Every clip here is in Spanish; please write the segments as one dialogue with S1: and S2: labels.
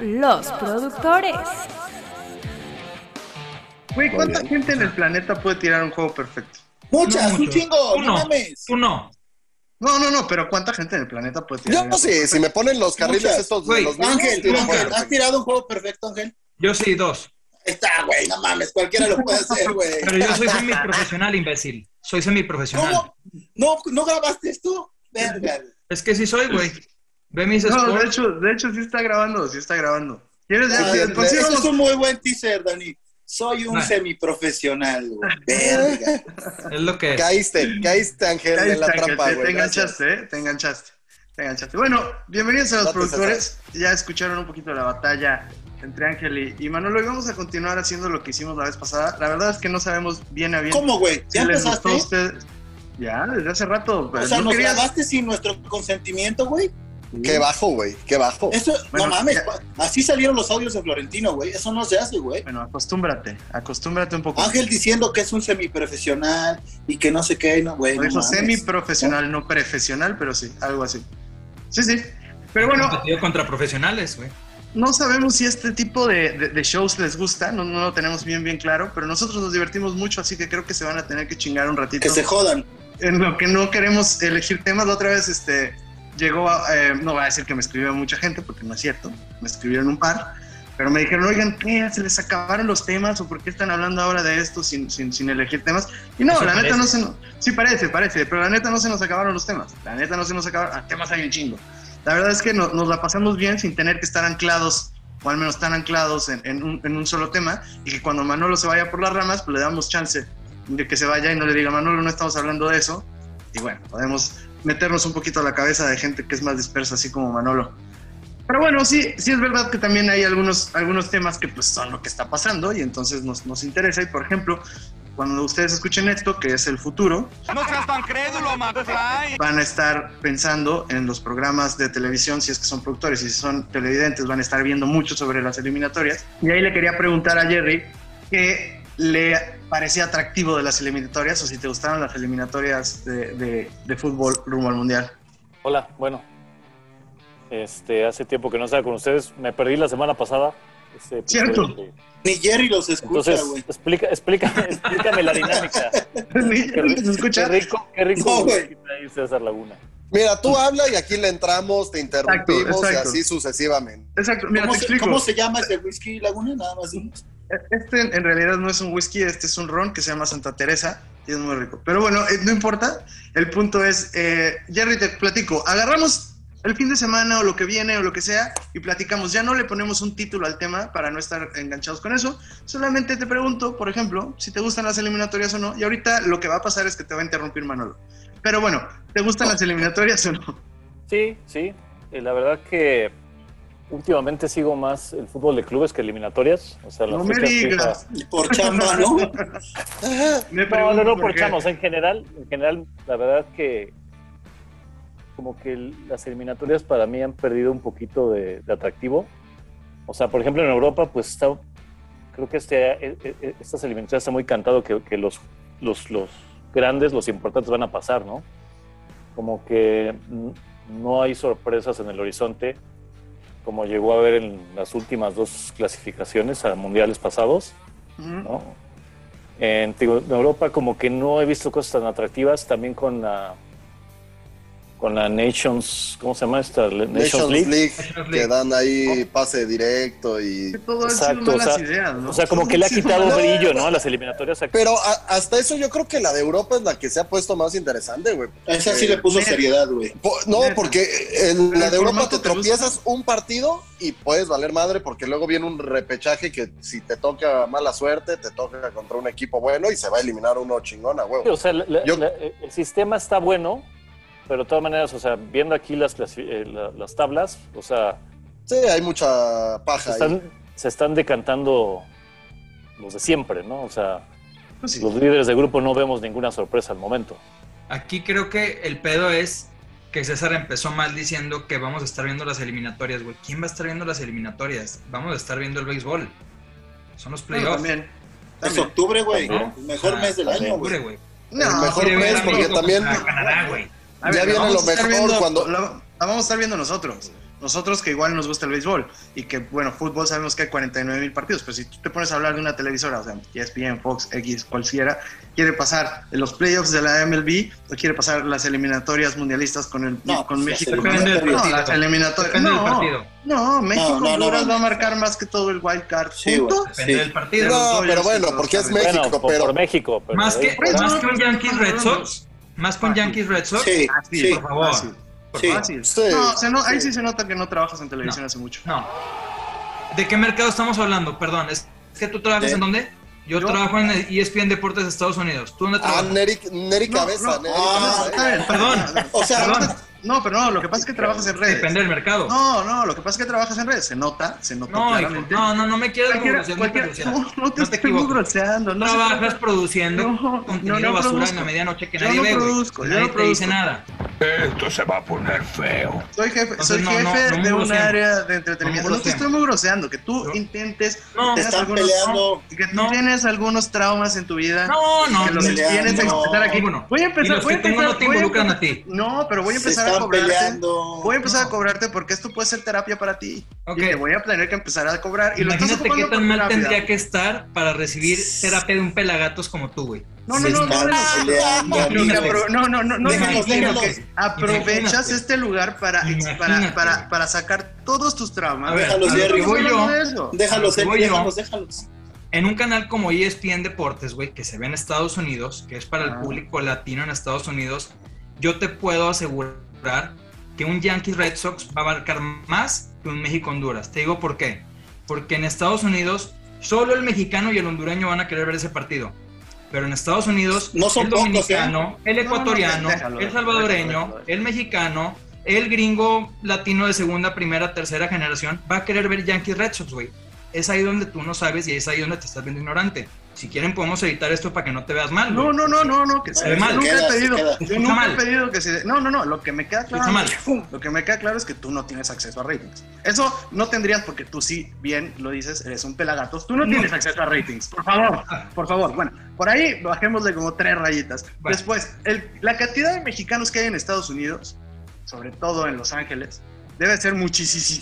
S1: los productores.
S2: Güey, ¿cuánta gente en el planeta puede tirar un juego perfecto?
S3: Muchas,
S4: No,
S3: un
S4: mucho.
S3: chingo,
S4: Tú
S3: no
S4: no,
S3: mames.
S4: tú no.
S2: No, no, no, pero ¿cuánta gente en el planeta puede
S5: Yo
S2: tirar?
S5: no sé, si me ponen los carriles
S3: Muchas.
S5: estos de
S4: Güey,
S5: los niños,
S3: Ángel,
S5: tiro
S3: Ángel,
S5: fuera.
S3: ¿has tirado un juego perfecto, Ángel?
S4: Yo sí, dos.
S3: Ahí Está, güey, no mames, cualquiera lo puede hacer, güey.
S4: Pero yo soy semiprofesional, imbécil. Soy semiprofesional.
S3: ¿Cómo? ¿No, ¿No grabaste esto? Verga.
S4: Es que sí soy, güey. Ve mis
S2: No,
S4: scores.
S2: de hecho, de hecho sí está grabando, sí está grabando. ¿Quieres
S3: Ah,
S2: decir? Pues sí,
S3: ese
S2: vamos-
S3: es un muy buen teaser, Dani. Soy un
S4: Ah.
S3: semiprofesional, güey. Verga.
S4: Es lo que es.
S5: Caíste, caíste, Ángel,
S2: Ahí
S5: en la
S2: está, que
S5: trampa,
S2: te, te
S5: güey. gracias.
S2: enganchaste, ¿eh? Te enganchaste. Te enganchaste. Bueno, bienvenidos a los
S5: Date,
S2: productores. Ya escucharon un poquito de la batalla entre Ángel y, y Manolo. Y vamos a continuar haciendo lo que hicimos la vez pasada. La verdad es que no sabemos bien a bien.
S3: ¿Cómo, güey?
S2: si
S3: ¿Ya
S2: les gustó
S3: empezaste?
S2: a ustedes. Ya, desde hace rato.
S3: O
S2: pero
S3: sea,
S2: no
S3: ¿nos
S2: querías-
S3: grabaste sin nuestro consentimiento, güey?
S5: Qué bajo, güey, qué bajo.
S3: Eso,
S2: Bueno,
S3: no mames,
S2: ya-
S3: pa- así salieron los audios de Florentino, güey. Eso no se hace, güey.
S2: Bueno, acostúmbrate. Acostúmbrate un poco.
S3: Ángel diciendo que es un semiprofesional y que no sé qué, no, güey.
S2: Lo
S3: No
S2: dijo
S3: mames.
S2: semiprofesional, no profesional, pero sí, algo así. Sí, sí. Pero bueno,
S4: Competido contra profesionales, güey.
S2: No sabemos si este tipo de, de- de shows les gusta, no, no lo tenemos bien bien claro, pero nosotros nos divertimos mucho, así que creo que se van a tener que chingar un ratito.
S3: Que se jodan.
S2: En lo que no queremos elegir temas, la otra vez este, llegó, a- eh, no voy a decir que me escribió mucha gente, porque no es cierto, me escribieron un par, pero me dijeron, oigan, ¿qué? ¿Se les acabaron los temas o por qué están hablando ahora de esto sin, sin, sin elegir temas? Y no,
S4: Eso
S2: la neta
S4: parece.
S2: no se nos... Sí, parece, parece, pero la neta no se nos acabaron los temas, la neta no se nos acabaron, ah, temas hay un chingo. La verdad es que no- nos la pasamos bien sin tener que estar anclados, o al menos tan anclados en, en un, en un solo tema, y que cuando Manolo se vaya por las ramas, pues le damos chance de que se vaya y no le diga, Manolo, no estamos hablando de eso. Y bueno, podemos meternos un poquito a la cabeza de gente que es más dispersa, así como Manolo. Pero bueno, sí, sí es verdad que también hay algunos, algunos temas que pues son lo que está pasando y entonces nos, nos interesa. Y por ejemplo, cuando ustedes escuchen esto, que es el futuro,
S6: No seas tan crédulo, McFly.
S2: van a estar pensando en los programas de televisión, si es que son productores, y si son televidentes, van a estar viendo mucho sobre las eliminatorias. Y ahí le quería preguntar a Jerry qué le parecía atractivo de las eliminatorias o si te gustaron las eliminatorias de, de- de fútbol rumbo al mundial.
S7: Hola, bueno. Este, hace tiempo que no estaba con ustedes. Me perdí la semana pasada. Ese
S2: Cierto.
S7: episodio.
S3: Ni Jerry los escucha,
S7: Entonces,
S3: güey.
S7: explica, explícame, explícame la dinámica.
S2: ¿Se escucha?
S7: Qué rico, qué rico
S3: No, güey.
S7: que trae César Laguna.
S5: Mira, tú habla y aquí le entramos, te interrumpimos
S2: exacto.
S5: y así sucesivamente.
S2: Exacto, mira,
S3: ¿Cómo,
S2: te
S3: se,
S2: explico.
S3: cómo se llama ese whisky Laguna? Nada más. dinos.
S2: Este en realidad no es un whisky, este es un ron que se llama Santa Teresa y es muy rico. Pero bueno, eh, no importa. El punto es, eh, Jerry, te platico. Agarramos el fin de semana o lo que viene o lo que sea y platicamos. Ya no le ponemos un título al tema para no estar enganchados con eso. Solamente te pregunto, por ejemplo, si te gustan las eliminatorias o no. Y ahorita lo que va a pasar es que te va a interrumpir Manolo. Pero bueno, ¿te gustan las eliminatorias o no?
S7: Sí, sí. eh, la verdad que últimamente sigo más el fútbol de clubes que eliminatorias. O sea, las
S2: No me
S7: fechas FIFA-
S2: digas.
S3: Por chamba, ¿no?
S2: Me
S7: No,
S2: pregunto
S7: no, no, por
S2: qué.
S7: chamos. En general, en general, la verdad que como que el- las eliminatorias para mí han perdido un poquito de, de atractivo. O sea, por ejemplo, en Europa, pues está, creo que este, e- e- estas eliminatorias está muy cantado que, que los, los, los grandes, los importantes van a pasar, ¿no? Como que n- no hay sorpresas en el horizonte, como llegó a haber en las últimas dos clasificaciones a mundiales pasados.
S2: Mm,
S7: ¿no? En, te digo, en Europa como que no he visto cosas tan atractivas, también con la con la Nations, ¿cómo se llama esta? La Nations,
S5: Nations
S7: League.
S5: League,
S4: Nations
S5: que
S4: League.
S5: dan ahí pase directo y...
S2: que Todo han
S7: Exacto,
S2: sido
S7: o
S2: malas
S7: sea,
S2: ideas, ¿no?
S7: O sea, como que le ha quitado
S5: No.
S7: brillo, ¿no? A las eliminatorias. a-
S5: Pero a- hasta eso yo creo que la de Europa es la que se ha puesto más interesante, güey.
S3: Esa sí le puso seriedad, güey.
S5: Po- No,
S2: Neta.
S5: porque en
S2: Pero
S5: la
S2: el
S5: de Europa
S2: formato te
S5: te
S2: gusta.
S5: tropiezas un partido y puedes valer madre porque luego viene un repechaje que si te toca mala suerte, te toca contra un equipo bueno y se va a eliminar uno chingona, güey.
S7: O sea, la- la-
S5: Yo-
S7: la- el sistema está bueno, pero de todas maneras, o sea, viendo aquí las, clasi- eh, la- las tablas, o sea,
S5: Sí, hay mucha
S7: se
S5: paja ahí.
S7: están, se están decantando los de siempre, ¿no? O sea,
S2: Pues sí.
S7: los líderes de grupo no vemos ninguna sorpresa al momento.
S4: Aquí creo que el pedo es que César empezó mal diciendo que vamos a estar viendo las eliminatorias, güey. ¿Quién va a estar viendo las eliminatorias? Vamos a estar viendo el béisbol. Son los
S2: Bueno,
S4: playoffs.
S2: también.
S3: Es
S2: también.
S3: octubre, güey.
S4: ¿no?
S3: El mejor
S4: Ah,
S3: mes del
S4: también,
S3: año, güey.
S4: güey.
S5: El mejor
S4: Quiere
S5: mes,
S4: ver a
S5: porque
S4: México
S5: también-
S4: contra Canadá, güey.
S2: A ver,
S5: Ya
S2: la
S5: viene
S2: vamos
S5: lo
S2: a estar
S5: mejor
S2: viendo-
S5: cuando-
S2: La, la vamos a estar viendo nosotros. Nosotros que igual nos gusta el béisbol y que, bueno, fútbol sabemos que hay 49 mil partidos, pero si tú te pones a hablar de una televisora, o sea, E ESPN, Fox, X, cualquiera, quiere pasar los playoffs de la MLB o quiere pasar las eliminatorias mundialistas con, el,
S3: No,
S2: con
S3: las
S2: México.
S4: Depende del
S2: No,
S4: partido.
S2: las eliminatorias.
S4: Depende del
S2: No,
S4: partido.
S2: no, México
S3: No, no, no,
S2: Honduras
S3: no.
S2: va a marcar más que todo el wild card.
S3: Sí,
S2: punto.
S3: güey.
S4: Depende
S3: Sí.
S4: del partido.
S5: No,
S2: Dodgers
S5: pero
S2: y
S5: bueno,
S2: los
S5: porque es
S2: Cardinals.
S5: México,
S7: Bueno, por,
S5: pero.
S7: por México. Pero
S4: Más que,
S2: Pues,
S4: más
S2: no,
S4: que un
S2: no,
S4: Yankees
S2: no,
S4: Red
S2: no,
S4: Sox, más que un
S2: Fácil.
S4: Yankees Red Sox,
S3: Sí,
S2: Fácil,
S3: sí,
S4: por favor.
S2: fácil, por
S3: sí.
S2: fácil.
S5: Sí,
S2: No, se no- ahí
S5: sí.
S2: sí se nota que no trabajas en televisión hace mucho.
S4: No. ¿De qué mercado estamos hablando? Perdón, es es que tú trabajas
S3: ¿De?
S4: en dónde? Yo,
S2: Yo-
S4: trabajo en E ESPN Deportes de Estados Unidos. ¿Tú dónde
S5: Ah,
S4: trabajas?
S5: Neri, Neri
S2: No,
S5: Cabeza,
S2: no, Ah, no,
S5: Neri Cabeza.
S2: está bien,
S4: Perdón.
S3: O sea,
S4: Perdón.
S2: No, pero no, lo que pasa es que trabajas en redes.
S4: Depende del mercado. No,
S2: No, no, lo que pasa es que trabajas en redes. Se nota, se nota.
S4: hijo,
S2: claramente.
S4: no, no, no me quieras
S2: Cualquiera-
S4: grosear,
S2: cualquiera-
S4: me grosear.
S2: no, no te
S4: No te
S2: estoy
S4: equivocas.
S2: groseando. No se
S4: Trabajas
S2: trata-
S4: produciendo
S2: No,
S4: contenido
S2: no, no
S4: basura en
S2: produzco.
S4: la medianoche que
S2: Yo
S4: nadie
S2: no
S4: ve, güey.
S2: produzco, yo
S4: nadie
S2: no
S4: te
S2: produzco.
S4: dice nada.
S2: Soy jefe,
S4: Entonces,
S2: soy
S4: no,
S2: jefe
S4: no, no
S2: de
S4: muy
S2: un
S4: grosero.
S2: área de entretenimiento.
S4: No muy
S2: No te
S4: grosero.
S2: estoy muy groseando. Que tú
S4: No.
S2: intentes.
S4: No,
S3: te
S2: tienes
S3: están
S2: algunos-
S3: peleando.
S2: Que tú
S4: No.
S2: tienes algunos traumas en tu vida.
S4: No, no,
S2: que los
S4: no,
S3: peleando.
S2: tienes que expresar aquí.
S4: Ninguno.
S2: Voy a
S4: Y
S2: empezar,
S4: los
S2: voy
S4: que
S2: a
S4: tengo
S2: empezar,
S4: no te
S2: voy a
S4: involucran a
S2: empezar-
S4: ti.
S2: No, pero voy a
S3: se
S2: empezar a
S3: están
S2: cobrarte.
S3: peleando.
S2: Voy a empezar
S4: No.
S2: a cobrarte porque esto puede ser terapia para ti.
S4: Ok.
S2: Y te voy a tener que empezar a cobrar. Y lo estás
S4: Imagínate qué
S2: ocupando
S4: tan
S2: por
S4: mal
S2: terapia.
S4: tendría que estar para recibir terapia de un pelagatos como tú, güey.
S2: No,
S3: se
S2: no, no, no,
S3: están
S2: no.
S3: peleando.
S2: No, no,
S4: Imagínate.
S2: apro- no, no, no, no,
S4: Imagínate.
S2: no, sino que aprovechas
S4: Imagínate.
S2: este lugar para,
S4: Imagínate.
S2: para, para, para sacar todos tus traumas.
S4: A ver,
S3: Déjalos
S4: a lo
S3: ir,
S4: que voy yo,
S2: Hablando de eso.
S3: Déjalos,
S4: Te
S3: eh,
S4: voy yo.
S3: déjalos, déjalos.
S4: en un canal como E ESPN Deportes, güey, que se ve en Estados Unidos, que es para el
S2: Ah.
S4: público latino en Estados Unidos, yo te puedo asegurar que un Yankees Red Sox va a abarcar más que un México Honduras. Te digo por qué. Porque en Estados Unidos solo el mexicano y el hondureño van a querer ver ese partido. Pero en Estados Unidos
S3: No son
S4: el
S3: pocos, ¿eh?
S4: dominicano, el
S2: No, no, no,
S4: ecuatoriano,
S2: déjalo,
S4: el salvadoreño,
S2: déjalo, déjalo.
S4: el mexicano, el gringo latino de segunda, primera, tercera generación va a querer ver Yankees Red Sox, güey es ahí donde tú no sabes y es ahí donde te estás viendo ignorante. Si quieren podemos editar esto para que no te veas mal.
S2: No,
S4: güey.
S2: no, no, no, no, que se,
S4: Se ve mal.
S2: nunca he
S3: Queda, se
S2: pedido,
S3: queda.
S2: yo
S4: Escucha
S2: nunca
S4: mal.
S2: he pedido que se, no, no, no, lo que me queda claro,
S4: Escucha
S2: lo que me queda claro es que tú no tienes acceso a ratings. Eso no tendrías porque tú sí bien lo dices, eres un pelagatos, tú no,
S4: No.
S2: tienes acceso a ratings, por favor,
S4: Ah.
S2: por favor. Bueno, por ahí bajémosle como tres rayitas.
S4: Bueno.
S2: Después, el- la cantidad de mexicanos que hay en Estados Unidos, sobre todo en Los Ángeles, debe ser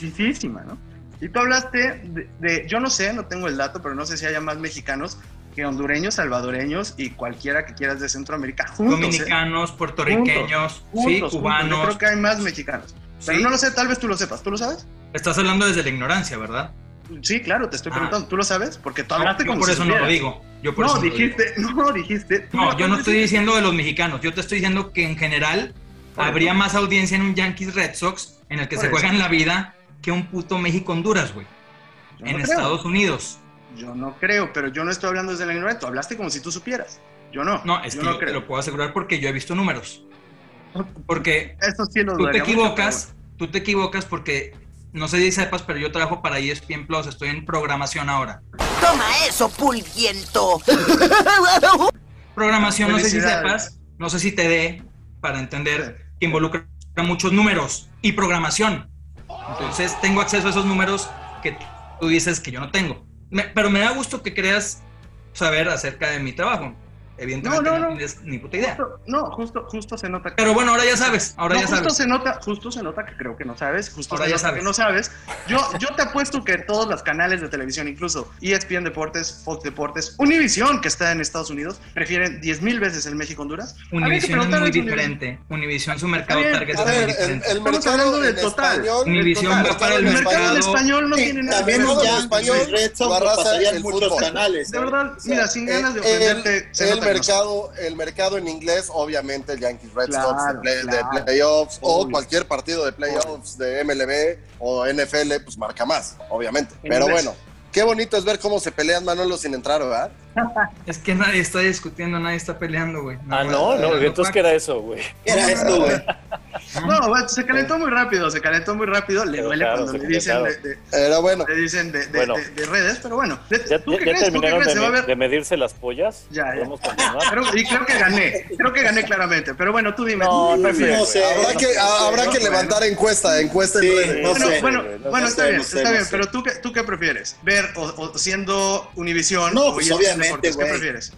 S2: muchísima, ¿no? Y tú hablaste de, de- yo no sé, no tengo el dato, pero no sé si haya más mexicanos que hondureños, salvadoreños y cualquiera que quieras de Centroamérica juntos. ¿eh?
S4: Dominicanos, puertorriqueños, sí,
S2: Juntos, juntos.
S4: cubanos.
S2: Yo creo que hay más mexicanos. Pero
S4: sí.
S2: no lo sé, tal vez tú lo sepas. ¿Tú lo sabes?
S4: Estás hablando desde la ignorancia, ¿verdad?
S2: Sí, claro, te estoy
S4: Ah.
S2: preguntando. ¿Tú lo sabes? Porque tú hablaste
S4: yo
S2: como
S4: por
S2: si
S4: eso no lo
S2: supieras.
S4: digo. Yo por
S2: No,
S4: eso lo digo.
S2: dijiste, no, dijiste. tú
S4: No, yo no
S2: acabas
S4: estoy
S2: de decir-
S4: diciendo de los mexicanos. Yo te estoy diciendo que en general
S2: Por
S4: habría
S2: eso.
S4: más audiencia en un Yankees Red Sox en el que
S2: Por
S4: se
S2: eso.
S4: juegan la vida que un puto México Honduras, güey.
S2: Yo
S4: En
S2: no creo.
S4: Estados Unidos.
S2: Yo no creo, pero yo no estoy hablando desde la ignorancia. Tú hablaste como si tú supieras. Yo no.
S4: No, es
S2: yo
S4: que
S2: no
S4: yo te
S2: creo.
S4: lo puedo asegurar porque yo he visto números. Porque
S2: Eso sí lo
S4: Tú te
S2: dudaría mucho,
S4: equivocas, tú te equivocas porque no sé si sepas, pero yo trabajo para E ESPN Plus, estoy en programación ahora.
S8: Toma eso, pulviento.
S4: Programación, no sé si
S2: Felicidades.
S4: sepas, no sé si te dé para entender
S2: Sí.
S4: que involucra muchos números y programación. Entonces tengo acceso a esos números que tú dices que yo no tengo. Me- pero me da gusto que creas saber acerca de mi trabajo. Evidentemente
S2: No,
S4: no,
S2: no, no.
S4: tienes ni puta
S2: pero
S4: idea.
S2: bueno. Justo- no, justo, justo se nota que.
S4: Pero bueno, ahora ya sabes, ahora
S2: No,
S4: ya
S2: justo
S4: sabes.
S2: se nota, justo se nota que creo que no sabes, justo
S4: Ahora
S2: se
S4: ya
S2: nota que no sabes. Yo, yo te apuesto que todos los canales de televisión, incluso E ESPN Deportes, Fox Deportes, Univision, que está en Estados Unidos, prefieren 10 mil veces el México-Honduras. Habría que
S4: Univision es
S2: preguntarles
S4: muy
S2: a Univision.
S4: diferente. Univision, su mercado
S2: bien,
S4: target
S5: A
S4: es muy
S5: ver, el,
S4: diferente.
S5: el
S2: Estamos hablando
S5: mercado
S2: del
S5: en
S2: total.
S5: español.
S4: Univisión
S5: el
S4: va para el
S2: El mercado
S4: mercado.
S2: en español no
S3: Sí,
S2: tiene nada
S3: también
S2: que ver
S3: los
S2: con
S5: ya-
S2: el español.
S3: Yankees Red Sox lo pasarían
S5: el
S3: muchos
S5: fútbol.
S3: canales.
S2: De
S3: ¿eh?
S2: verdad,
S3: O sea,
S2: mira, sin ganas de
S5: El-
S2: ofenderte, se
S5: el
S2: nota que no sabes.
S5: mercado, el mercado en inglés, obviamente, el Yankees Red
S2: Claro,
S5: Sox de, play- de
S2: claro.
S5: playoffs o
S2: Obvio.
S5: cualquier partido de playoffs de MLB o NFL, pues marca más, obviamente.
S2: En
S5: Pero
S2: inglés.
S5: bueno, qué bonito es ver cómo se pelean Manolo sin entrar, ¿verdad?
S4: Es que nadie está discutiendo, nadie está peleando, güey.
S7: Ah, no, no, entonces ¿qué era eso, güey?
S3: ¿Qué era esto, güey?
S2: No, bueno, se calentó muy rápido, se calentó muy rápido. Le
S7: Pero
S2: duele
S7: claro,
S2: cuando
S7: se
S2: le dicen de,
S7: calentaron.
S2: de-
S5: Pero bueno,
S2: le dicen de, de-
S7: Bueno.
S2: de- de redes, pero bueno. ¿Tú
S7: ¿Ya,
S2: qué
S7: ya- ya
S2: crees? ¿Tú qué
S7: terminaron
S2: crees?
S7: de,
S2: Se va a
S7: me-
S2: ver
S7: de medirse las pollas?
S2: Ya, ya.
S7: ¿Podemos continuar?
S2: Creo- y creo que gané, creo que gané claramente, pero bueno, tú dime.
S7: No,
S2: tú
S7: no
S2: dime.
S7: sé.
S3: No sé.
S5: habrá que,
S3: no
S5: habrá
S3: sé.
S5: que
S2: bueno.
S5: levantar encuesta, encuesta en
S3: Sí,
S5: redes.
S3: no
S2: bueno,
S3: sé,
S2: bueno,
S7: güey, no
S2: bueno,
S3: sé,
S2: está bien,
S3: no sé,
S2: está
S3: no
S2: bien,
S3: sé.
S2: pero ¿tú qué, tú qué prefieres? ¿Ver o, o siendo Univisión?
S3: No,
S2: o
S3: pues,
S2: ESPN
S3: obviamente,
S2: Deportes? ¿Qué
S3: güey.
S2: prefieres?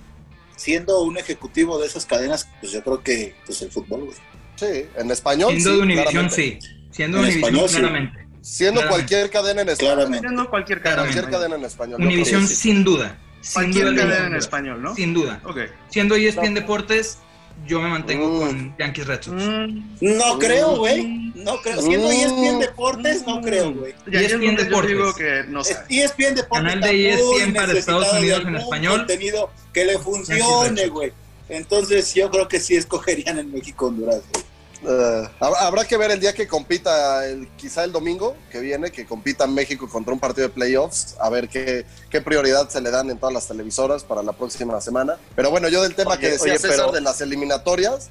S3: Siendo un ejecutivo de esas cadenas, pues yo creo que pues el fútbol, güey.
S5: Sí, en español.
S4: Siendo
S5: sí,
S4: de Univisión,
S5: claramente.
S4: sí. Siendo
S3: En
S4: de Univisión,
S3: español, sí.
S4: claramente.
S5: Siendo
S4: Claramente.
S5: cualquier cadena en español.
S3: Claramente.
S2: Siendo cualquier cadena. en
S5: Cualquier
S2: español.
S5: cadena en español. yo
S4: Univisión
S5: creo que sí.
S4: sin duda. Sin
S2: Cualquier
S4: duda, le
S2: cadena
S4: gana.
S2: en español, ¿no?
S4: Sin duda.
S2: Ok.
S4: Siendo E ESPN Deportes, yo me mantengo
S5: Mm.
S4: con Yankees Red Sox.
S2: Mm,
S3: No creo, güey. No creo. Siendo
S5: Mm.
S3: ESPN Deportes, no creo, güey. E
S2: y ahí es
S4: ESPN
S2: donde yo
S4: Deportes.
S2: digo que no sabe.
S3: ESPN Deportes
S4: Canal de E
S3: está muy
S4: ESPN para
S3: necesitado
S4: Estados Unidos
S3: de
S4: en
S3: algún
S4: español.
S3: contenido que le funcione, güey. Entonces yo creo que sí escogerían en México Honduras, güey.
S5: Eh, hab- habrá que ver el día que compita, el- quizá el domingo que viene, que compita México contra un partido de playoffs, a ver qué, qué prioridad se le dan en todas las televisoras para la próxima semana. Pero bueno, yo del tema
S7: Oye,
S5: que decía
S7: oye,
S5: César
S7: pero-
S5: de las eliminatorias,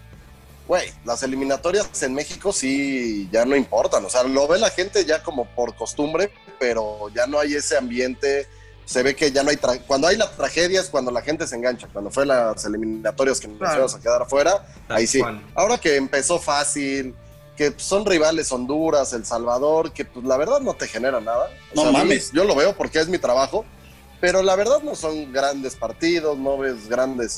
S5: güey, las eliminatorias en México sí ya no importan, o sea, lo ve la gente ya como por costumbre, pero ya no hay ese ambiente. Se ve que ya no hay. tra- Cuando hay la tragedia es cuando la gente se engancha. Cuando fue las eliminatorias que nos
S2: Claro.
S5: íbamos a quedar afuera,
S4: Tal
S5: Ahí sí.
S4: cual.
S5: Ahora que empezó fácil, que pues, son rivales Honduras, El Salvador, que pues la verdad no te genera nada. a
S3: No
S5: mí,
S3: mames.
S5: yo lo veo porque es mi trabajo, pero la verdad no son grandes partidos, no ves grandes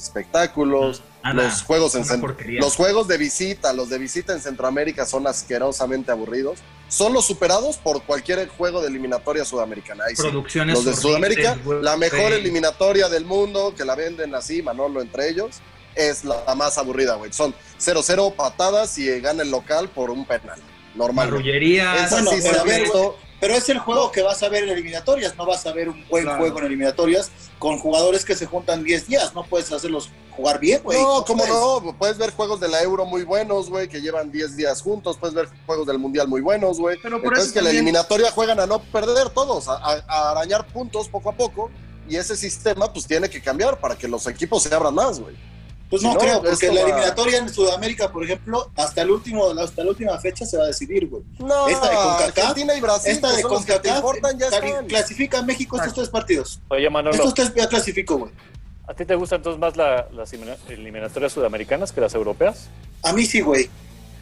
S5: espectáculos.
S4: Nada,
S5: los juegos en
S4: una
S5: cen-
S4: porquería.
S5: los juegos de visita, los de visita en Centroamérica son asquerosamente aburridos. Son los superados por cualquier juego de eliminatoria sudamericana. Ahí sí.
S4: producciones
S5: Los de
S4: horribles,
S5: Sudamérica,
S4: güey.
S5: la mejor
S4: Sí.
S5: eliminatoria del mundo, que la venden así, Manolo entre ellos, es la más aburrida, güey. Son 0-0 patadas y eh, gana el local por un penal. Normal.
S4: Marrullerías.
S5: Es
S3: Bueno,
S5: así, se
S3: pero
S5: ha
S3: a ver,
S5: visto.
S3: Pero es el juego que vas a ver en eliminatorias, no vas a ver un buen
S2: Claro.
S3: juego en eliminatorias con jugadores que se juntan 10 días, no puedes hacerlos jugar bien, güey.
S5: No, pues. como
S3: puedes.
S5: no, puedes ver juegos de la Euro muy buenos, güey, que llevan 10 días juntos, puedes ver juegos del Mundial muy buenos, güey.
S2: Pero por
S5: Entonces
S2: eso
S5: que la
S2: también-
S5: eliminatoria juegan a no perder todos, a, a- a arañar puntos poco a poco, y ese sistema pues tiene que cambiar para que los equipos se abran más, güey.
S3: Pues no,
S5: No,
S3: creo,
S5: pues
S3: porque
S5: esto
S3: la
S5: va-
S3: eliminatoria en Sudamérica, por ejemplo, hasta el último, hasta la última fecha se va a decidir, güey.
S5: No,
S3: Esta de CONCACAF,
S5: Argentina y Brasil,
S3: Esta
S5: que
S7: pues,
S3: de
S5: son los que te
S3: CONCACAF
S5: importan, ya
S3: está bien,
S5: están.
S3: clasifica a México
S7: Ah.
S3: estos tres partidos.
S7: Oye, Manolo,
S3: Estos tres ya clasifico, güey.
S7: ¿a ti te gustan entonces más la- las elimina- eliminatorias sudamericanas que las europeas?
S3: A mí sí, güey.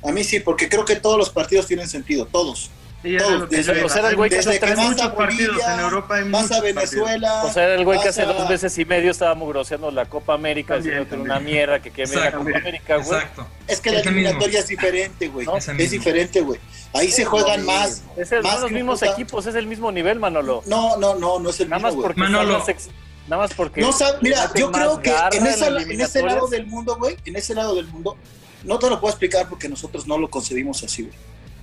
S3: A mí sí, porque creo que todos los partidos tienen sentido, todos.
S2: Y era lo que yo
S3: Desde-
S2: iba.
S7: o sea, era el güey que
S2: Desde
S7: hace
S2: que
S3: tres
S2: hay
S3: vas a
S2: muchos partidos
S3: Bolivia,
S2: en Europa, hay
S3: Vas a
S2: muchos partidos.
S3: Venezuela.
S7: O sea, era el güey que
S3: vas
S7: hace
S3: a-
S7: dos veces y medio estaba mugroseando la Copa América,
S2: También,
S7: diciendo que era una
S2: también.
S7: mierda, que quiere ver la
S4: Exacto,
S7: Copa
S2: también.
S7: América, güey.
S4: Exacto.
S3: Es que la
S4: Ese mismo.
S3: eliminatoria es diferente, güey.
S7: No,
S4: ese
S3: es
S4: mismo.
S3: diferente, güey. Ahí se juegan más.
S7: Es el-
S3: Más
S7: son los
S3: que
S7: mismos
S3: puta.
S7: equipos, es el mismo nivel, Manolo.
S3: No, no, no, no es el
S7: Nada más
S3: mismo, güey.
S7: porque
S4: Manolo.
S7: son las ex- nada más porque
S3: No sabe- mira,
S7: meten
S3: yo
S7: más
S3: creo que
S7: garra
S3: en, esa-
S7: las
S3: en ese lado
S7: eliminatorias.
S3: del mundo, güey, en ese lado del mundo, no te lo puedo explicar porque nosotros no lo concebimos así, güey.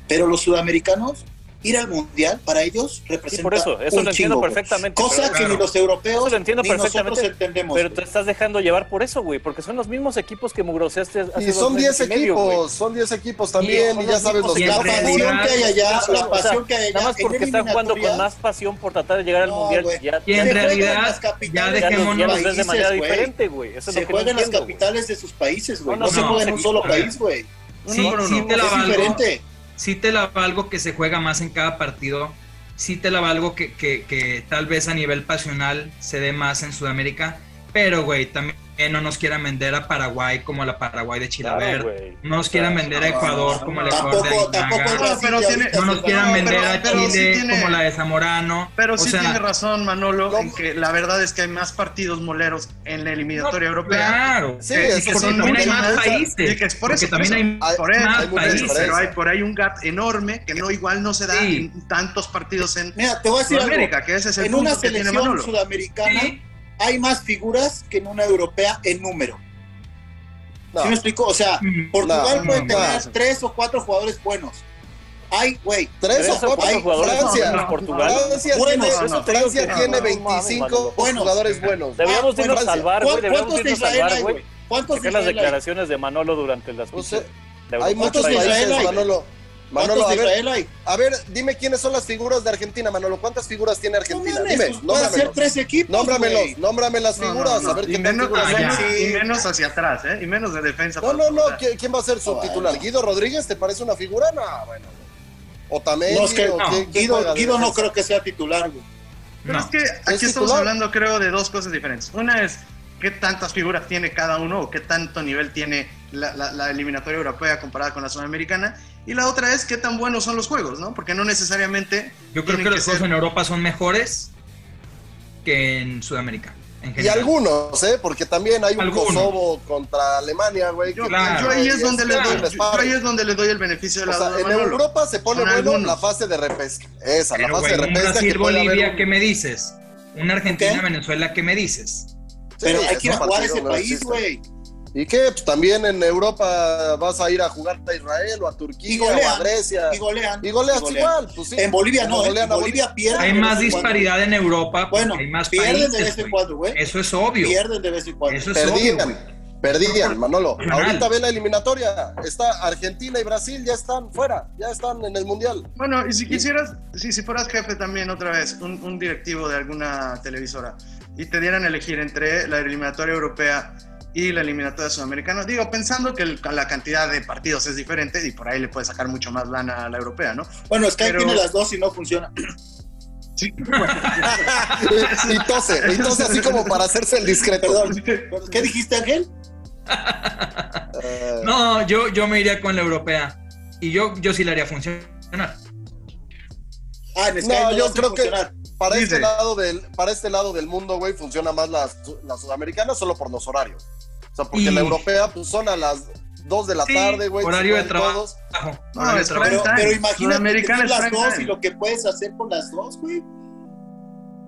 S3: Pero los sudamericanos, ir al mundial, para ellos representa.
S7: Sí, por eso, eso
S3: un
S7: lo entiendo
S3: chingo, güey.
S7: perfectamente.
S3: Cosa
S7: pero,
S3: que
S4: claro.
S3: ni los europeos
S7: Eso lo entiendo
S3: ni
S7: perfectamente,
S3: nosotros entendemos.
S7: pero
S3: güey.
S7: te estás dejando llevar por eso, güey, porque son los mismos equipos que mugroseaste hace
S5: Y
S7: dos
S5: son
S7: meses
S5: 10
S7: y medio,
S5: equipos,
S7: güey.
S5: son 10 equipos también,
S7: son
S5: y ya
S7: los
S5: sabes
S7: mismos
S5: los
S4: equipos
S3: la
S4: en
S5: campos.
S3: pasión
S4: realidad,
S3: que hay allá,
S7: claro,
S3: la
S7: o sea,
S3: pasión que hay allá.
S7: Nada más
S3: en
S7: porque están jugando con
S3: eliminatorias,
S7: más pasión por tratar de llegar al
S3: No,
S7: mundial.
S3: güey.
S7: Ya,
S4: Y en
S3: Se juegan
S4: realidad,
S3: las capitales
S4: ya
S3: de
S7: ya, los, ya
S4: dejémonos.
S7: los ves de manera
S3: países, güey.
S7: diferente, güey. Eso es
S3: Se
S7: lo que no
S3: juegan las
S7: entiendo, güey.
S3: capitales de sus países, güey.
S7: No,
S3: No,
S7: no,
S3: se
S7: no,
S3: juegan en
S4: no,
S3: un solo
S4: no.
S3: país, güey.
S4: Sí,
S2: por
S4: sí
S2: uno.
S4: te la
S3: Es
S4: valgo.
S3: diferente.
S4: Sí te la valgo que se juega más en cada partido. Sí te la valgo que, que, que tal vez a nivel pasional se dé más en Sudamérica. Pero, güey, también no nos quieran vender a Paraguay como la Paraguay de
S7: Claro,
S4: Chilaver.
S7: güey.
S4: no nos quieran vender a
S3: no,
S4: Ecuador
S3: no,
S4: como
S3: no.
S4: el Ecuador
S3: Tampoco-
S4: de Aguinaga.
S3: tampoco el Brasil
S2: pero
S3: de
S2: tiene-
S3: ahorita
S4: No nos
S3: se-
S4: quieran
S2: No,
S4: vender
S2: pero-
S4: a
S2: pero sí
S4: Chile
S2: tiene-
S4: como la de Zamorano.
S2: Pero
S4: O
S2: sí
S4: sea,
S2: tiene razón, Manolo,
S5: No.
S2: en que la verdad es que hay más partidos moleros en la eliminatoria europea.
S4: Claro.
S5: Sí,
S2: que-
S5: eso
S2: que
S5: sí,
S2: son
S5: también
S2: mucho
S5: hay más
S4: países.
S2: y que es por
S4: Porque
S2: eso,
S4: también hay
S5: hay-
S2: por eso,
S4: más
S2: hay mucha
S4: países.
S5: diferencia.
S2: Pero hay, por ahí un gap enorme que no igual no se da
S4: Sí.
S2: en tantos partidos en
S3: Mira, te voy a decir algo.
S2: Sudamérica, que ese es el
S3: En una
S2: punto que tiene
S3: selección
S2: Manolo.
S3: sudamericana
S4: Sí,
S3: hay más figuras que en una europea en número.
S5: No,
S3: ¿Sí me explico? O sea,
S4: Mm,
S3: Portugal
S5: no,
S3: puede
S5: no,
S3: tener
S2: no.
S3: tres o cuatro jugadores buenos. Hay, güey,
S5: tres
S7: Pero
S5: o
S7: esos
S5: cuatro
S7: cuatro
S3: hay-
S7: jugadores
S5: Francia,
S7: son de Portugal.
S5: Francia
S3: Bueno,
S5: tiene,
S2: no, no,
S5: Francia
S2: no,
S5: tiene
S2: no,
S5: 25
S3: Bueno.
S5: jugadores buenos.
S7: Deberíamos
S3: Ah,
S7: de irnos a
S5: Francia.
S7: salvar, güey.
S3: ¿Cuán-
S7: Deberíamos
S3: ¿cuántos
S7: de
S3: de
S7: irnos a
S3: Israel
S7: salvar,
S3: hay,
S7: güey.
S3: güey? ¿Cuántos de
S7: Checar las
S3: Israel hay?
S7: declaraciones de Manolo durante las
S5: O sea,
S7: pinches de
S5: Hay
S7: Europa.
S5: muchos
S3: de
S7: Ahí.
S3: Israel
S5: países,
S3: hay?
S5: Manolo. Manolo,
S3: ¿Cuántos
S5: a
S3: de
S5: ver,
S3: Israel hay?
S5: a ver, dime quiénes son las figuras de Argentina, Manolo. ¿Cuántas figuras tiene Argentina?
S3: No mames,
S5: Dime,
S3: pues, van a ser
S5: nómbramelos.
S3: tres equipos.
S5: Nómbramelos,
S3: güey.
S5: nómbrame las
S2: No, no,
S5: figuras,
S2: no,
S5: a ver
S2: y
S5: qué
S2: menos,
S5: figuras
S2: y
S5: son.
S2: menos-
S3: hay.
S2: y menos hacia atrás, ¿eh? Y menos de defensa.
S5: No, no,
S2: por
S5: no.
S2: favor.
S5: ¿qui- ¿Quién va a ser su
S3: No,
S5: titular?
S3: bueno.
S5: ¿Guido Rodríguez te parece una figura? No, bueno. O Tamé.
S3: No, es que-
S4: no,
S3: Guido, Guido no creo que sea titular, güey.
S2: Pero
S4: no.
S2: es que aquí estamos
S5: titular.
S2: hablando, creo, de dos cosas diferentes. Una es qué tantas figuras tiene cada uno o qué tanto nivel tiene la, la- la eliminatoria europea comparada con la sudamericana. Y la otra es qué tan buenos son los juegos, ¿no? Porque no necesariamente.
S4: Yo creo
S2: tienen
S4: que los
S2: ser-
S4: juegos en Europa son mejores que en Sudamérica. en
S5: Y
S4: general.
S5: algunos, ¿eh? Porque también hay un
S4: Algunos.
S5: Kosovo contra Alemania, güey. que-
S2: Yo,
S4: Claro.
S2: yo ahí es
S5: y
S2: donde le
S5: este,
S2: doy,
S5: les
S2: yo
S5: pagan.
S2: ahí es donde le doy el beneficio de
S5: O
S2: la
S5: sea,
S2: duda,
S5: en
S2: Manolo.
S5: Europa se pone
S2: Son
S5: bueno
S2: algunos.
S5: la fase de repesca. Esa,
S4: Pero,
S5: la fase
S4: güey,
S5: de
S4: un
S5: repesca.
S4: Brasil,
S5: que puede haber
S4: Bolivia,
S5: un-
S4: ¿qué me dices? Una Argentina,
S3: ¿Qué?
S4: Venezuela, ¿qué me dices?
S5: Sí,
S3: Pero hay
S5: es
S3: que ir a
S5: un
S3: jugar a
S5: partido
S3: ese
S5: no
S3: país,
S5: existe.
S3: güey.
S5: ¿Y qué? Pues también en Europa vas a ir a jugar a Israel o a Turquía
S3: Y golean.
S5: o a Grecia.
S3: Y golean.
S5: Y goleas
S3: Y golean.
S5: igual, pues sí.
S3: En Bolivia no,
S5: Como
S3: ¿eh?
S5: golean
S3: En
S5: a
S3: Bolivia pierden.
S4: Hay
S3: de
S4: más
S3: vez en cuando.
S4: disparidad en Europa, porque
S3: Bueno,
S4: hay más
S3: pierden de vez
S4: países,
S3: en
S4: güey.
S3: cuando, güey.
S4: Eso es obvio.
S3: Pierden de vez en cuando.
S4: Eso es obvio, güey.
S5: Perdían, perdían, Manolo.
S4: Claro.
S5: Ahorita ve la eliminatoria. Está Argentina y Brasil, ya están fuera, ya están en el Mundial.
S2: Bueno, y si quisieras, si, si fueras jefe también otra vez, un, un directivo de alguna televisora, y te dieran a elegir entre la eliminatoria europea y la eliminatoria sudamericana, digo, pensando que el- la cantidad de partidos es diferente y por ahí le puedes sacar mucho más lana a la europea, ¿no?
S3: Bueno, Sky
S2: Pero-
S3: tiene las dos y no funciona.
S2: pues,
S5: y tose, y tose así como para hacerse el discreto.
S3: Perdón. ¿Qué dijiste, Ángel?
S5: Eh,
S4: No, yo, yo me iría con la europea. Y yo, yo sí la haría funcionar.
S3: Ah, en Sky
S5: No,
S3: no,
S5: yo
S3: hacen
S5: creo que-
S3: funcionar.
S5: para,
S2: Dice.
S5: este lado del, para este lado del mundo, güey, funciona más la, su- la sudamericana solo por los horarios. O sea, porque
S4: Y-
S5: la europea pues, son a las 2 de la
S4: Sí,
S5: tarde, güey.
S4: horario de
S5: son
S4: trabajo.
S5: todos.
S2: No,
S4: horario de
S2: es
S4: trabajo.
S3: Pero,
S2: Prime
S3: pero
S2: time.
S3: imagínate que
S2: Sudamericana
S3: tienes
S2: es
S3: las
S2: prime
S3: dos
S2: time.
S3: y lo que puedes hacer con las dos, güey.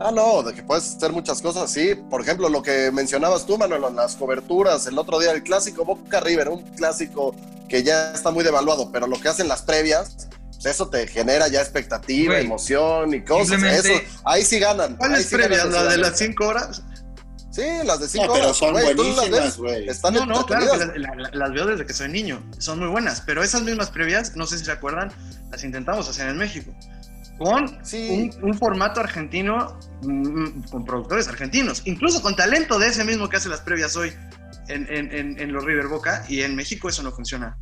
S5: Ah, no, de que puedes hacer muchas cosas, sí. Por ejemplo, lo que mencionabas tú, Manolo, las coberturas, el otro día el clásico Boca River, un clásico que ya está muy devaluado, pero lo que hacen las previas, pues eso te genera ya expectativa,
S4: Güey,
S5: emoción y cosas.
S4: simplemente-
S5: Eso, ahí sí ganan. ahí
S2: ¿Cuáles
S5: sí
S2: previas?
S5: ganan en
S2: ¿La de
S5: Sudamérica.
S2: las 5 horas?
S5: Sí, las de cinco
S3: No, pero
S5: horas,
S3: son
S5: güey, tú las
S3: buenísimas,
S5: ves,
S3: güey.
S5: Están
S2: No, no, claro, que
S5: entretenidas.
S2: las, la- la- las veo desde que soy niño, son muy buenas, pero esas mismas previas, no sé si se acuerdan, las intentamos hacer en México, con
S5: Sí.
S2: un, un formato argentino, mm, con productores argentinos, incluso con talento de ese mismo que hace las previas hoy en, en- en- en los River Boca, y en México eso no funciona.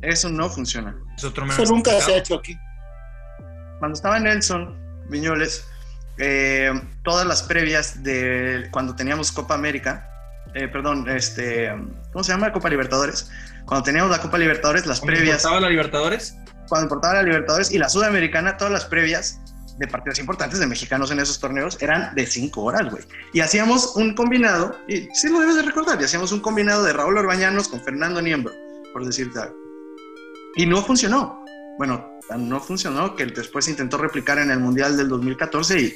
S2: Eso no funciona.
S4: Es otro
S3: Eso
S4: menos
S3: nunca se ha
S4: complicado.
S3: hecho aquí.
S2: Cuando estaba Nelson Viñoles, eh, todas las previas de cuando teníamos Copa América, eh, perdón, este, ¿cómo se llama? Copa Libertadores. Cuando teníamos la Copa Libertadores, las
S4: Cuando
S2: previas,
S4: importaba la Libertadores?
S2: cuando importaba la Libertadores y la Sudamericana, todas las previas de partidos importantes de mexicanos en esos torneos eran de cinco horas, güey. Y hacíamos un combinado, y sí lo debes de recordar, y hacíamos un combinado de Raúl Orbañanos con Fernando Niembro, por decirte algo. Y no funcionó. Bueno, tan no funcionó que después se intentó replicar en el Mundial del 2014 y...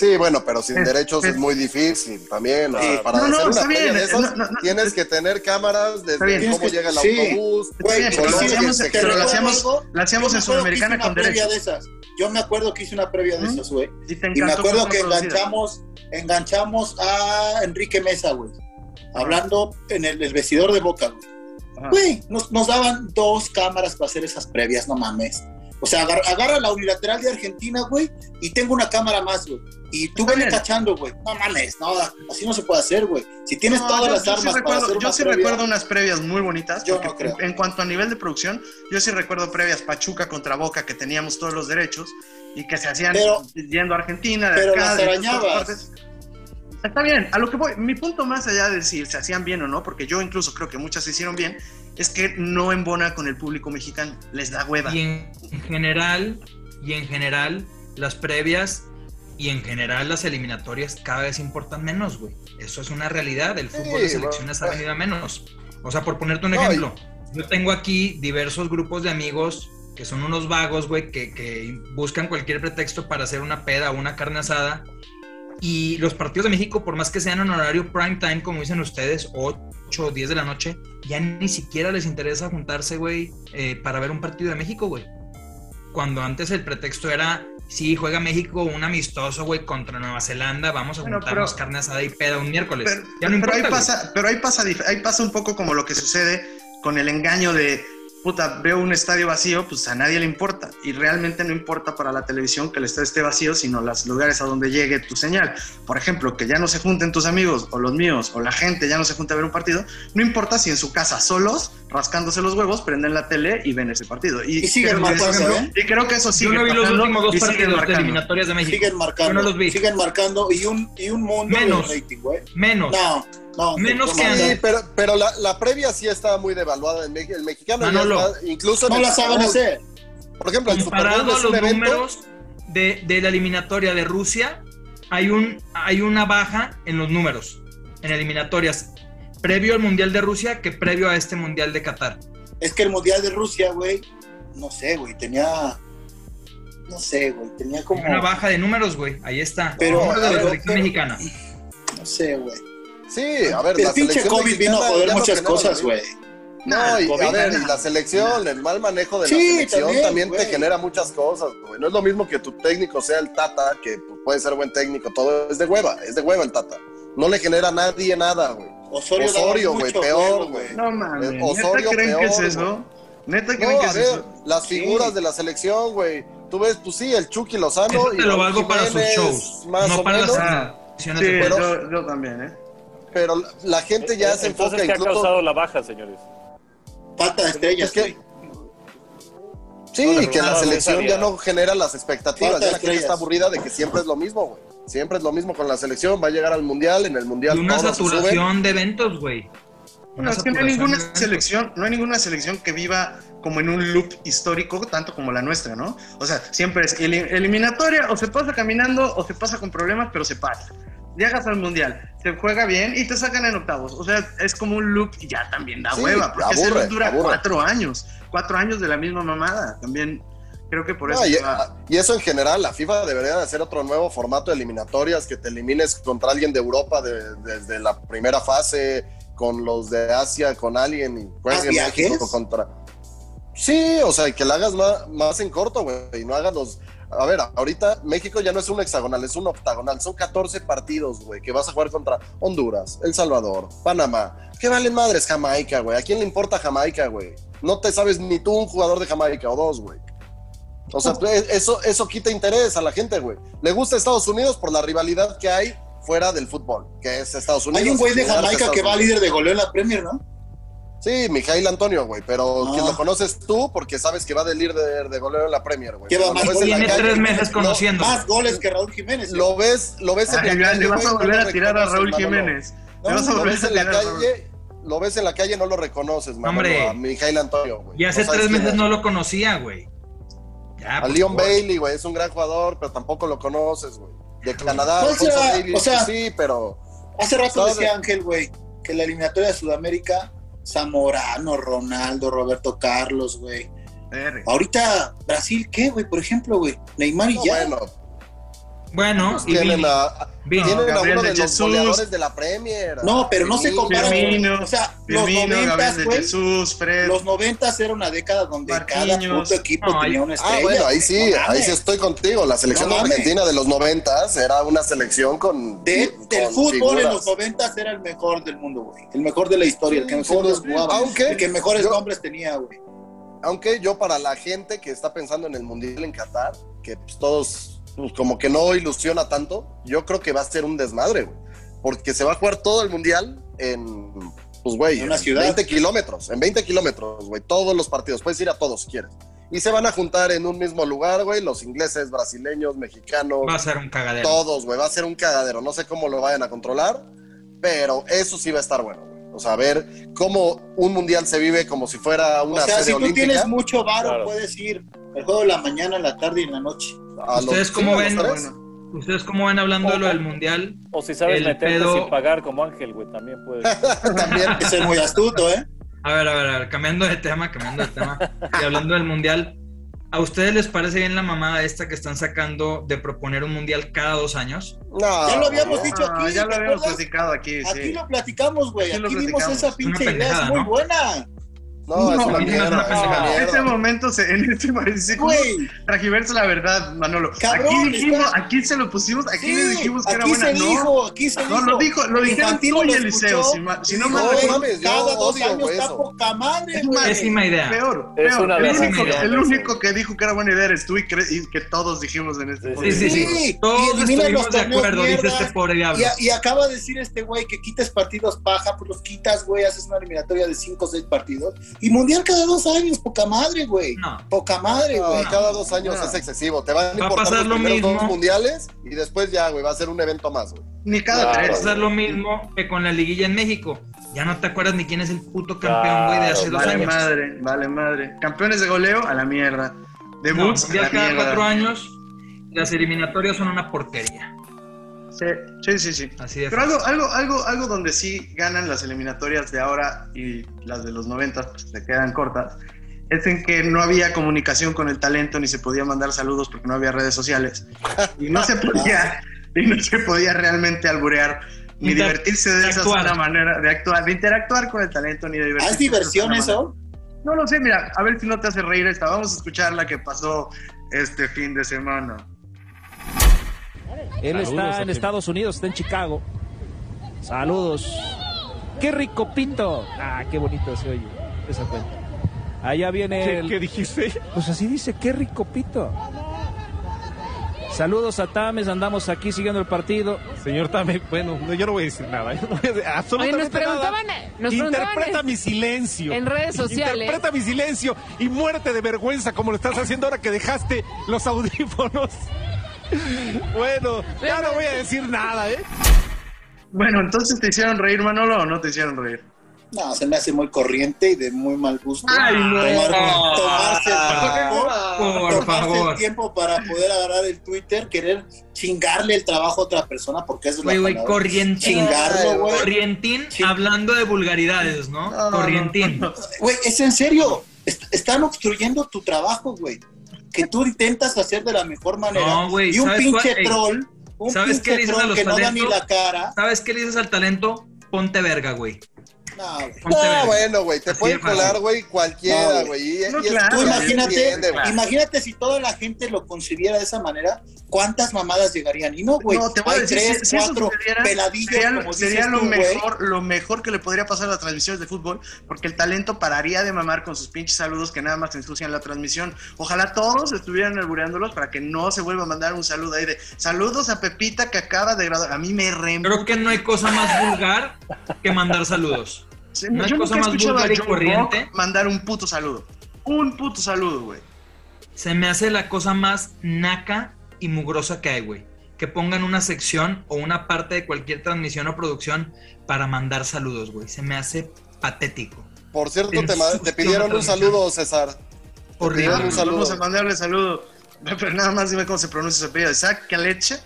S5: Sí, bueno, pero sin
S2: Es-
S5: derechos
S2: es-
S5: es muy difícil también. o sea,
S3: Sí.
S5: Para
S2: Pues, eh, No, no,
S5: hacer
S2: está
S5: una
S2: bien,
S5: pelea de
S2: eh,
S5: esas,
S2: no, no, no.
S5: tienes que tener cámaras desde
S2: bien.
S5: cómo
S3: Tienes que-
S5: llega el
S3: sí.
S5: autobús.
S2: Güey,
S5: colores,
S2: lo hacíamos-
S5: etcétera.
S2: pero lo hacíamos-
S3: este, Yo
S2: La hacíamos
S3: me
S2: en
S3: acuerdo que hice
S2: Sudamericana
S3: una
S2: con
S3: previa
S2: derechos.
S3: de esas. Yo me acuerdo que hice una previa de
S2: Ujú.
S3: esas, güey.
S2: Y, te
S3: Y me
S2: encantó
S3: acuerdo
S2: cómo
S3: que
S2: producida.
S3: enganchamos, enganchamos a Enrique Mesa, güey. Hablando en el, el vestidor de Boca, güey.
S2: Ajá.
S3: Güey, nos, nos daban dos cámaras para hacer esas previas, no mames. O sea, agar- agarra la unilateral de Argentina, güey, y tengo una cámara más, güey. Y tú
S2: Está
S3: ven
S2: bien.
S3: cachando, güey. No mames, no, así no se puede hacer, güey. Si tienes
S2: No,
S3: todas
S2: yo-
S3: las
S2: yo
S3: armas
S2: sí
S3: para
S2: recuerdo,
S3: hacer
S2: yo
S3: una
S2: sí
S3: previa,
S2: recuerdo unas previas muy bonitas.
S3: Yo
S2: porque
S3: no creo.
S2: en- En cuanto a nivel de producción, yo sí recuerdo previas Pachuca contra Boca que teníamos todos los derechos y que se hacían
S3: Pero-
S2: yendo a Argentina, de
S3: pero
S2: acá,
S3: las
S2: de todas
S3: arañabas.
S2: partes. Está bien, a lo que voy, mi punto más allá de si se hacían bien o no, porque yo incluso creo que muchas se hicieron bien, es que no embona con el público mexicano, les da hueva.
S4: Y en general, y en general, las previas y en general las eliminatorias cada vez importan menos, güey. Eso es una realidad. El fútbol de
S5: Sí,
S4: selecciones
S5: bueno. ah.
S4: ha venido a menos. O sea, por ponerte un
S5: No, y-
S4: ejemplo, yo tengo aquí diversos grupos de amigos que son unos vagos, güey, que, que buscan cualquier pretexto para hacer una peda o una carne asada. Y los partidos de México, por más que sean en horario prime time, como dicen ustedes, 8 o 10 de la noche, ya ni siquiera les interesa juntarse, güey, eh, para ver un partido de México, güey. Cuando antes el pretexto era, sí, juega México un amistoso, güey, contra Nueva Zelanda, vamos a
S2: Bueno,
S4: juntarnos
S2: pero-
S4: carne asada y peda un miércoles.
S2: Pero,
S4: ya no
S2: pero
S4: importa,
S2: ahí
S4: güey.
S2: pasa, pero ahí pasa, dif- ahí pasa un poco como lo que sucede con el engaño de puta, veo un estadio vacío, pues a nadie le importa. Y realmente no importa para la televisión que el estadio esté vacío, sino los lugares a donde llegue tu señal. Por ejemplo, que ya no se junten tus amigos o los míos o la gente ya no se junta a ver un partido, no importa si en su casa solos, rascándose los huevos, prenden la tele y ven ese partido. Y,
S3: Y siguen
S2: creo que eso-
S3: marcando, ¿eh?
S2: y creo que eso sí.
S4: Yo no vi los últimos dos partidos de eliminatorias de México.
S3: siguen marcando,
S4: Yo no los vi.
S3: siguen marcando y un, y un mundo
S4: Menos.
S3: de rating, güey.
S4: Menos.
S3: No, no.
S4: Menos
S3: no
S4: que
S3: mames.
S5: Sí, pero, pero la, la previa sí está muy devaluada en México. El mexicano ya
S4: Manolo.
S5: está- incluso en
S3: No
S5: el
S3: la saben
S5: Super Bowl.
S3: hacer.
S5: Por ejemplo, el Super
S4: comparado
S5: Bowl
S4: a
S5: es un
S4: los
S5: evento.
S4: números de, de la eliminatoria de Rusia hay, un, hay una baja en los números, en eliminatorias, previo al Mundial de Rusia que previo a este Mundial de Qatar.
S3: Es que el Mundial de Rusia, güey, no sé, güey, tenía. No sé, güey, tenía como.
S4: Una baja de números, güey, ahí está.
S3: Pero-
S4: Número de la
S3: pero-
S4: selección mexicana.
S3: No sé, güey.
S5: Sí, a ver,
S3: El pinche
S5: selección
S3: COVID vino a
S5: mexicana
S3: joder
S5: ya no
S3: muchas
S5: tenemos
S3: cosas,
S5: la-
S3: güey.
S5: No, y,
S3: COVID,
S5: a ver,
S3: nada.
S5: y la selección, el mal manejo de
S3: Sí,
S5: la selección
S3: también,
S5: también,
S3: güey.
S5: te genera muchas cosas, güey. No es lo mismo que tu técnico sea el Tata, que pues, puede ser buen técnico, todo es de hueva, es de hueva el Tata. No le genera a nadie nada, güey.
S3: Osorio, daba
S5: Osorio, güey,
S3: mucho
S5: peor,
S3: juego,
S5: güey.
S2: No mames,
S5: Eh,
S2: ¿neta
S5: Osorio
S2: creen que es
S5: peor,
S2: eso? ¿Neta creen
S5: No,
S2: que
S5: a
S2: es
S5: ver,
S2: eso?
S5: las
S3: Sí.
S5: figuras de la selección, güey. Tú ves, pues sí, el Chucky Lozano.
S4: Eso te
S5: y
S4: lo
S5: Raúl
S4: valgo para sus
S5: Jiménez,
S4: shows,
S5: más
S4: no
S5: o
S4: para
S5: menos,
S4: las selecciones
S2: Sí,
S4: de
S2: yo,
S5: pero-
S2: yo también, ¿eh?
S5: Pero la- la gente ya se
S7: Eh, Entonces,
S5: enfoca
S7: ¿qué ha
S5: incluso
S7: causado la baja, señores?
S3: Falta de estrellas,
S5: Es que-
S3: güey.
S5: Sí, que
S7: no,
S5: la
S7: no
S5: selección
S7: sabía.
S5: ya no genera las expectativas.
S3: Falta
S5: Ya la gente
S3: estrellas.
S5: está aburrida de que siempre es lo mismo, güey. Siempre es lo mismo con la selección. Va a llegar al mundial, en el mundial.
S4: Y una
S5: todos se suben.
S4: saturación de eventos, güey.
S2: No,
S4: Una
S2: es que no hay
S4: saturación
S2: ninguna
S4: de eventos.
S2: selección, no hay ninguna selección que viva como en un loop histórico, tanto como la nuestra, ¿no? O sea, siempre es eli- eliminatoria, o se pasa caminando, o se pasa con problemas, pero se pasa. Llegas al mundial, se juega bien y te sacan en octavos. O sea, es como un loop y ya también da
S5: Sí,
S2: hueva, porque ese
S5: aburre,
S2: loop dura
S5: aburre.
S2: cuatro años, cuatro años de la misma mamada. También creo que por eso.
S5: No, Ah, y,
S2: se va.
S5: y eso en general, la FIFA debería de hacer otro nuevo formato de eliminatorias que te elimines contra alguien de Europa de- desde la primera fase, con los de Asia, con alguien y juegue
S3: ¿Ah, viajes?
S5: México contra. Sí, o sea, que la hagas ma- más, en corto, güey, y no hagas los. A ver, ahorita México ya no es un hexagonal, es un octagonal. Son 14 partidos, güey, que vas a jugar contra Honduras, El Salvador, Panamá. ¿Qué valen madres Jamaica, güey? ¿A quién le importa Jamaica, güey? No te sabes ni tú un jugador de Jamaica o dos, güey. O sea, e- eso, eso quita interés a la gente, güey. Le gusta Estados Unidos por la rivalidad que hay fuera del fútbol, que es Estados Unidos.
S3: Hay un güey de
S5: Unidos,
S3: Jamaica
S5: Estados
S3: que va
S5: Unidos.
S3: líder de goleo en la Premier, ¿no?
S5: Sí, Mijail Antonio, güey, pero
S3: Ah.
S5: quien lo conoces tú porque sabes que va de líder de goleo en la Premier, güey.
S3: Que va
S5: Pues Cuando
S3: más
S5: ves en la
S4: Tiene
S5: calle,
S4: tres meses
S5: lo-
S4: conociendo.
S3: Más goles que Raúl Jiménez. güey.
S5: Lo ves, lo ves
S2: Ay, ya, le vas
S5: güey,
S2: a
S5: no
S2: volver
S5: lo
S2: a tirar a
S5: reconoces,
S2: Raúl
S5: Manolo.
S2: Jiménez.
S3: No,
S2: Le vas a
S5: Lo
S2: volver a
S5: ves en la
S2: tirar a Raúl.
S5: calle, lo ves en la calle, no lo reconoces, Manolo,
S4: Hombre.
S5: a Mijail Antonio, güey.
S4: Y hace
S5: No sabes
S4: tres
S5: quién
S4: meses
S5: es.
S4: no lo conocía, güey. Ya, pues,
S5: A
S4: por
S5: Leon
S4: favor.
S5: Bailey, güey, es un gran jugador, pero tampoco lo conoces, güey. De Canadá,
S3: O
S5: Alfonso
S3: sea,
S5: Davies,
S3: o sea-
S5: sí, pero
S3: Hace rato
S5: ¿Sabes?
S3: decía Ángel, güey, que la eliminatoria de Sudamérica, Zamorano, Ronaldo, Roberto Carlos, güey.
S2: Verga.
S3: Ahorita, Brasil, ¿qué, güey? Por ejemplo, güey, Neymar y
S5: no,
S3: ya.
S5: bueno, pues
S4: Bueno, y
S5: tienen
S4: Vini,
S5: a, a-
S4: Vini.
S5: tienen a
S2: Gabriel
S5: uno
S2: de
S5: de los
S2: Jesús.
S5: goleadores de la Premier.
S3: No, pero no se
S5: Firmino.
S3: compara. con-
S2: Firmino,
S3: o sea, los
S2: Firmino, Gabriel
S3: noventas,
S2: de
S3: güey.
S2: Jesús, Fred.
S3: Los noventas era una década donde cada
S2: Marquinhos.
S3: puto equipo
S4: No,
S3: tenía
S4: ahí-
S3: una estrella.
S5: Ah, bueno, ahí
S3: güey,
S5: sí,
S3: no
S5: ahí
S3: mames.
S5: sí estoy contigo. La selección
S3: No mames.
S5: argentina de los noventas era una selección con...
S3: De-
S5: con
S3: del fútbol en
S5: figuras.
S3: los noventas era el mejor del mundo, güey. El mejor de la historia, el que
S5: Sí,
S3: mejor
S5: sí,
S3: los
S5: sí.
S3: jugaba.
S5: Aunque
S3: el que mejores
S5: yo-
S3: nombres tenía, güey.
S5: aunque yo para la gente que está pensando en el Mundial en Qatar, que pues, todos pues, como que no ilusiona tanto, yo creo que va a ser un desmadre, güey. Porque se va a jugar todo el Mundial en, pues, güey,
S3: En una ciudad.
S5: 20 kilómetros, en 20 kilómetros, güey, todos los partidos, puedes ir a todos si quieres. Y se van a juntar en un mismo lugar, güey, los ingleses, brasileños, mexicanos,
S4: va a ser un cagadero.
S5: todos, güey. Va a ser un cagadero. No sé cómo lo vayan a controlar, pero eso sí va a estar bueno, güey. O sea, ver cómo un mundial se vive como si fuera
S3: O
S5: una
S3: sea,
S5: serie
S3: si tú
S5: olímpica.
S3: tienes mucho varo,
S7: Claro.
S3: puedes ir el juego de la mañana, en la tarde y en la noche.
S5: a los-
S4: ¿Ustedes cómo
S5: a los
S4: ven?
S5: tres.
S2: Bueno,
S4: ¿Ustedes cómo ven hablando de lo del mundial?
S7: O si sabes
S4: El
S7: meterte
S4: pedo-
S7: sin pagar como Ángel, güey, también puede.
S5: También.
S3: Ese es muy astuto, ¿eh?
S4: A ver, a ver, a ver, cambiando de tema, cambiando de tema. Y hablando del mundial, ¿a ustedes les parece bien la mamada esta que están sacando de proponer un mundial cada dos años?
S5: No,
S3: Ya lo habíamos
S5: no.
S3: dicho aquí.
S2: ah, ya lo
S3: ¿te
S2: habíamos
S3: acuerdas?
S2: platicado aquí,
S3: Aquí
S2: sí.
S3: lo platicamos, güey.
S2: Aquí
S3: Aquí,
S2: lo
S3: vimos
S2: platicamos.
S3: esa pinche idea,
S4: Una pendejada,
S3: es muy
S4: ¿no?
S3: buena.
S5: No, es
S3: No,
S5: una
S4: es una
S5: mierda. es una
S4: pendejada.
S2: En este
S5: mierda.
S2: momento, se- en este país,
S3: Güey,
S2: tragiversa la verdad, Manolo.
S3: Cabrón,
S2: aquí dijimos,
S3: está-
S2: aquí se lo pusimos, aquí
S3: sí,
S2: le dijimos que era
S3: aquí
S2: buena,
S3: se
S2: no.
S3: dijo, aquí se
S2: no,
S3: dijo.
S2: lo dijo, lo dijeron
S3: Infantino
S2: tú y
S3: lo
S2: Eliseo,
S3: escuchó
S2: si, ma- si no
S3: dijo,
S2: mal
S5: No,
S3: güey,
S2: recuerdo,
S5: mames, yo
S3: cada dos
S5: odio,
S3: años
S5: güey,
S3: está
S5: eso.
S3: poca madre,
S2: Es
S3: güey.
S4: Pésima idea.
S2: peor,
S7: Es
S2: peor.
S7: una
S2: el,
S4: aberración,
S2: único, el
S4: aberración.
S2: único que dijo que era buena idea eres tú y, cre- y que todos dijimos en este
S7: Sí,
S2: podcast.
S4: Sí,
S3: Sí,
S4: sí, sí.
S3: y
S4: Todos
S3: eliminan
S4: estuvimos
S3: los
S4: de
S3: torneos
S4: acuerdo, dice
S3: mierda,
S4: este pobre
S3: Y,
S4: diablo.
S3: a- y acaba de decir este güey que quites partidos paja, pues los quitas, güey, haces una eliminatoria de 5 o 6 partidos. Y mundial cada dos años, poca madre, güey.
S4: No,
S3: Poca madre,
S5: No,
S3: güey.
S5: cada dos años
S2: No.
S5: es excesivo. Te van a
S4: Va a
S5: importar
S4: pasar
S5: los
S4: lo
S5: primeros dos
S4: mismo.
S5: mundiales y después ya, güey, va a ser un evento más, güey.
S2: Ni cada
S7: Claro.
S4: va a
S2: tres.
S4: ser lo mismo que con la liguilla en México. Ya no te acuerdas ni quién es el puto campeón, güey, de hace dos
S2: Vale
S4: años.
S2: madre, vale madre. Campeones de goleo a la mierda.
S4: No,
S2: Debuts a
S4: ya
S2: la
S4: cada
S2: mierda.
S4: cuatro años las eliminatorias son una porquería.
S2: Sí, sí, sí. sí.
S4: Así de
S2: Pero
S4: fácil.
S2: algo, algo, algo, algo donde sí ganan las eliminatorias de ahora y las de los 90 pues, se quedan cortas, es en que no había comunicación con el talento ni se podía mandar saludos porque no había redes sociales. Y no se podía, y no se podía realmente alburear ni
S4: Inter-
S2: divertirse de esa
S4: actuar.
S2: sola manera de actuar, de interactuar con el talento ni de divertirse.
S3: ¿Haz ¿Ah, diversión
S2: de esa sola
S3: eso?
S2: manera. No lo sé, mira, a ver si no te hace reír esta. Vamos a escuchar la que pasó este fin de semana.
S9: Él está en Estados Unidos, está en Chicago. Saludos. ¡Qué rico pito! Ah, qué bonito se oye esa cuenta. Allá viene el...
S10: dijiste?
S9: Pues así dice, qué rico pito. Saludos a Tames, andamos aquí siguiendo el partido.
S10: Señor Tame, bueno, no, yo no voy a decir nada. yo no voy a decir absolutamente
S11: Oye, nos preguntaban-
S10: nada.
S11: nos preguntaban
S10: Interpreta
S11: en-
S10: mi silencio.
S11: en redes sociales.
S10: Interpreta mi silencio y muerte de vergüenza como lo estás haciendo ahora que dejaste los audífonos. Bueno, ya no voy a decir nada, ¿eh?
S2: Bueno, entonces te hicieron reír, Manolo, o no te hicieron reír.
S3: No, se me hace muy corriente y de muy mal gusto.
S4: Ay, no.
S3: Tomar- tomarse el tiempo-
S4: Por
S3: tomarse el
S4: favor.
S3: tiempo para poder agarrar el Twitter, querer chingarle el trabajo a otra persona, porque eso es
S4: Güey,
S3: la
S4: güey,
S3: palabra.
S4: corrientín.
S3: Chingarlo, güey.
S4: Corrientín
S3: Sí.
S4: hablando de vulgaridades, ¿no?
S2: No, no,
S4: corrientín.
S2: no, no.
S3: Güey, es en serio. Est- están obstruyendo tu trabajo, güey. Que tú intentas hacer de la mejor manera.
S4: No, güey,
S3: y un
S4: ¿sabes
S3: pinche
S4: cuál? Ey,
S3: troll, un
S4: ¿sabes
S3: pinche
S4: qué le dicen a
S3: troll
S4: los
S3: que no da ni
S4: talentos?
S3: la cara.
S4: ¿Sabes qué le dices al talento? Ponte verga, güey.
S3: No, güey.
S4: Ponte verga.
S5: No, bueno, güey, te
S4: Así
S5: pueden
S4: de fácil.
S5: colar, güey, cualquiera,
S3: No,
S5: güey. y-
S2: No,
S5: y es-
S2: claro.
S3: Tú
S5: se
S3: imagínate,
S5: entiende, güey.
S3: imagínate si toda la gente lo concibiera de esa manera, ¿cuántas mamadas llegarían? Y no, güey,
S2: no, te voy a
S3: hay
S2: decir,
S3: tres,
S2: si- si eso
S3: cuatro
S2: sucediera,
S3: peladillos,
S2: sería,
S3: como
S2: sería
S3: dices
S2: lo,
S3: tú, güey.
S2: mejor, lo mejor que le podría pasar a las transmisiones de fútbol, porque el talento pararía de mamar con sus pinches saludos que nada más ensucian la transmisión. Ojalá todos estuvieran albureándolos para que no se vuelva a mandar un saludo ahí de saludos a Pepita que acaba de graduar. A mí me re...
S4: Creo que no hay cosa más vulgar que mandar saludos.
S2: Sí,
S4: no hay
S2: Yo
S4: cosa
S2: nunca he
S4: más
S2: escuchado a
S4: vulgar y
S2: John
S4: corriente.
S2: Rock mandar un puto saludo. Un puto saludo, güey.
S4: Se me hace la cosa más naca y mugrosa que hay, güey. Que pongan una sección o una parte de cualquier transmisión o producción para mandar saludos, güey. Se me hace patético.
S5: Por cierto,
S4: En
S5: te, ma-
S4: su
S5: te pidieron un
S4: transmisión.
S5: saludo, César.
S4: Horrible.
S5: Dieron un
S4: güey.
S5: saludo.
S2: Vamos a mandarle saludo. Pero nada más dime cómo se pronuncia su apellido. Isaac Caleche.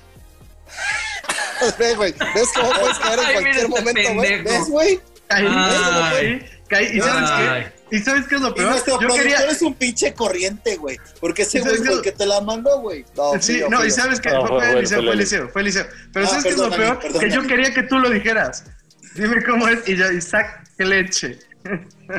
S5: Ve, güey, ¿ves cómo puedes caer en
S4: Ay, mira
S5: cualquier
S4: este
S5: momento, güey?
S4: pendejo.
S5: ¿Ves, güey?
S2: Caí,
S4: Ay.
S2: caí, caí. ¿Y sabes
S4: Ay.
S2: qué? ¿Y sabes qué es lo
S3: Y
S2: peor?
S3: nuestro
S2: Yo
S3: productor
S2: quería...
S3: es un pinche corriente, güey. Porque ese
S2: Sí,
S3: güey
S2: sí,
S3: fue el
S2: sí.
S3: que te la mandó, güey.
S5: No,
S2: Sí,
S5: fío,
S2: no, y
S5: fío.
S2: sabes que
S7: No,
S2: fue,
S7: fue
S2: fue el
S7: bueno,
S2: liceo,
S7: fue
S2: fue el
S7: el-
S2: liceo, fue el liceo. Pero
S3: Ah,
S2: ¿sabes qué es lo
S3: perdóname,
S2: peor? Que yo
S3: perdóname.
S2: quería que tú lo dijeras. Dime cómo es y yo, Isaac Caleche.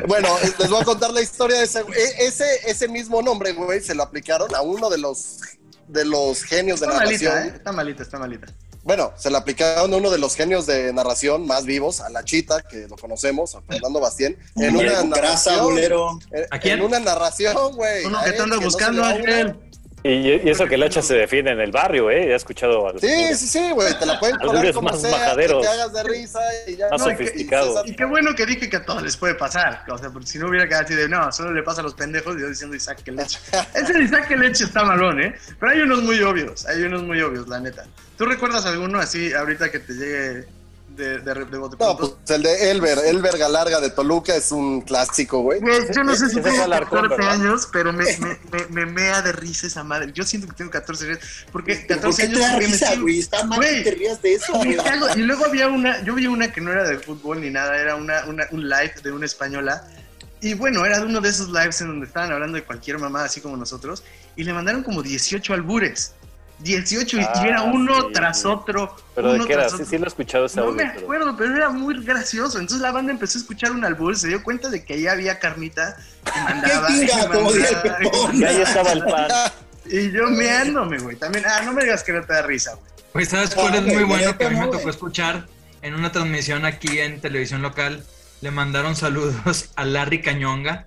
S5: Bueno, les voy a contar la historia de ese, güey. E- ese, ese mismo nombre, güey, se lo aplicaron a uno de los, de los genios de
S2: Está
S5: la
S2: malita, ¿eh?
S5: nación.
S2: Está malita, está malita.
S5: Bueno, se le aplicaron a uno de los genios de narración más vivos, a la chita, que lo conocemos, a Fernando Bastián, en
S3: Hombre,
S5: una
S3: con grasa,
S5: narración.
S3: bulero.
S5: en-
S4: ¿A quién?
S5: En una narración, güey.
S2: Uno
S5: a
S2: que
S5: él,
S2: te anda
S5: no
S2: buscando,
S5: se le da
S2: Ángel.
S5: una.
S7: Y, y eso que el hacha se defiende en el barrio, ¿eh? Ya he escuchado a los
S5: Sí, sí, sí, güey, te la pueden colar
S7: Albures
S5: como
S7: más
S5: sea,
S7: majaderos.
S5: que te hagas de risa y ya.
S7: Más
S5: No, y que- y
S7: sofisticados.
S5: César-
S2: Y qué bueno que dije que a todos les puede pasar. O sea, porque si no hubiera quedado así de, no, solo le pasa a los pendejos y yo diciendo Isaac Caleche. Ese de Isaac Caleche está malón, ¿eh? Pero hay unos muy obvios, hay unos muy obvios, la neta. ¿Tú recuerdas alguno así ahorita que te llegue de, de, de bote
S5: No, pues
S2: pronto?
S5: el de Elber, Elber Galarga de Toluca es un clásico, güey.
S2: Güey, yo no sé si
S7: Ese fue
S2: tengo
S7: Alarcón,
S2: 14
S7: ¿verdad?
S2: años, pero me, me, me, me mea de risa esa madre. Yo siento que tengo 14 años. Porque
S3: ¿Por
S2: 14
S3: qué
S2: años
S3: te da
S2: porque me
S3: risa,
S2: sigo-
S3: güey? Está mal
S2: Güey.
S3: que te rías de eso, güey.
S2: Me cago. Y luego había una, yo vi una que no era de fútbol ni nada, era una, una- un live de una española. Y bueno, era de uno de esos lives en donde estaban hablando de cualquier mamá, así como nosotros, y le mandaron como 18 albures. 18, y-
S7: Ah,
S2: y era uno
S7: sí.
S2: tras otro.
S7: Pero
S2: uno
S7: de qué era,
S2: tras
S7: sí,
S2: otro.
S7: sí lo he escuchado ese
S2: No
S7: audio.
S2: me
S7: pero-
S2: acuerdo, pero era muy gracioso. Entonces la banda empezó a escuchar un albur, se dio cuenta de que ahí había carnita y mandaba.
S3: pinga,
S2: y
S3: como diría el
S2: mandaba, y
S3: Pepón.
S7: Y
S2: mandaba.
S7: ahí estaba el pan.
S2: Y yo meándome, güey. También, ah, no me digas que no te da risa, güey.
S4: Pues sabes cuál es muy
S3: Güey,
S4: bueno
S3: neta,
S4: que a mí me
S3: no,
S4: tocó
S3: güey.
S4: escuchar en una transmisión aquí en televisión local. Le mandaron saludos a Larry Cañonga.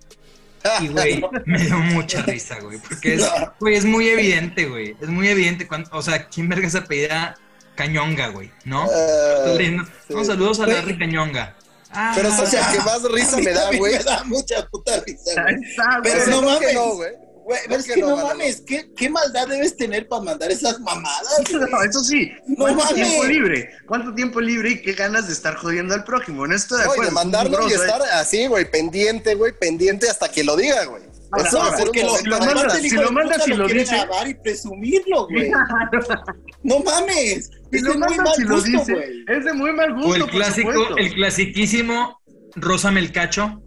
S4: Y güey, me dio mucha risa, güey. Porque es, güey, es muy evidente, güey. Es muy evidente. cuan- o sea, ¿quién verga se apellida Cañonga, güey? ¿No?
S2: Ah,
S5: Eh,
S4: Entonces, no, saludos a Larry Cañonga. Ah,
S5: pero eso es el
S3: Ah,
S5: que más risa me da, güey.
S3: Me da mucha puta risa,
S2: Ahí
S3: güey.
S2: está, güey.
S3: Pero
S5: Ese
S3: no
S5: creo que
S3: mames.
S5: no, güey.
S3: Güey,
S5: Creo
S3: pero es
S5: que
S3: que,
S5: no,
S3: no,
S5: Manolo.
S3: mames, ¿qué, ¿qué maldad debes tener para mandar esas mamadas? güey?
S2: No, eso sí.
S3: No
S2: ¿Cuánto
S3: mames.
S2: tiempo libre? ¿Cuánto tiempo libre y qué ganas de estar jodiendo al prójimo? En esto de
S5: No, y
S2: acuerdo.
S5: de
S2: es un
S5: mandarlo y
S2: grosso, ¿eh?
S5: estar así, güey, pendiente, güey, pendiente hasta que lo diga, güey.
S2: Ahora,
S3: Eso,
S2: ahora,
S3: porque lo,
S2: si lo
S3: además
S2: mandas-
S3: el hijo
S2: si
S3: de
S2: lo mandas
S3: puta
S2: y lo
S3: quiere
S2: dices-
S3: grabar y presumirlo, güey. no mames.
S2: Si
S3: es
S2: lo
S3: de muy
S2: mandas y
S3: mal
S2: lo
S3: gusto,
S2: dices,
S3: güey.
S2: es de muy mal gusto.
S4: O el
S2: por
S4: clásico,
S2: supuesto.
S4: el clasiquísimo Rosa Melcacho.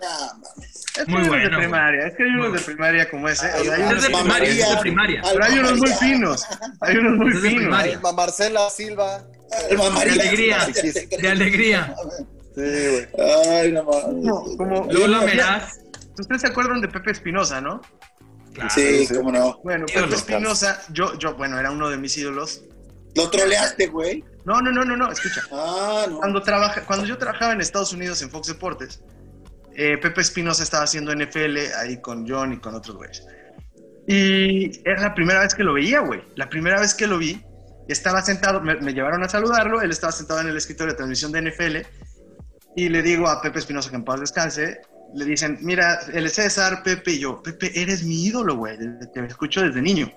S3: Nah, mames.
S2: Es que
S4: Muy
S2: hay unos
S4: bueno,
S2: de
S4: güey.
S2: primaria, es que hay unos
S4: Muy
S2: de primaria como ese.
S3: Ay,
S2: o sea, hay
S3: güey.
S2: unos-
S4: Es de primaria, es de primaria.
S2: pero hay unos muy
S3: María.
S2: finos. Hay unos muy
S4: Es de
S2: finos.
S4: primaria.
S5: Alma Marcela Silva.
S3: El
S4: De
S3: mamaría.
S4: alegría,
S5: sí, sí, sí.
S4: de alegría.
S5: Sí, güey.
S3: Ay, no mames.
S2: Como- como-
S4: Lola Meraz.
S2: Ustedes se acuerdan de Pepe Espinosa, ¿no?
S4: Claro.
S3: Sí, cómo no.
S2: Bueno,
S4: Ídolo.
S2: Pepe Espinosa, yo, yo, bueno, era uno de mis ídolos.
S3: Lo troleaste, güey.
S2: No, no, no, no, no, escucha.
S3: Ah, no.
S2: Cuando, trabaja, cuando yo trabajaba en Estados Unidos en Fox Deportes, eh, Pepe Espinosa estaba haciendo NFL ahí con John y con otros güeyes. Y era la primera vez que lo veía, güey. La primera vez que lo vi, estaba sentado, me, me llevaron a saludarlo, él estaba sentado en el escritorio de transmisión de NFL y le digo a Pepe Espinosa que en paz descanse. Le dicen, mira, él es César, Pepe y yo. Pepe, eres mi ídolo, güey, desde que me escucho desde niño.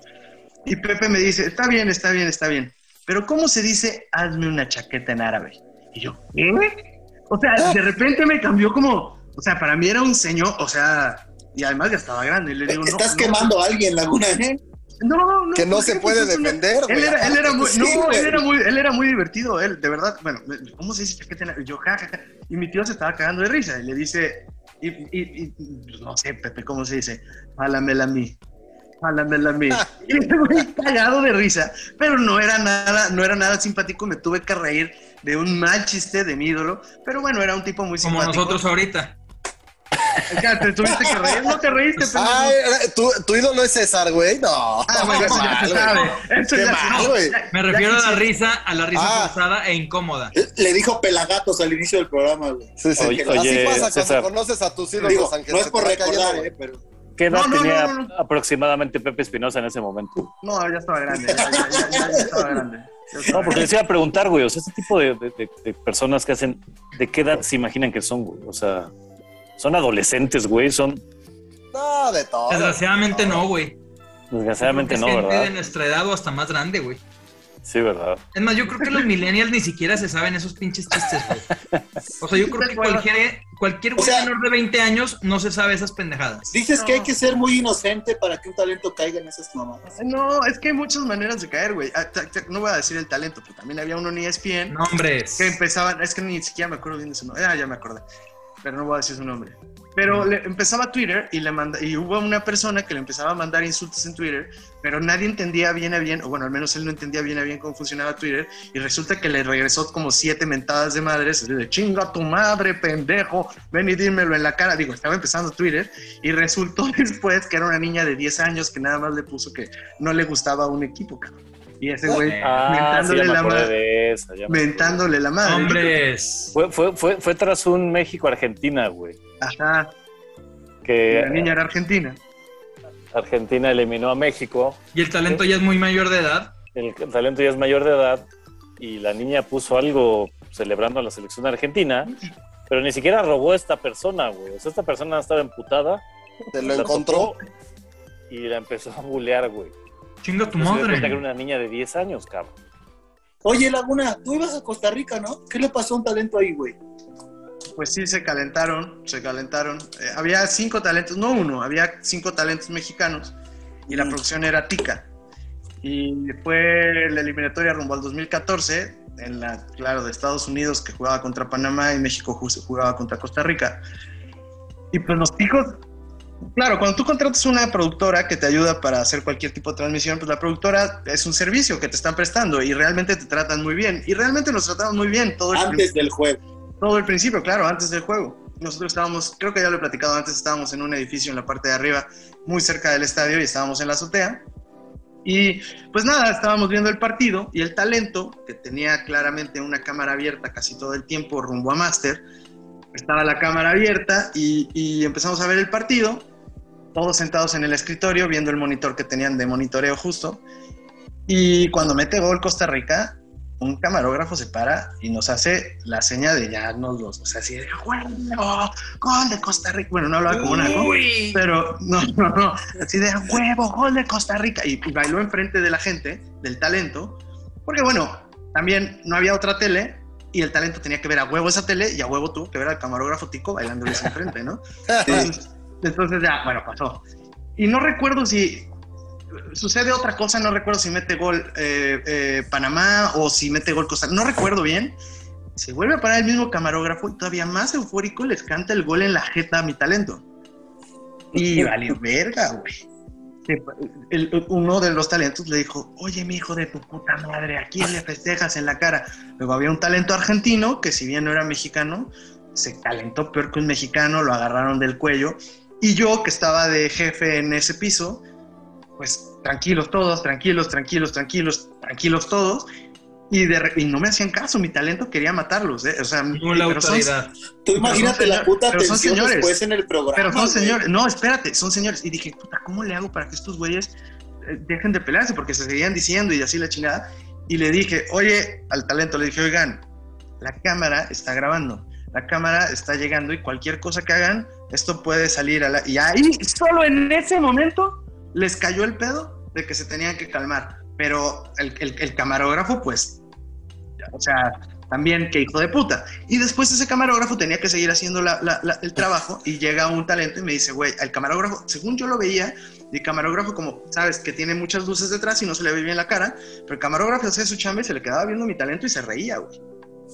S2: Y Pepe me dice, está bien, está bien, está bien. Pero ¿cómo se dice hazme una chaqueta en árabe? Y yo, ¿qué? O sea, de repente me cambió como, o sea, para mí era un señor, o sea, y además ya estaba grande. Y le digo, no,
S3: Estás
S2: no,
S3: quemando a alguien, Laguna, ¿eh?
S2: no, no.
S5: Que no
S2: ¿por
S5: se
S2: qué?
S5: puede
S2: Pues es una-
S5: defender,
S2: Él
S5: güey,
S2: era, él era muy,
S3: Sí,
S2: no,
S3: güey.
S2: él era muy, él era muy divertido, él, de verdad, bueno, me- ¿cómo se dice chaqueta? en la- Yo, ja, ja, ja. y mi tío se estaba cagando de risa, y le dice, y, y- y- pues, no sé, Pepe, ¿cómo se dice? Jálamela a mí, jálamela a mí. Y este güey cagado de risa, pero no era nada, no era nada simpático, me tuve que reír de un mal chiste de mi ídolo, pero bueno, era un tipo muy
S4: Como
S2: simpático.
S4: nosotros ahorita.
S2: Ya, te tuviste que reír, no te reíste, pero...
S5: Ah, era- tu, tu ídolo es César, güey. No.
S2: Ah, bueno, eso ya se
S5: Mal, güey.
S2: sabe. Eso
S5: Qué
S2: ya se
S5: mal,
S2: sabe.
S5: güey.
S2: Ya-
S4: Me
S2: ya
S4: refiero a la
S2: quisiera-
S4: risa, a la risa
S5: Ah.
S4: forzada e incómoda.
S3: Le dijo pelagatos al inicio del programa, güey.
S5: Sí, sí.
S7: Oye,
S5: Así
S7: oye,
S5: pasa
S7: César.
S5: cuando conoces a tus ídolos,
S3: Digo,
S5: Ángel,
S3: no es
S5: se
S3: por
S5: te va
S3: recordar,
S5: cayendo,
S3: ¿eh? Pero
S7: ¿Qué edad
S2: No, no,
S7: tenía
S2: no, no, no.
S7: aproximadamente Pepe Espinosa en ese momento?
S2: No, ya estaba grande. Ya, ya- ya- ya- ya estaba grande. Ya estaba
S7: No, porque
S2: grande.
S7: les iba a preguntar, güey, o sea, ese tipo de, de- de- de personas que hacen, ¿de qué edad se imaginan que son, güey? O sea, son adolescentes, güey, son,
S3: eh.
S5: No, de todo.
S4: Desgraciadamente no, güey.
S7: desgraciadamente
S4: Es
S7: no,
S4: gente de
S7: ¿verdad?
S4: nuestra edad o hasta más grande, güey.
S7: Sí, ¿verdad?
S4: Es más, yo creo que los millennials ni siquiera se saben esos pinches chistes, güey. O sea, yo creo que cualquier, cualquier güey
S3: O sea-
S4: menor de 20 años no se sabe esas pendejadas.
S3: dices que
S2: No.
S3: hay que ser muy inocente para que un talento caiga en esas mamadas.
S2: No, es que hay muchas maneras de caer, güey. Ah, ta- ta- No voy a decir el talento, pero también había uno en E ESPN
S4: No, hombre.
S2: que empezaban, es que ni siquiera me acuerdo bien de su nombre. Ah, ya me acordé. Pero no voy a decir su nombre. Pero le- empezaba Twitter y le manda, y hubo una persona que le empezaba a mandar insultos en Twitter, pero nadie entendía bien a bien, o bueno, al menos él no entendía bien a bien cómo funcionaba Twitter, y resulta que le regresó como siete mentadas de madres, así de chinga tu madre, pendejo, ven y dímelo en la cara. Digo, estaba empezando Twitter, y resultó después que era una niña de 10 años que nada más le puso que no le gustaba un equipo, cabrón. Y ese güey
S7: Ah, sí, ya
S2: mentándole
S7: me
S2: la
S7: acordé
S2: madre.
S7: de esa. ya me acordé.
S2: Mentándole la madre.
S4: Hombres.
S7: Fue, fue, fue, fue tras un México-Argentina, güey,
S2: Ajá.
S7: que
S2: la niña era argentina.
S7: Argentina eliminó a México,
S4: Y el talento ya es muy mayor de edad.
S7: el talento ya es mayor de edad y la niña puso algo celebrando a la selección argentina, pero ni siquiera robó esta persona, güey. O sea, esta persona estaba emputada.
S5: Te lo
S7: la
S5: encontró.
S7: tocó Y la empezó a bulear, güey.
S4: Chinga tu
S7: Entonces, me di cuenta que era
S4: madre.
S7: una niña de 10 años, cabrón.
S3: Oye, Laguna, tú ibas a Costa Rica, ¿no? ¿Qué le pasó a un talento ahí, güey?
S2: Pues sí, se calentaron, se calentaron. Eh, había cinco talentos, no uno, había cinco talentos mexicanos y la
S3: Mm.
S2: producción era Tica. Y fue la eliminatoria rumbo al 2014, en la, claro, de Estados Unidos que jugaba contra Panamá y México ju- jugaba contra Costa Rica. Y pues los ticos, claro, cuando tú contratas una productora que te ayuda para hacer cualquier tipo de transmisión, pues la productora es un servicio que te están prestando y realmente te tratan muy bien. Y realmente nos trataron muy bien todo el primer-
S3: Antes del juego.
S2: todo el principio, claro, antes del juego. Nosotros estábamos, creo que ya lo he platicado antes, estábamos en un edificio en la parte de arriba, muy cerca del estadio, y estábamos en la azotea. Y pues nada, estábamos viendo el partido y el talento, que tenía claramente una cámara abierta casi todo el tiempo rumbo a Master, estaba la cámara abierta y, y empezamos a ver el partido, todos sentados en el escritorio, viendo el monitor que tenían de monitoreo justo. Y cuando mete gol Costa Rica, un camarógrafo se para y nos hace la seña de ya nos los, o sea, así de huevo, gol de Costa Rica. Bueno, no hablaba como una, ¿no?
S4: Uy.
S2: pero no, no, no, así de "A huevo, gol de Costa Rica. Y bailó enfrente de la gente, del talento, porque bueno, también no había otra tele y el talento tenía que ver a huevo esa tele y a huevo tuvo que ver al camarógrafo tico bailándoles enfrente, ¿no? Entonces, Entonces ya, bueno, pasó. Y no recuerdo si sucede otra cosa, no recuerdo si mete gol eh, eh, Panamá o si mete gol Costa no recuerdo bien. Se vuelve a parar el mismo camarógrafo y todavía más eufórico les canta el gol en la jeta a mi talento. Y vale, verga, güey. pues, Se- el- uno de los talentos le dijo, oye, mi hijo de tu puta madre, ¿a quién le festejas en la cara? Luego había un talento argentino que si bien no era mexicano, se calentó peor que un mexicano, lo agarraron del cuello. Y yo, que estaba de jefe en ese piso, pues tranquilos todos, tranquilos, tranquilos, tranquilos, tranquilos todos. Y, de re- y no me hacían caso, mi talento quería matarlos. ¿eh? O sea,
S4: la
S2: pero son-
S4: autoridad.
S3: Tú
S2: pero
S3: imagínate
S2: son
S3: la
S2: señor-
S3: puta
S2: pero son
S3: atención
S2: señores.
S3: después en el programa.
S2: Pero son
S3: güey.
S2: señores, no, espérate, son señores. Y dije, puta, ¿cómo le hago para que estos güeyes eh, dejen de pelearse? Porque se seguían diciendo y así la chingada. Y le dije, oye, al talento, le dije, oigan, la cámara está grabando, la cámara está llegando y cualquier cosa que hagan, esto puede salir a la... Y ahí, solo en ese momento, les cayó el pedo de que se tenían que calmar. Pero el, el- el camarógrafo, pues, o sea, también qué hijo de puta. Y después ese camarógrafo tenía que seguir haciendo la- la- la- el trabajo y llega un talento y me dice, güey, el camarógrafo, según yo lo veía, el camarógrafo como, sabes, que tiene muchas luces detrás y no se le ve bien la cara, pero el camarógrafo hacía su chamba y se le quedaba viendo mi talento y se reía, güey.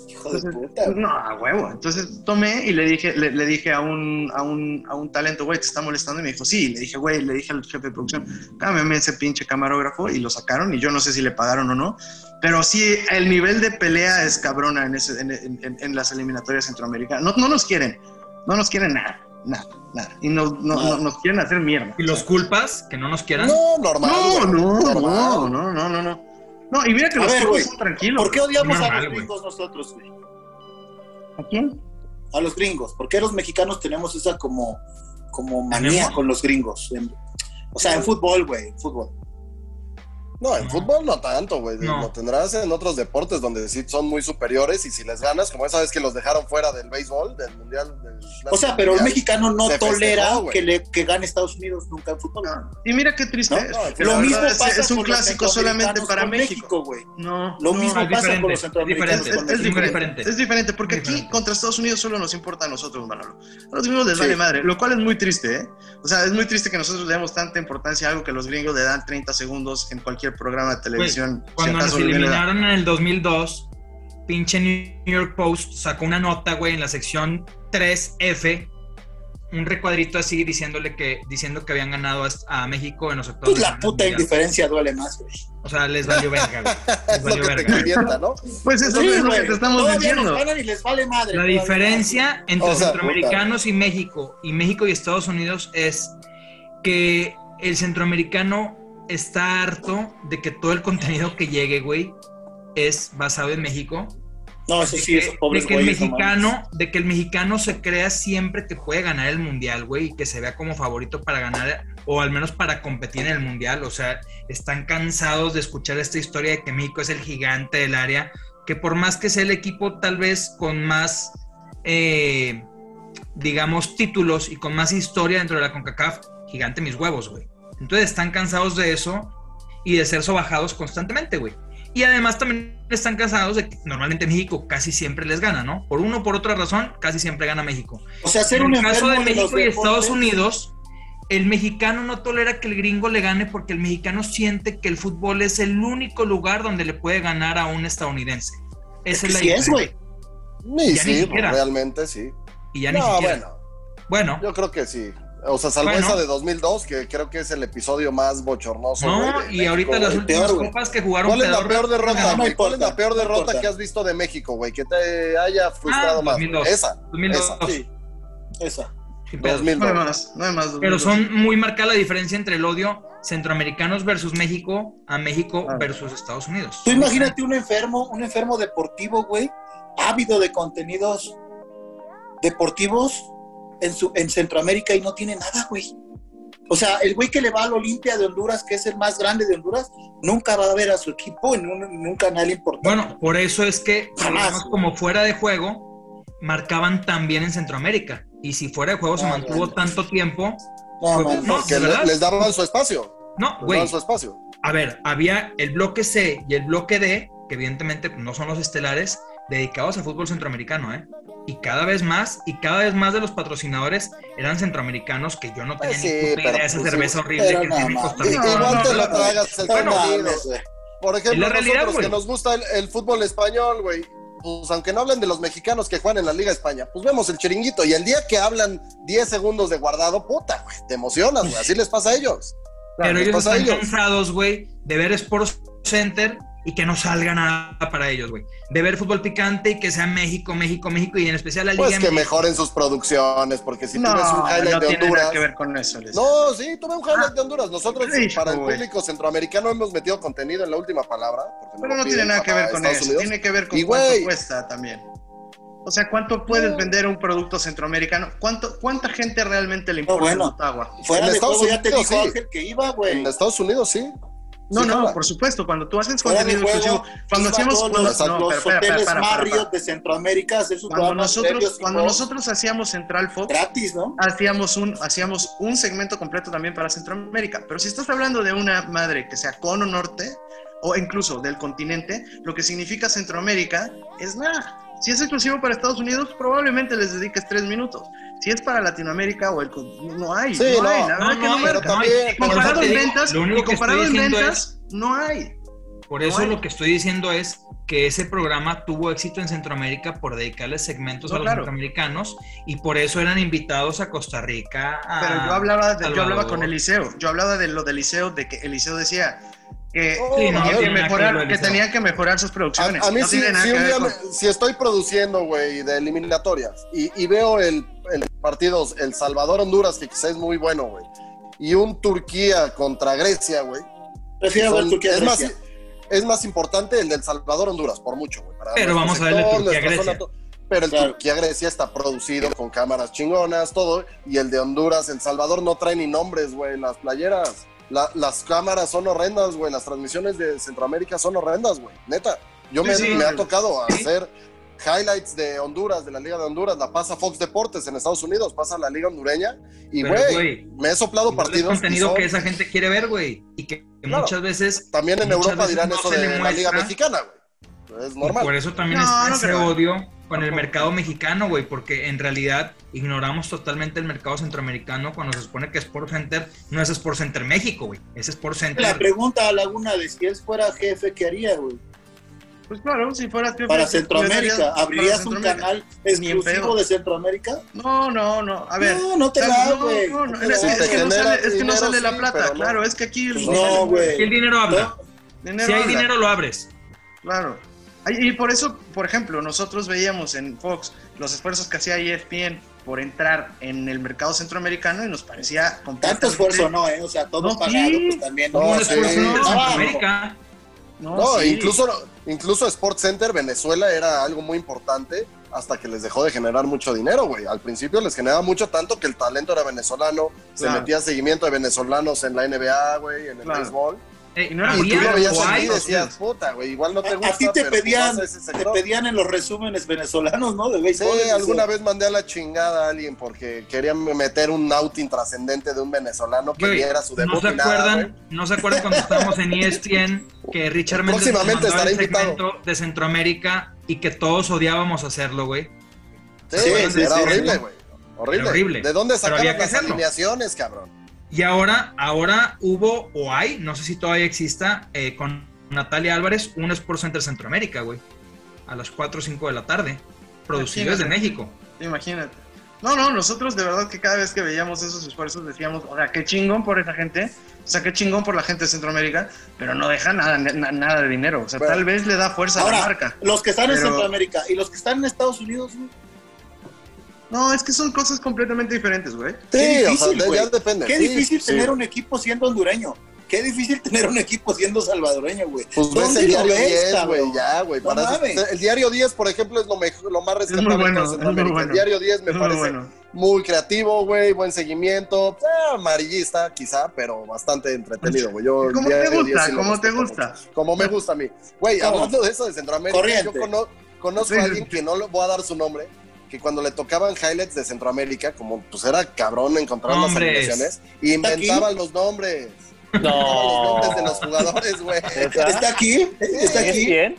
S3: Hijo de
S2: Entonces,
S3: puta. güey.
S2: Pues No, a huevo. Entonces tomé y le dije, le, le dije a un, a un, a un talento, güey, te está molestando. Y me dijo, sí. Y le dije, güey, le dije al jefe de producción, cámbiame ese pinche camarógrafo. Y lo sacaron. Y yo no sé si le pagaron o no. Pero sí, el nivel de pelea es cabrona en, ese- en- en- en- en las eliminatorias centroamericanas. No, no nos quieren. No nos quieren nada. Nada, nada. Y no, no, no- nos quieren hacer mierda.
S4: ¿Y los culpas? ¿Que no nos quieran?
S5: No, normal.
S2: No,
S5: güey,
S2: no, no,
S5: normal.
S2: no, no, no, no. No, y mira que
S3: A
S2: los
S3: ver,
S2: chicos
S3: güey,
S2: son tranquilos.
S3: ¿Por qué odiamos a
S4: Normal,
S3: los
S4: güey.
S3: gringos nosotros, güey?
S2: ¿A quién?
S3: A los gringos. ¿Por qué los mexicanos tenemos esa como, como manía
S4: ¿Tenemos?
S3: con los gringos? En- o sea, en fútbol, güey, en fútbol.
S5: No, en fútbol no tanto, güey.
S4: No.
S5: Lo tendrás en otros deportes donde sí son muy superiores y si les ganas, como esa vez que los dejaron fuera del béisbol, del mundial. del
S3: O sea, pero el
S5: mundial.
S3: mexicano no
S5: Se festejó,
S3: tolera
S5: güey.
S3: que, le, que gane Estados Unidos nunca en fútbol.
S2: Y mira qué triste.
S3: No,
S2: es.
S5: no,
S2: Pero
S3: Lo
S2: la
S3: mismo
S2: verdad es-
S3: pasa
S2: es un
S3: con los
S2: clásico solamente
S3: centroamericanos
S2: para
S3: con
S2: México.
S3: güey.
S2: No, no,
S3: Lo mismo
S2: es
S3: pasa
S4: diferente,
S3: con los centroamericanos.
S4: diferente,
S2: Es,
S3: con
S2: es
S3: los
S4: diferente.
S3: mexicanos.
S2: diferente, es diferente, porque aquí
S4: Diferente.
S2: contra Estados Unidos solo nos importa a nosotros, Manolo. A los gringos les
S5: Sí.
S2: vale madre, lo cual es muy triste, ¿eh? O sea, es muy triste que nosotros le demos tanta importancia a algo que los gringos le dan 30 segundos en cualquier programa de televisión. si
S4: Cuando nos
S2: acaso le viene a-
S4: eliminaron en el 2002, pinche New York Post sacó una nota, güey, en la sección 3F, un recuadrito así diciéndole que, diciendo que habían ganado a, a México en los octavos.
S3: Pues
S4: de
S3: la
S4: final
S3: puta
S4: mundial.
S3: indiferencia duele más, güey.
S4: O sea, les valió verga, güey. Les
S5: Es lo
S4: valió
S5: que te
S4: verga.
S5: calienta, ¿no?
S2: Pues eso
S3: Sí,
S2: es lo que
S3: güey.
S2: te estamos
S3: Todavía
S2: diciendo.
S3: nos ganan y les vale madre.
S4: La
S3: todavía.
S4: diferencia entre
S5: O sea,
S4: centroamericanos y México, y México y Estados Unidos, es que el centroamericano está harto de que todo el contenido que llegue, güey, es basado en México.
S3: No, eso
S4: De
S3: sí,
S4: que,
S3: esos pobres
S4: de que el
S3: güeyes, no mames.
S4: mexicano, de que el mexicano se crea siempre que puede ganar el mundial, güey, y que se vea como favorito para ganar o al menos para competir en el mundial. O sea, están cansados de escuchar esta historia de que México es el gigante del área, que por más que sea el equipo tal vez con más, eh, digamos, títulos y con más historia dentro de la CONCACAF, gigante mis huevos, güey. Entonces están cansados de eso y de ser sobajados constantemente, güey. Y además también están cansados de que normalmente México casi siempre les gana, ¿no? Por una o por otra razón, casi siempre gana México.
S3: O sea, ser
S4: En
S3: un
S4: el
S3: enfermo
S4: caso de
S3: los
S4: México y
S3: deportes,
S4: Estados Unidos, el mexicano no tolera que el gringo le gane porque el mexicano siente que el fútbol es el único lugar donde le puede ganar a un estadounidense.
S3: Es que
S4: Esa es la
S3: sí es,
S4: diferencia.
S3: güey.
S5: Ni
S4: Ya ni
S5: sí, pues,
S4: siquiera.
S5: realmente sí.
S4: Y ya ni
S5: no,
S4: siquiera.
S5: bueno,
S4: Bueno,
S5: yo creo que sí. O sea, salvo
S4: Bueno.
S5: esa de 2002, que creo que es el episodio más bochornoso. güey,
S4: no,
S5: de
S4: y
S5: México,
S4: ahorita
S5: güey.
S4: las últimas
S3: peor, güey.
S4: copas que jugaron
S5: ¿Cuál es la
S4: peor-
S5: peor
S3: No,
S5: derrota, güey?
S3: no
S5: ¿Cuál es
S3: importa,
S5: la peor
S3: no
S5: derrota
S3: importa.
S5: que has visto de México, güey? Que te haya frustrado
S4: Ah,
S5: más.
S4: 2002.
S5: Esa.
S4: 2002.
S5: esa.
S3: Sí, esa.
S4: Sin pedos.
S5: 2002.
S2: No hay más, no hay más.
S4: Pero son muy marcada la diferencia entre el odio centroamericanos versus México a México
S2: Ah.
S4: versus Estados Unidos.
S3: Tú imagínate un enfermo, un enfermo deportivo, güey, ávido de contenidos deportivos en, su, en Centroamérica y no tiene nada, güey. O sea, el güey que le va al Olimpia de Honduras, que es el más grande de Honduras, nunca va a ver a su equipo en un, en un canal importante.
S4: Bueno, por eso es que
S3: Jamás.
S4: programas como fuera de juego marcaban tan bien en Centroamérica. Y si fuera de juego se
S3: Ah,
S4: mantuvo
S3: bueno.
S4: tanto tiempo,
S3: no,
S4: pues,
S3: mames.
S4: no,
S5: Porque le-
S4: ¿verdad?
S5: les daban su espacio.
S4: no,
S3: Pues
S5: Les
S4: güey,
S5: daban su espacio.
S4: a ver, había el bloque C y el bloque D, que evidentemente no son los estelares, dedicados al fútbol centroamericano, ¿eh? Y cada vez más, y cada vez más de los patrocinadores eran centroamericanos que yo no tenía
S5: Pues
S4: ni
S5: sí,
S4: puta idea de
S5: pero,
S4: esa
S5: pues,
S4: cerveza
S5: sí,
S4: horrible
S5: pero
S4: que
S5: no,
S4: tiene
S5: no,
S4: Costa
S5: no,
S4: Rica.
S5: igual
S4: Ah, No,
S5: te
S4: no,
S5: lo
S4: no, no.
S5: tragas el
S4: Bueno,
S5: cocodrilo, güey. Por
S4: Es
S5: ejemplo,
S4: la realidad,
S5: nosotros
S4: güey.
S5: que nos gusta el, el fútbol español, güey, pues aunque no hablen de los mexicanos que juegan en la Liga España, pues vemos el chiringuito y el día que hablan 10 segundos de guardado, puta, güey, te emocionas, güey, así les pasa a ellos.
S4: Pero
S5: Les
S4: ellos
S5: pasa a
S4: están cansados, güey, de ver Sports Center y que no salga nada para ellos, güey. De ver fútbol picante y que sea México, México, México y en especial la Liga
S5: Pues que
S4: MX.
S5: mejoren sus producciones, porque si
S2: no,
S5: tú ves un highlight
S2: no
S5: de
S2: tiene nada
S5: Honduras.
S2: que ver con eso. les-
S5: No, sí, tuve un highlight de Honduras. Nosotros,
S2: Hijo,
S5: para el
S2: güey.
S5: público centroamericano, hemos metido contenido en la última palabra. porque me
S2: Pero
S5: lo
S2: no
S5: piden
S2: tiene nada que
S5: para
S2: ver con
S5: Estados
S2: eso.
S5: Unidos.
S2: Tiene que ver con
S5: Y,
S2: cuánto
S5: güey,
S2: cuesta también. O sea, ¿cuánto puedes vender un producto centroamericano? ¿Cuánto, ¿Cuánta gente realmente le importa
S3: bueno.
S2: Motagua?
S3: Fuera
S5: En
S3: de
S5: Estados
S3: juego ya te dijo
S5: Unidos, sí.
S3: Ángel que iba, güey.
S5: En Estados Unidos, sí.
S2: No,
S5: Sí,
S2: no,
S5: claro.
S2: por supuesto. Cuando tú haces
S3: Fuera de
S2: contenido
S3: juego,
S2: exclusivo, cuando
S3: iba
S2: hacíamos.
S3: todos
S2: Cuando,
S3: los,
S2: no,
S3: los
S2: pero, espera, espera,
S3: hoteles
S2: para, para,
S3: Marriott
S2: para.
S3: de Centroamérica, hacer sus
S2: Cuando
S3: programas
S2: nosotros,
S3: previos y
S2: cuando
S3: todo,
S2: nosotros hacíamos Central Fox,
S3: gratis, ¿no?
S5: Ah,
S2: hacíamos un, hacíamos un segmento completo también para Centroamérica. Pero si estás hablando de una madre que sea cono norte o incluso del continente, lo que significa Centroamérica es nada. Si es exclusivo para Estados Unidos, probablemente les dediques tres minutos. Si es para Latinoamérica o el con- no hay,
S5: Sí,
S2: no,
S5: no.
S2: hay, la verdad
S4: No,
S2: Ah, que no
S4: no hay,
S2: marca.
S5: pero también-
S2: Y comparado
S4: pero
S2: en
S4: te digo,
S2: ventas,
S4: lo único
S2: y
S4: que estoy
S2: comparado en
S4: diciendo
S2: ventas, no hay.
S4: Por eso
S2: Bueno.
S4: lo que estoy diciendo es que ese programa tuvo éxito en Centroamérica por dedicarle segmentos
S2: No,
S4: a los
S2: claro.
S4: centroamericanos y por eso eran invitados a Costa Rica. a-
S2: Pero yo hablaba, de- yo
S4: Ah, Salvador.
S2: hablaba con Eliseo. Yo hablaba de lo de Eliseo, de que Eliseo decía que,
S5: Oh,
S4: Sí, no,
S5: a
S4: yo
S5: ver,
S2: que,
S4: tiene nada
S2: mejorar-
S4: que ver,
S2: que
S4: Eliseo.
S2: tenían que mejorar sus
S5: A,
S2: producciones.
S5: a mí
S2: no
S5: sí,
S2: tiene nada
S5: si,
S2: que
S5: un
S2: ver
S5: día
S2: con-
S5: me- si estoy produciendo, güey, de eliminatorias y, y veo el, el partido El Salvador-Honduras, que quizás es muy bueno, güey, y un Turquía contra Grecia, güey.
S3: Prefiero Pues ver
S5: son-
S3: Turquía.
S5: es, más,
S3: Grecia.
S5: es más importante el del Salvador-Honduras, por mucho, güey. para
S4: Pero
S5: nuestro
S4: vamos a ver el de
S5: sector, nuestra
S4: Turquía-Grecia.
S5: zona, to- Pero el
S3: Claro.
S5: Turquía-Grecia está producido con cámaras chingonas, todo. Y el de Honduras, El Salvador no trae ni nombres, güey, las playeras. La- las cámaras son horrendas, güey. Las transmisiones de Centroamérica son horrendas, güey. Neta. Yo
S2: Sí,
S5: me,
S2: sí.
S5: me ha tocado hacer highlights de Honduras, de la Liga de Honduras. La pasa Fox Deportes en Estados Unidos, pasa la Liga hondureña. Y,
S4: Pero,
S5: güey,
S4: güey,
S5: me he soplado
S4: Igual es
S5: partidos. y
S4: contenido
S5: son-
S4: que esa gente quiere ver, güey. Y que que
S5: Claro.
S4: muchas veces.
S5: también en
S4: muchas
S5: Europa
S4: veces
S5: dirán
S4: no
S5: eso
S4: se le
S5: de la Liga
S4: muestra.
S5: Mexicana, güey. Es normal.
S4: Por eso también
S2: No,
S4: está
S2: no
S4: ese
S2: creo.
S4: odio con el mercado mexicano, güey, porque en realidad ignoramos totalmente el mercado centroamericano cuando se supone que Sport Center no es Sport Center México, güey, es Sport
S3: La
S4: Center.
S3: pregunta a Laguna de si él fuera jefe, ¿qué haría, güey?
S2: Pues claro, si fueras jefe,
S3: Para
S2: yo- yo daría-
S3: Centroamérica,
S2: para
S3: ¿abrirías un
S2: Centroamérica.
S3: canal
S2: Ni en
S3: exclusivo
S2: pedo.
S3: de Centroamérica?
S2: No, no, no. A ver.
S3: No, no te
S2: ¿sabes?
S3: la
S2: No,
S3: güey.
S2: no, no,
S3: No te
S2: es,
S3: la
S2: es
S5: Si
S2: que
S5: te
S2: no
S5: genera
S2: sale, es que no
S5: dinero,
S2: sale la
S5: sí,
S2: plata,
S5: pero no.
S2: claro. Es que aquí el,
S3: No,
S4: El
S3: güey.
S4: dinero habla.
S2: dinero
S4: Si hay
S2: habla,
S4: dinero, lo abres.
S2: Claro. Ay, Y por eso, por ejemplo, nosotros veíamos en Fox los esfuerzos que hacía E ESPN por entrar en el mercado centroamericano y nos parecía completamente...
S3: Tanto esfuerzo no, ¿eh? O sea, todo
S2: No,
S3: pagado,
S2: sí.
S3: pues también.
S5: No,
S4: Un
S5: sí.
S4: esfuerzo de
S3: Ah,
S4: Centroamérica.
S2: No,
S5: No,
S2: sí.
S5: incluso, incluso Sport Center Venezuela era algo muy importante hasta que les dejó de generar mucho dinero, güey. Al principio les generaba mucho tanto que el talento era venezolano, se
S2: Claro.
S5: metía seguimiento de venezolanos en la NBA, güey, en el
S2: Claro.
S5: béisbol.
S4: Eh,
S2: Y no era-
S5: Y tú
S4: había
S5: lo veías
S4: o
S5: ahí
S4: hay,
S5: y decías, puta, güey, igual no te
S3: A- a
S5: gusta.
S3: ti te
S5: pero pues
S3: pedían-
S5: vas a ese
S3: Te
S5: sector.
S3: pedían en los resúmenes venezolanos, ¿no? De
S5: Sí,
S3: béisbol.
S5: alguna vez mandé a la chingada a alguien porque querían meter un out intrascendente de un venezolano que
S4: Güey,
S5: diera su debut.
S4: ¿No se
S5: y nada, güey.
S4: acuerdan? ¿No se acuerdan cuando estábamos en E ESPN que Richard Méndez nos
S5: Próximamente
S4: mandó
S5: estará
S4: el
S5: invitado.
S4: segmento de Centroamérica y que todos odiábamos hacerlo, güey?
S5: Sí,
S3: Sí,
S5: güey,
S3: sí,
S5: era
S3: sí,
S5: horrible,
S3: sí.
S5: güey. Horrible.
S4: Era horrible.
S5: ¿De dónde
S4: Pero había
S5: sacaron
S4: que
S5: las
S4: hacerlo.
S5: alineaciones, cabrón?
S4: Y ahora, ahora hubo o hay, no sé si todavía exista, eh, con Natalia Álvarez, un Sport Center Centroamérica, güey. A las 4 o 5 de la tarde. Producido desde
S2: Imagínate.
S4: México.
S2: Imagínate. No, no, nosotros de verdad que cada vez que veíamos esos esfuerzos decíamos, o sea, qué chingón por esa gente, o sea, qué chingón por la gente de Centroamérica, pero no deja nada, na- nada de dinero, o sea,
S5: Bueno.
S2: tal vez le da fuerza a la
S3: Ahora,
S2: marca.
S3: Los que están en
S2: Pero-
S3: Centroamérica y los que están en Estados Unidos, güey.
S2: No, es que son cosas completamente diferentes, güey.
S5: Sí,
S3: Qué
S5: o sea,
S3: difícil,
S5: de-
S3: güey.
S5: ya depende.
S3: Qué
S5: Sí,
S3: difícil
S5: sí.
S3: tener un equipo siendo hondureño. Qué difícil tener un equipo siendo salvadoreño, güey.
S5: Pues ves
S3: ¿Dónde
S5: el
S3: lo
S5: diario
S3: ves,
S5: 10,
S3: cabrón?
S5: güey, ya, güey.
S3: No
S5: para eso-
S3: mames.
S5: el diario 10, por ejemplo, es lo, mejor, lo más
S2: muy
S5: rescatable
S2: bueno,
S5: de
S2: es muy
S5: Centroamérica.
S2: bueno.
S5: El diario 10 me
S2: Es muy
S5: parece
S2: bueno.
S5: muy creativo, güey, buen seguimiento. Eh, amarillista, quizá, pero bastante entretenido, güey. Yo el
S2: Pues, ¿Cómo
S5: diario
S2: te
S5: 10
S2: gusta?
S5: sí lo
S2: ¿Cómo te
S5: respeto
S2: gusta?
S5: mucho. Como me gusta a mí. Güey,
S3: ¿Cómo?
S5: hablando de eso de Centroamérica,
S3: Corriente.
S5: yo cono- conozco
S2: Sí,
S5: a
S2: sí,
S5: alguien
S2: sí.
S5: que no le voy a dar su nombre, que cuando le tocaban highlights de Centroamérica, como pues era cabrón encontrar las
S4: Nombres.
S5: alineaciones, inventaban los nombres. Inventaban Los
S7: No.
S5: nombres de los jugadores, güey.
S7: ¿Neta?
S3: ¿Está aquí? ¿Está
S7: ¿Es
S3: aquí?
S7: bien?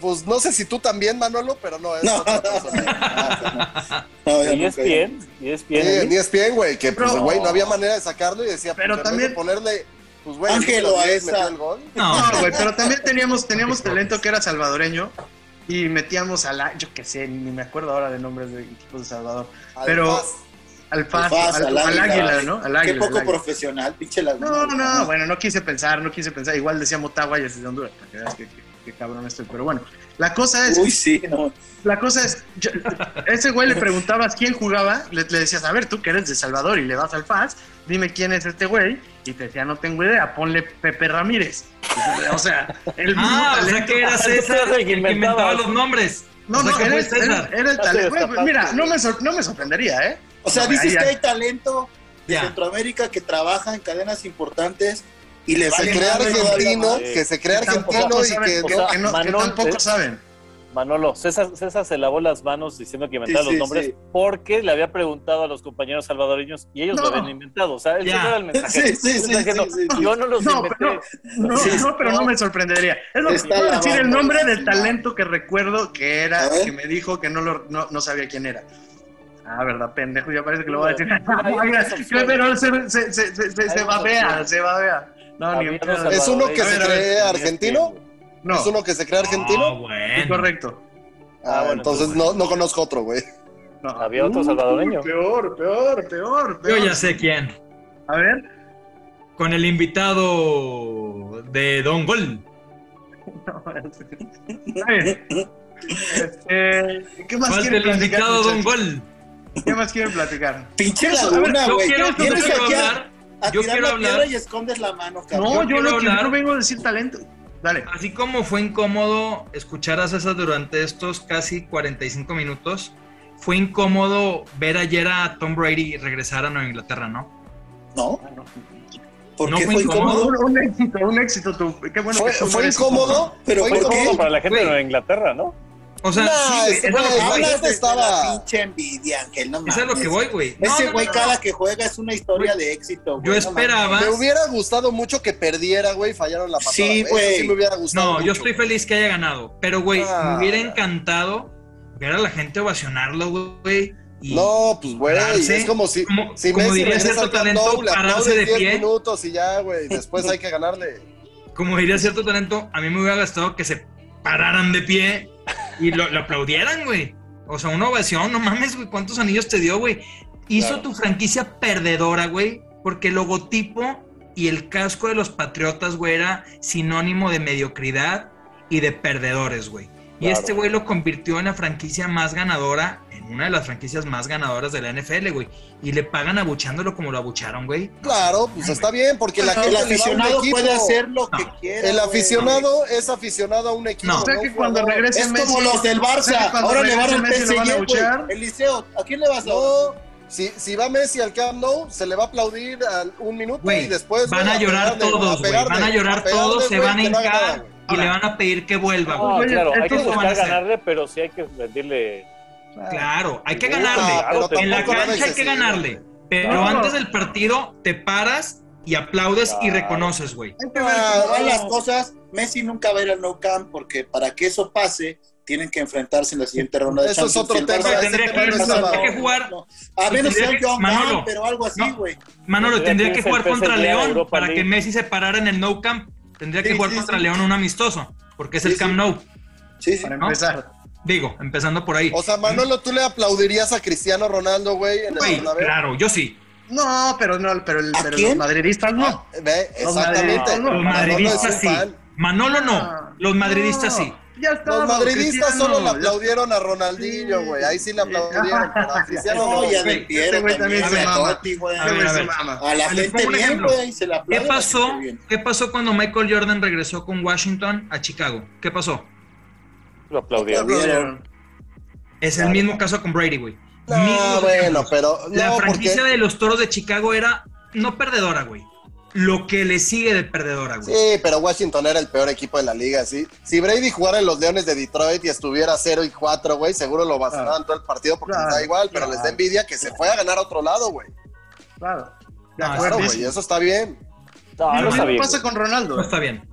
S5: pues no sé si tú también, Manolo, pero no, es otra persona.
S7: y es bien, y es bien.
S3: Eh,
S5: Sí, en E ESPN, güey, que pues,
S7: No.
S5: güey, no había manera de sacarlo y decía,
S2: Pero
S5: pues, en
S2: también-
S5: vez de ponerle, pues, güey,
S2: Ángelo
S5: número
S2: a
S5: 10
S2: esa.
S5: metió el gol.
S2: No, güey, pero también teníamos, teníamos talento que era salvadoreño y metíamos a la, yo qué sé, ni me acuerdo ahora de nombres de equipos de Salvador,
S3: Al
S2: pero
S3: Faz.
S2: al Faz,
S3: Faz,
S2: al, al águila, ¿no? Al águila.
S3: Qué
S2: al
S3: poco
S2: águila.
S3: profesional, pinche las
S2: No, no, bueno, no quise pensar, no quise pensar. Igual decía Motagua y es de Honduras, para que veas que, que- que cabrón estoy. Pero bueno, la cosa es.
S3: Uy, sí, no.
S2: La cosa es, yo- ese güey le preguntabas quién jugaba, le, le decías, a ver, tú que eres de Salvador y le vas al FAS, dime quién es este güey, y te decía, no tengo idea, ponle Pepe Ramírez. O sea, el mismo
S4: Ah, o sea
S2: talento.
S4: que era César el que inventaba los nombres.
S2: No,
S4: O sea
S2: no,
S4: que
S2: era,
S4: fue
S2: el- era-
S4: César.
S2: era el talento. Güey, pues, mira, no me, sor- no me sorprendería, ¿eh?
S3: O sea,
S2: No,
S3: dices
S2: ahí-
S3: que hay talento de
S4: Ya.
S3: Centroamérica que trabaja en cadenas importantes y les
S5: Se crea argentino, que se crea argentino y que no- que no- que tampoco
S2: saben.
S7: Manolo, César, César se lavó las manos diciendo que inventaba
S3: Sí,
S7: los
S3: sí,
S7: nombres
S3: sí.
S7: porque le había preguntado a los compañeros salvadoreños y ellos
S2: No.
S7: lo habían inventado. O sea, él
S4: Ya.
S7: solo era el mensajero.
S3: Sí, sí, sí,
S7: Él está diciendo,
S3: sí, sí, sí.
S7: Yo no los
S2: No,
S7: inventé.
S2: pero, no,
S3: Sí.
S2: no, pero no me sorprendería. Es lo que
S3: Está
S2: puedo decir, el
S3: lavando
S2: nombre
S3: las
S2: del talento que recuerdo que era,
S3: A ver.
S2: que me dijo que no, lo, no, no sabía quién era. Ah, verdad, pendejo, ya parece que lo voy a decir.
S7: Hay otras opciones.
S2: pero se, se, se, se, se,
S7: Hay
S2: se
S7: otras
S2: babea,
S7: opciones.
S2: se babea. No, ni
S7: Había
S2: pedo.
S7: dos
S5: Es uno que
S7: salvadoreños.
S5: se
S2: A ver, a ver,
S5: cree argentino,
S2: No,
S5: es uno que se cree
S4: No,
S5: argentino.
S4: bueno.
S2: correcto.
S5: Ah,
S7: bueno,
S5: entonces no, no conozco otro, güey.
S2: No.
S7: Había otro salvadoreño.
S2: Peor, peor, peor,
S4: Yo
S2: peor.
S4: ya sé quién.
S2: A ver,
S4: Con el invitado de Don Gol.
S2: no, está bien. Este, ¿Qué más
S4: Falta
S2: quieren
S4: el
S2: platicar?
S4: invitado Don
S2: muchachos?
S4: Gol.
S2: ¿Qué más quieren platicar?
S3: Pinche
S2: Eso, a ver,
S3: laguna,
S4: Yo
S3: Ah, güey.
S4: quiero, yo
S3: Vienes
S4: quiero
S3: aquí a-
S4: hablar.
S3: a
S4: yo
S3: tirar
S4: quiero
S3: la
S4: hablar-
S3: piedra y escondes la mano, cabrón.
S2: No, yo,
S4: quiero
S2: no,
S4: hablar- Ah,
S2: yo no vengo a decir talento. Dale.
S4: Así como fue incómodo escuchar a César durante estos casi 45 minutos, fue incómodo ver ayer a Tom Brady regresar a Nueva Inglaterra, ¿no?
S3: ¿No? ¿Por
S4: No
S3: qué
S4: fue
S3: fue
S4: incómodo.
S3: incómodo?
S2: Un, un éxito, un éxito. tú. Qué bueno
S5: Fue,
S2: que tú
S5: fue
S2: eres-
S5: incómodo,
S3: Pero
S5: fue
S3: ¿por qué?
S7: Fue
S5: incómodo.
S7: incómodo Pues para la gente
S5: Güey.
S7: de Inglaterra, ¿no?
S4: O sea,
S5: Nah,
S4: sí,
S5: este
S4: güey, es a lo que
S5: güey,
S4: voy,
S5: hablas-
S3: Hablas
S5: Este
S3: de
S5: estaba-
S3: la pinche envidia, Ángel, no
S4: es a lo
S3: mames.
S4: que voy, güey. No,
S3: Ese
S4: no,
S3: güey
S4: no,
S3: cada que juega es una historia de éxito,
S4: no.
S3: güey.
S4: Yo
S3: no mames.
S4: esperaba.
S5: Me hubiera gustado mucho que perdiera, güey, fallaron la patada.
S3: Sí,
S5: Eso
S3: güey.
S5: Sí, me hubiera gustado.
S4: No, yo
S5: mucho.
S4: estoy feliz que haya ganado. Pero, güey,
S5: Ah.
S4: me hubiera encantado ver a la gente ovacionarlo, güey. y-
S5: No, pues güey,
S4: Pararse,
S5: es como si,
S4: como-
S5: si
S4: como
S5: Messi
S4: diría
S5: regresa
S4: cierto
S5: al Camp
S4: talento,
S5: Nou, le
S4: pararse
S5: aplaudes
S4: de
S5: 10
S4: pie.
S5: minutos y ya, güey, después hay que ganarle.
S4: como diría cierto talento, a mí me hubiera gustado que se pararan de pie y lo, lo aplaudieran, güey. O sea, una ovación, no mames, güey, ¿cuántos anillos te dio, güey? Hizo
S5: Claro.
S4: tu franquicia perdedora, güey, porque el logotipo y el casco de los Patriotas, güey, era sinónimo de mediocridad y de perdedores, güey. Y
S5: Claro.
S4: este güey lo convirtió en la franquicia más ganadora, en una de las franquicias más ganadoras de la NFL, güey. Y le pagan abuchándolo como lo abucharon, güey.
S5: Claro, pues está bien, porque la gente
S3: El
S5: le va a un
S3: aficionado
S5: equipo.
S3: puede hacer lo
S4: No.
S3: que quiera.
S5: El
S3: güey.
S5: aficionado es aficionado a un equipo.
S4: No.
S2: O sea
S5: no
S2: que
S5: un
S2: cuando
S5: jugador.
S2: regrese
S3: Es
S2: Messi.
S3: como los del
S2: o sea
S3: Barça.
S2: que cuando
S3: Ahora le van
S2: regrese
S3: al
S2: Messi lo van a
S3: PSG,
S2: buchear.
S3: güey. Eliseo, ¿a quién le vas a
S5: No, si, si va Messi al Camp Nou, se le va a aplaudir al un minuto
S4: Güey,
S5: y después
S4: van
S5: güey,
S4: a llorar
S5: pegarle,
S4: todos, güey.
S5: pegarle,
S4: Van a llorar
S5: pegarle,
S4: todos, se
S5: güey,
S4: van a
S5: que no haga nada,
S4: hincar
S5: güey.
S4: y le van a pedir que vuelva, güey.
S7: No,
S2: Oye,
S7: claro, hay que
S2: estos
S4: lo van a
S7: buscar
S4: hacer.
S7: ganarle, pero sí hay que rendirle.
S4: Claro, hay que
S7: Puta,
S4: ganarle.
S7: pero
S4: En la
S5: tampoco
S7: nada
S4: cancha hay que
S5: excesivo,
S4: ganarle. Pero
S2: No.
S4: antes del partido te paras y aplaudes y
S7: Claro.
S4: reconoces, güey.
S3: Ah, Como van las cosas, Messi nunca va a ir al No Camp porque para que eso pase tienen que enfrentarse en la siguiente ronda de
S5: Eso es otro tema,
S3: Barça-
S5: tendría
S3: ese
S5: que ir,
S3: no es
S5: tendría
S3: sábado.
S4: que jugar.
S3: No. A menos que sea un John
S4: Manolo.
S3: Camp, pero algo así,
S4: No.
S3: güey.
S4: Manolo,
S7: Tendría
S4: tendría
S7: que
S4: que
S7: irse
S4: jugar
S7: el
S4: contra
S7: PSG a
S4: León
S7: Europa
S4: para
S7: League.
S4: que Messi se parara en el No Camp. Tendría que
S3: Sí,
S4: jugar
S3: sí,
S4: contra
S3: sí.
S4: León un amistoso, porque es el
S3: Sí,
S4: Camp
S3: sí.
S4: Nou.
S3: Sí, sí.
S2: Para
S4: ¿no?
S2: empezar.
S4: Digo, empezando por ahí.
S5: O sea, Manolo, tú le aplaudirías a Cristiano Ronaldo, güey, en el
S4: Güey,
S5: Bernabéu?
S4: claro, yo sí.
S2: No, pero no, pero, el,
S3: ¿A
S2: pero los
S3: quién?
S2: madridistas
S4: Ah,
S2: no.
S5: Ah, Ve,
S2: Los
S5: exactamente.
S2: madridistas, no.
S4: Los
S5: Manolo es un
S4: madridistas sí.
S5: fan.
S4: Manolo no. Los madridistas
S2: Ah, No,
S4: sí.
S2: Ya está.
S5: Los madridistas solo le
S2: la
S5: aplaudieron a Ronaldinho, güey. Ahí sí le aplaudieron. pero a Cristiano
S3: No,
S5: no,
S3: y
S5: güey.
S3: a Del
S2: Güey, este
S3: Piero
S2: güey
S3: también,
S2: también se
S3: a
S2: mama.
S3: Totti, güey.
S4: A ver, a ver.
S5: Ah,
S3: A la
S4: Les
S3: gente
S4: pongo un
S3: bien,
S4: ejemplo.
S3: güey, se la
S4: ¿Qué
S3: aplaude. a la
S4: pasó?
S3: gente bien.
S4: ¿Qué pasó cuando Michael Jordan regresó con Washington a Chicago? ¿Qué pasó?
S7: Lo aplaudieron.
S4: Es el mismo caso con Brady, güey.
S5: No,
S4: Mismo
S5: Ah, bueno, pero
S4: La
S5: no, porque
S4: franquicia de los toros de Chicago era no perdedora, güey. Lo que le sigue de perdedora, güey.
S5: Sí, pero Washington era el peor equipo de la liga, sí. Si Brady jugara en los Leones de Detroit y estuviera 0 y 4, güey, seguro lo vacilaban todo el partido porque
S2: Claro,
S5: les da igual, pero
S2: claro.
S5: les da envidia que se fue a ganar a otro lado, güey.
S2: Claro. De
S4: No,
S5: Claro,
S2: acuerdo.
S5: güey, eso está bien.
S7: No,
S2: Lo
S7: Ah, no
S2: mismo
S7: sabía.
S2: pasa con
S4: No
S2: Ronaldo.
S4: está bien.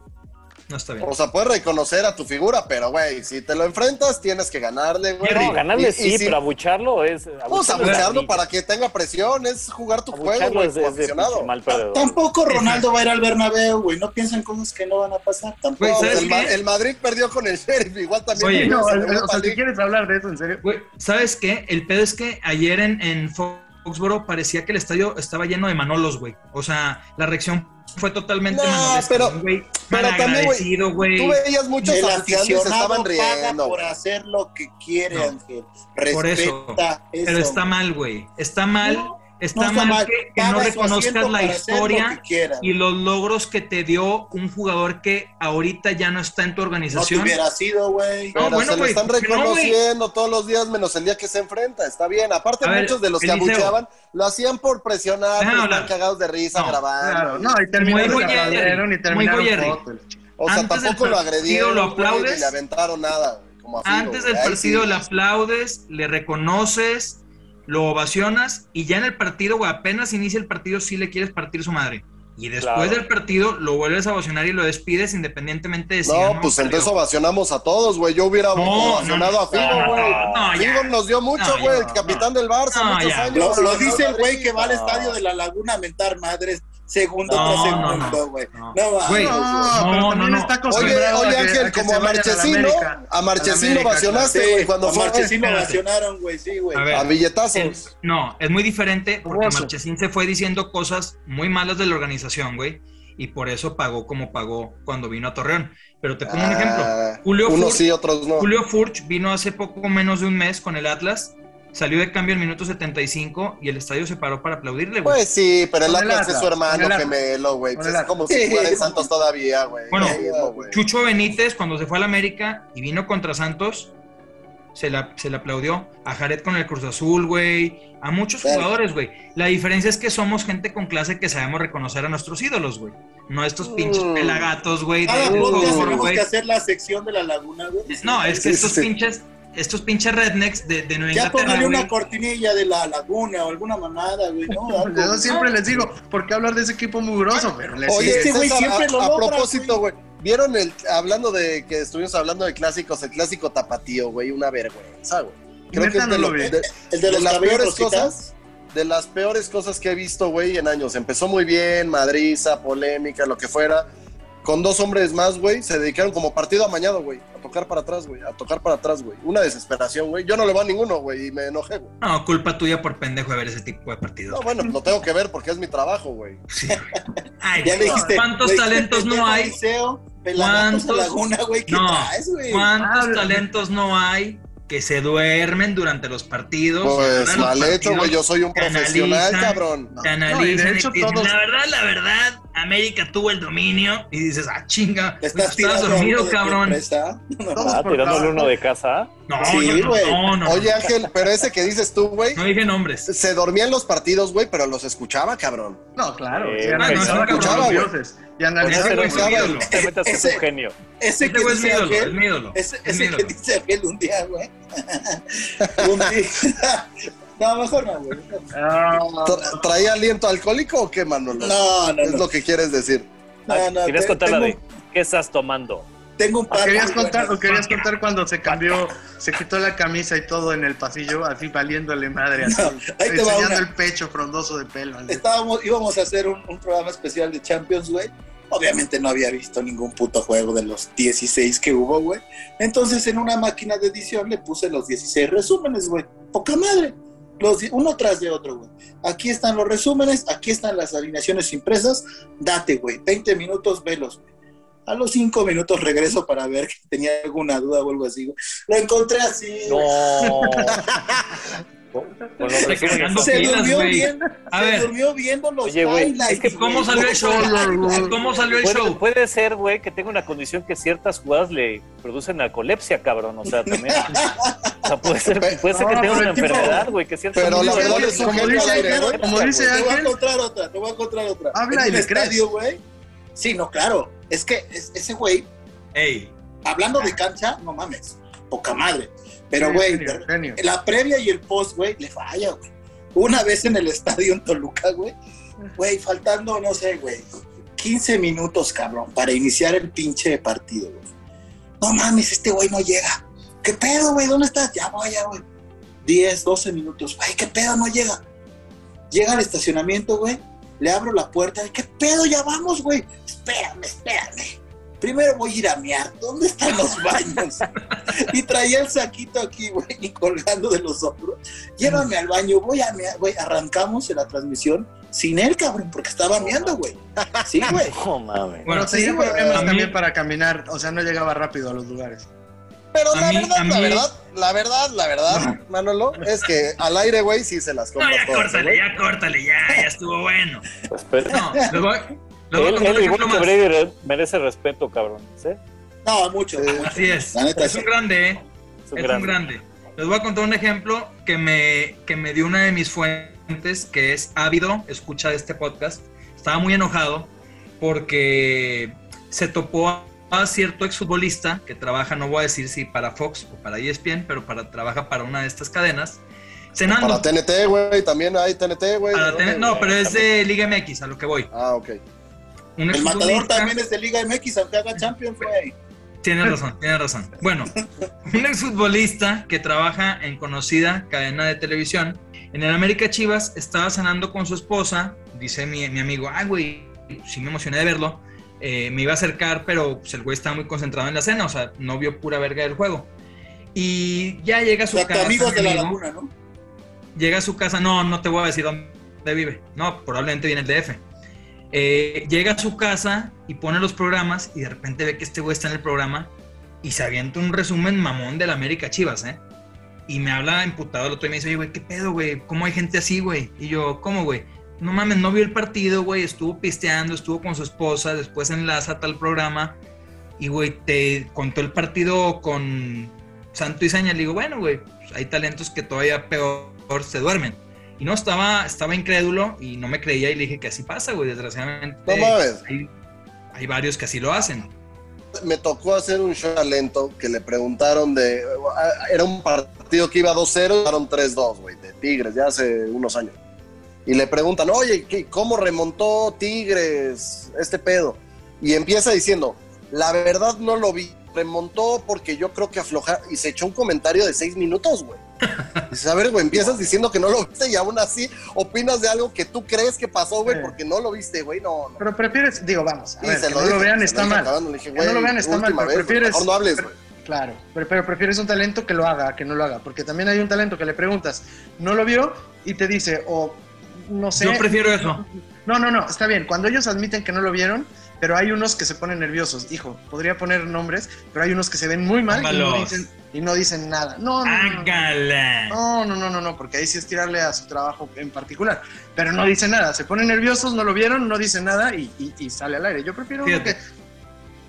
S4: No está bien.
S5: O sea, puedes reconocer a tu figura, pero, güey, si te lo enfrentas, tienes que ganarle, güey.
S7: No,
S5: Y-
S7: ganarle
S5: y
S7: sí,
S5: si-
S7: pero abucharlo es.
S5: Vamos a
S7: es
S5: abuchearlo
S7: así.
S5: para que tenga presión, es jugar tu juego,
S7: Abucharlo
S5: güey,
S7: es,
S5: como
S7: es de pinche
S5: aficionado.
S7: mal perdedor.
S3: Tampoco Ronaldo va a ir al Bernabéu, güey. No piensan cosas que no van a pasar. Tampoco.
S4: Güey, ¿sabes
S5: el, Ma-
S4: qué?
S5: el Madrid perdió con el Sheriff, igual también.
S4: Oye,
S5: perdió
S2: No,
S5: en
S2: el- el-
S5: Europa
S2: o sea, ¿te
S5: League.
S2: quieres hablar de eso en serio?
S4: Güey, ¿sabes qué? El pedo es que ayer en, en Foxboro parecía que el estadio estaba lleno de Manolos, güey. O sea, la reacción fue totalmente
S5: No,
S4: manolesca,
S5: pero-
S4: güey.
S5: pero también, güey,
S4: agradecido, güey.
S5: Tú veías muchos
S3: el
S5: aficionados y se
S3: aficionado
S5: estaban
S3: paga
S5: riendo.
S3: por hacer lo que quiere,
S4: No.
S3: Ángel.
S4: Por eso.
S3: Respeta eso.
S4: Pero está mal, güey. Está mal,
S3: No,
S4: está,
S3: está
S4: mal,
S3: mal.
S4: que, que
S3: Paga
S4: no
S3: su
S4: reconozcas
S3: asiento
S4: la
S3: para hacer lo
S4: historia
S3: que quiera.
S4: y los logros que te dio un jugador que ahorita ya no está en tu
S3: No te
S4: organización.
S3: hubiera sido, güey.
S4: No,
S5: Pero se
S4: bueno,
S5: lo
S4: güey,
S5: están
S4: no, güey.
S5: reconociendo todos los días, menos el día que se enfrenta. Está bien. Aparte,
S4: A ver,
S5: muchos de los que
S4: Eliseo.
S5: abucheaban lo hacían por presionar,
S4: Déjame
S5: por estar
S4: hablar.
S5: cagados de risa,
S4: No,
S5: grabando.
S2: Claro, no, y terminaron,
S4: dijo
S2: se
S4: Jerry,
S2: aplaudieron y
S4: como
S2: terminaron
S4: dijo Jerry.
S2: fotos.
S5: O sea,
S4: Antes del
S5: tampoco lo
S4: partido
S5: agredieron.
S4: lo
S5: güey,
S4: aplaudes.
S5: Ni le aventaron nada. güey, Como a Figo,
S4: Antes
S5: güey.
S4: del
S5: Ahí
S4: partido
S5: sí.
S4: le aplaudes, le reconoces, lo ovacionas y ya en el partido, güey, apenas inicia el partido, sí le quieres partir su madre. Y después
S7: Claro.
S4: del partido lo vuelves a ovacionar y lo despides independientemente de si ganó
S5: No,
S4: o
S5: pues
S4: perdió.
S5: entonces ovacionamos a todos, güey. Yo hubiera
S4: No,
S5: ovacionado
S4: no,
S5: a Figo,
S7: no,
S5: güey.
S4: no, ya.
S5: Figo nos dio mucho,
S4: No,
S5: güey.
S2: ya,
S5: el capitán del Barça,
S4: No,
S5: muchos
S4: ya.
S5: años.
S3: Lo, lo
S5: Nos
S3: dice el
S5: dio
S3: güey que va al
S5: madriza.
S3: estadio de la Laguna a mentar madres segundo
S4: No,
S3: tras
S4: no,
S3: segundo,
S4: no,
S3: güey.
S4: no.
S3: No, va.
S4: Güey,
S2: No, pero
S4: no,
S2: también
S4: no.
S2: está
S5: Oye,
S2: acostumbrado
S5: oye
S2: a que-
S5: Ángel,
S2: a que
S5: como
S2: se
S5: a
S2: vayan la
S5: Marchesino,
S2: América.
S5: a
S2: A la
S5: Marchesino
S2: América,
S5: ovacionaste,
S3: Sí,
S5: güey, cuando
S3: a
S5: fue
S3: Marchesino
S4: espérate.
S3: vacionaron, güey, sí, güey.
S4: A ver.
S5: a billetazos.
S4: Es- no, es muy diferente porque
S2: Hermoso.
S4: Marchesín se fue diciendo cosas muy malas de la organización, güey. Y por eso pagó como pagó cuando vino a Torreón. Pero te pongo un ejemplo.
S5: Ah,
S4: Julio
S5: unos
S4: Furch-
S5: sí, otros no.
S4: Julio Furch vino hace poco menos de un mes con el Atlas. Salió de cambio en minuto 75 y el estadio se paró para aplaudirle, güey.
S5: Pues sí, pero el
S2: Con el
S5: Atlas es su
S2: Atlas, con
S5: hermano
S2: el Atlas.
S5: gemelo, güey.
S2: Con
S5: Pues
S2: el
S5: es
S2: Atlas.
S5: como si fuera de Santos todavía, güey.
S4: Bueno,
S5: Sí, güey.
S4: Chucho Benítez, cuando se fue al América y vino contra Santos, se la- se le aplaudió. A Jared con el Cruz Azul, güey. A muchos
S5: Claro.
S4: jugadores, güey. La diferencia es que somos gente con clase que sabemos reconocer a nuestros ídolos, güey. No estos pinches
S5: Mm. pues,
S4: pelagatos, güey. de
S3: Cada podcast
S4: fútbol,
S3: tenemos
S4: güey.
S3: que hacer la sección de la Laguna, güey.
S4: No, es que
S5: Sí,
S4: estos
S5: sí.
S4: pinches, estos pinches rednecks de, de Nueva
S3: Ya
S4: Inglaterra,
S3: póngale una
S4: güey.
S3: cortinilla de la Laguna o alguna mamada, güey, ¿no? Algo,
S2: Yo
S3: güey.
S2: siempre les digo, ¿por qué hablar de ese equipo mugroso? Pero les
S5: Oye,
S2: sigue.
S3: este güey
S5: César,
S3: siempre
S5: a,
S3: lo
S5: a
S3: logra,
S5: propósito, güey. ¿Vieron el, hablando de que estuvimos hablando de clásicos, el clásico tapatío, güey? Una vergüenza, güey. Creo
S2: Neta,
S5: que es de,
S2: no lo
S5: lo-
S2: vi.
S5: de-
S3: El de
S5: de
S3: los
S5: las
S3: cabellos
S5: peores
S3: rositas.
S5: cosas, de las peores cosas que he visto, güey, en años. Empezó muy bien, madriza, polémica, lo que fuera. Con dos hombres más, güey, se dedicaron como partido amañado, güey, a tocar para atrás, güey, a tocar para atrás, güey. Una desesperación, güey. Yo no le voy a ninguno, güey, y me enojé, güey.
S4: No, culpa tuya por pendejo de ver ese tipo de partidos.
S5: No, bueno, lo tengo que ver porque es mi trabajo, güey.
S4: Sí, güey. Ay,
S3: Ya le dijiste,
S4: ¿Cuántos
S3: le dijiste,
S4: talentos no
S3: pendejo,
S4: hay?
S3: Liceo, pelagatos de
S4: ¿Cuántos?
S3: Laguna, güey, ¿qué
S4: No.
S3: traes, güey?
S4: ¿Cuántos
S2: Pablo.
S4: talentos no hay que se duermen durante los partidos?
S5: Pues
S4: Ahora los
S5: mal hecho,
S4: partidos
S5: güey. Yo soy un
S4: canalizan.
S5: profesional, cabrón.
S4: Te
S2: No, y de
S4: analizan y
S2: hecho
S4: te dicen,
S2: todos-
S4: la verdad, la verdad, América tuvo el dominio y dices, ah, chinga,
S3: Te
S4: estás,
S3: tirando algo
S4: dormido,
S3: de
S4: cabrón.
S3: sorpresa.
S2: Todos
S7: Ah,
S2: por
S7: tirándole
S2: cada-
S7: uno de casa. ¿ah?
S4: No,
S3: Sí,
S4: yo no,
S3: güey.
S4: no, no,
S5: Oye, Ángel, pero ese que dices tú, güey,
S4: no dije nombres.
S5: se dormía en los partidos, güey, pero los escuchaba, cabrón.
S2: No, claro.
S7: Eh,
S2: y
S7: bueno,
S2: analizaba
S4: es
S2: como
S4: un
S5: cabrón,
S2: los
S5: güey.
S2: dioses. Y
S5: Ese
S7: Ese
S2: analizaba
S7: no
S5: güey
S4: es
S7: es
S4: mi
S5: sabe.
S4: ídolo.
S7: Te metas que es
S3: Ese-
S7: un genio.
S3: Ese
S4: Este
S3: que
S4: güey es mi
S3: dice
S4: ídolo,
S3: aquel-
S4: es mi ídolo.
S3: Ese,
S4: es mi
S3: ese que
S4: ídolo.
S3: dice aquel un día, güey. un día. No, mejor no, güey.
S2: Ah,
S5: Tra- ¿Traía aliento alcohólico o qué, Manolo?
S3: No, no,
S5: es
S3: no.
S5: lo que quieres decir.
S3: no, no,
S7: ¿Quieres
S3: te-
S7: contar la
S3: tengo,
S7: de qué estás tomando?
S3: Tengo un
S2: ¿o
S3: par
S2: querías
S3: muy
S2: contar,
S3: buenas.
S2: o querías contar cuando se cambió, se quitó la camisa y todo en el pasillo, así valiéndole madre, así,
S3: No, ahí te va
S2: enseñando
S3: una.
S2: el pecho frondoso de pelo. así.
S3: Estábamos, íbamos a hacer un, un programa especial de Champions, güey. Obviamente no había visto ningún puto juego de los 16 que hubo, güey. Entonces en una máquina de edición le puse los 16 resúmenes, güey. Poca madre. Los, di- uno tras de otro, güey. Aquí están los resúmenes, aquí están las alineaciones impresas. Date, güey. 20 minutos, velos. güey. A los 5 minutos regreso para ver que tenía alguna duda o algo así, güey. Lo encontré así.
S7: No.
S3: güey.
S7: Con- con los
S4: Te cargando
S7: resúmenes.
S3: Se
S4: pilas,
S3: durmió
S4: güey.
S3: viendo,
S4: A
S3: se
S4: ver.
S3: durmió viendo los
S7: Oye, güey,
S3: highlights,
S7: es que
S3: güey.
S4: ¿Cómo salió el show? ¿Cómo salió el
S7: Puede,
S4: show?
S7: puede ser, güey, que tenga una condición que ciertas jugadas le producen narcolepsia, cabrón. O sea, también. O sea, puede ser, puede ser que
S2: No,
S7: tenga
S2: pero
S7: una
S2: el tipo-
S7: enfermedad, güey, que ciertas
S5: Pero la
S2: dice-
S5: verdad es un
S2: como
S5: genio
S2: dice
S5: al aire,
S2: Ángel,
S5: güey.
S2: como dice
S3: Te voy a
S2: Ángel,
S3: encontrar otra, te voy a encontrar otra.
S2: Habla
S3: En
S2: y
S3: un
S2: le crees.
S3: estadio, güey. Sí, no, claro. Es que es- ese güey,
S4: Ey,
S3: hablando de cancha, no mames, poca madre. Pero,
S2: Ah. Sí,
S3: güey,
S2: genio, genio.
S3: la previa y el post, güey, le falla, güey. Una vez en el estadio en Toluca, güey, güey, faltando, no sé, güey, 15 minutos, cabrón, para iniciar el pinche partido, güey. No mames, este güey no llega. ¿Qué pedo, güey? ¿Dónde estás? Ya voy, ya voy. 10, 12 minutos. Güey, ¿qué pedo? No llega. Llega al estacionamiento, güey. Le abro la puerta. ¿Qué pedo? Ya vamos, güey. Espérame, espérame. Primero voy a ir a mear. ¿Dónde están los baños? y traía el saquito aquí, güey, y colgando de los hombros. Llévame al baño, voy a mear, güey. Arrancamos en la transmisión sin él, cabrón, porque estaba meando, güey. Sí, güey.
S7: No mames.
S2: Bueno,
S3: Sí,
S2: tenía
S3: güey.
S2: problemas
S4: A mí-
S2: también para caminar, o sea, no llegaba rápido a los lugares.
S5: Pero
S4: A
S5: la
S4: mí- a
S5: verdad, la
S4: mí-
S5: verdad, la verdad, la verdad, Manolo, es que al aire, güey, sí se las
S4: No,
S5: compra
S4: ya
S5: todas,
S4: córtale,
S5: güey.
S4: ya córtale, ya, ya estuvo bueno.
S7: Pues, pero-
S4: No, les voy, les voy a
S7: él,
S4: contar
S7: él
S4: un
S7: igual
S4: ejemplo
S7: que
S4: más.
S7: Brady re- merece respeto, cabrón. ¿sí?
S3: No, mucho.
S5: Sí.
S3: mucho.
S4: Así es.
S3: La neta,
S4: Es un
S3: sí.
S4: grande, ¿eh?
S7: Es
S4: Es un grande. Les voy a contar un ejemplo que me, que me dio una de mis fuentes, que es ávido, escucha de este podcast. Estaba muy enojado porque se topó a cierto exfutbolista que trabaja, no voy a decir si para Fox o para E ESPN, pero para, trabaja para una de estas cadenas, cenando.
S5: Para TNT, güey, también hay TNT, güey.
S4: Para tener- no, pero es
S5: También.
S4: de Liga MX, a lo que voy.
S5: Ah, ok.
S4: Un
S3: El matador
S4: exfutbolista-
S3: también es de Liga MX, aunque haga Champions, güey.
S4: Tienes razón, tienes razón. Bueno, un exfutbolista que trabaja en conocida cadena de televisión, en el América Chivas, estaba cenando con su esposa, dice mi, mi amigo, ay güey, sí me emocioné de verlo, eh, me iba a acercar, pero pues, el güey estaba muy concentrado en la cena, o sea, no vio pura verga del juego. Y ya llega a su
S3: O sea, tu
S4: casa,
S3: amigo
S4: mi
S3: de la
S4: amigo,
S3: laguna, ¿no?
S4: llega a su casa, no, no te voy a decir dónde vive, no, probablemente viene el DF. Eh, llega a su casa y pone los programas y de repente ve que este güey está en el programa y se avienta un resumen mamón del América Chivas, ¿eh? Y me habla emputado el otro y me dice, oye, güey, ¿qué pedo, güey? ¿Cómo hay gente así, güey? Y yo, ¿cómo, güey? No mames, no vio el partido, güey, estuvo pisteando, estuvo con su esposa, después enlaza tal programa y, güey, te contó el partido con Santo y Saña. Le digo, bueno, güey, pues, hay talentos que todavía peor se duermen. Y no, estaba, estaba incrédulo y no me creía y le dije que así pasa, güey, desgraciadamente.
S5: No mames.
S4: Hay, hay varios que así lo hacen.
S5: me tocó hacer un show lento que le preguntaron de. ah, Era un partido que iba 2-0, ganaron 3-2, güey, de Tigres, ya hace unos años. Y le preguntan, oye, ¿qué- ¿cómo remontó Tigres este pedo? Y empieza diciendo, la verdad no lo vi, remontó porque yo creo que aflojar. Y se echó un comentario de seis minutos, güey. Dices, a ver, güey, empiezas diciendo que no lo viste y aún así opinas de algo que tú crees que pasó, güey,
S2: Sí.
S5: porque no lo viste, güey, no, no.
S2: Pero prefieres, digo, vamos, a
S5: Y
S2: ver,
S5: se
S2: que no lo
S5: dije,
S2: vean
S5: se
S2: está
S5: dije
S2: mal.
S5: acabando, le dije,
S2: Que no lo
S5: güey,
S2: vean está mal,
S5: última
S2: pero
S5: vez, güey,
S2: prefieres-
S5: mejor no hables,
S2: pre-
S5: güey.
S2: Claro, pero, pero prefieres un talento que lo haga, a que no lo haga, porque también hay un talento que le preguntas, no lo vio y te dice, o no sé.
S4: Yo prefiero eso.
S2: No, no, no, está bien. Cuando ellos admiten que no lo vieron, pero hay unos que se ponen nerviosos. Hijo, podría poner nombres, pero hay unos que se ven muy mal y no,
S4: Ámbalos.
S2: dicen, y no dicen nada. No, no, no, no, no.
S4: Ángala.
S2: No, no, no, no, no, porque ahí sí es tirarle a su trabajo en particular. Pero no dice nada, se ponen nerviosos, no lo vieron, no dice nada y, y- y sale al aire. Yo prefiero uno
S4: Fíjate.
S2: que.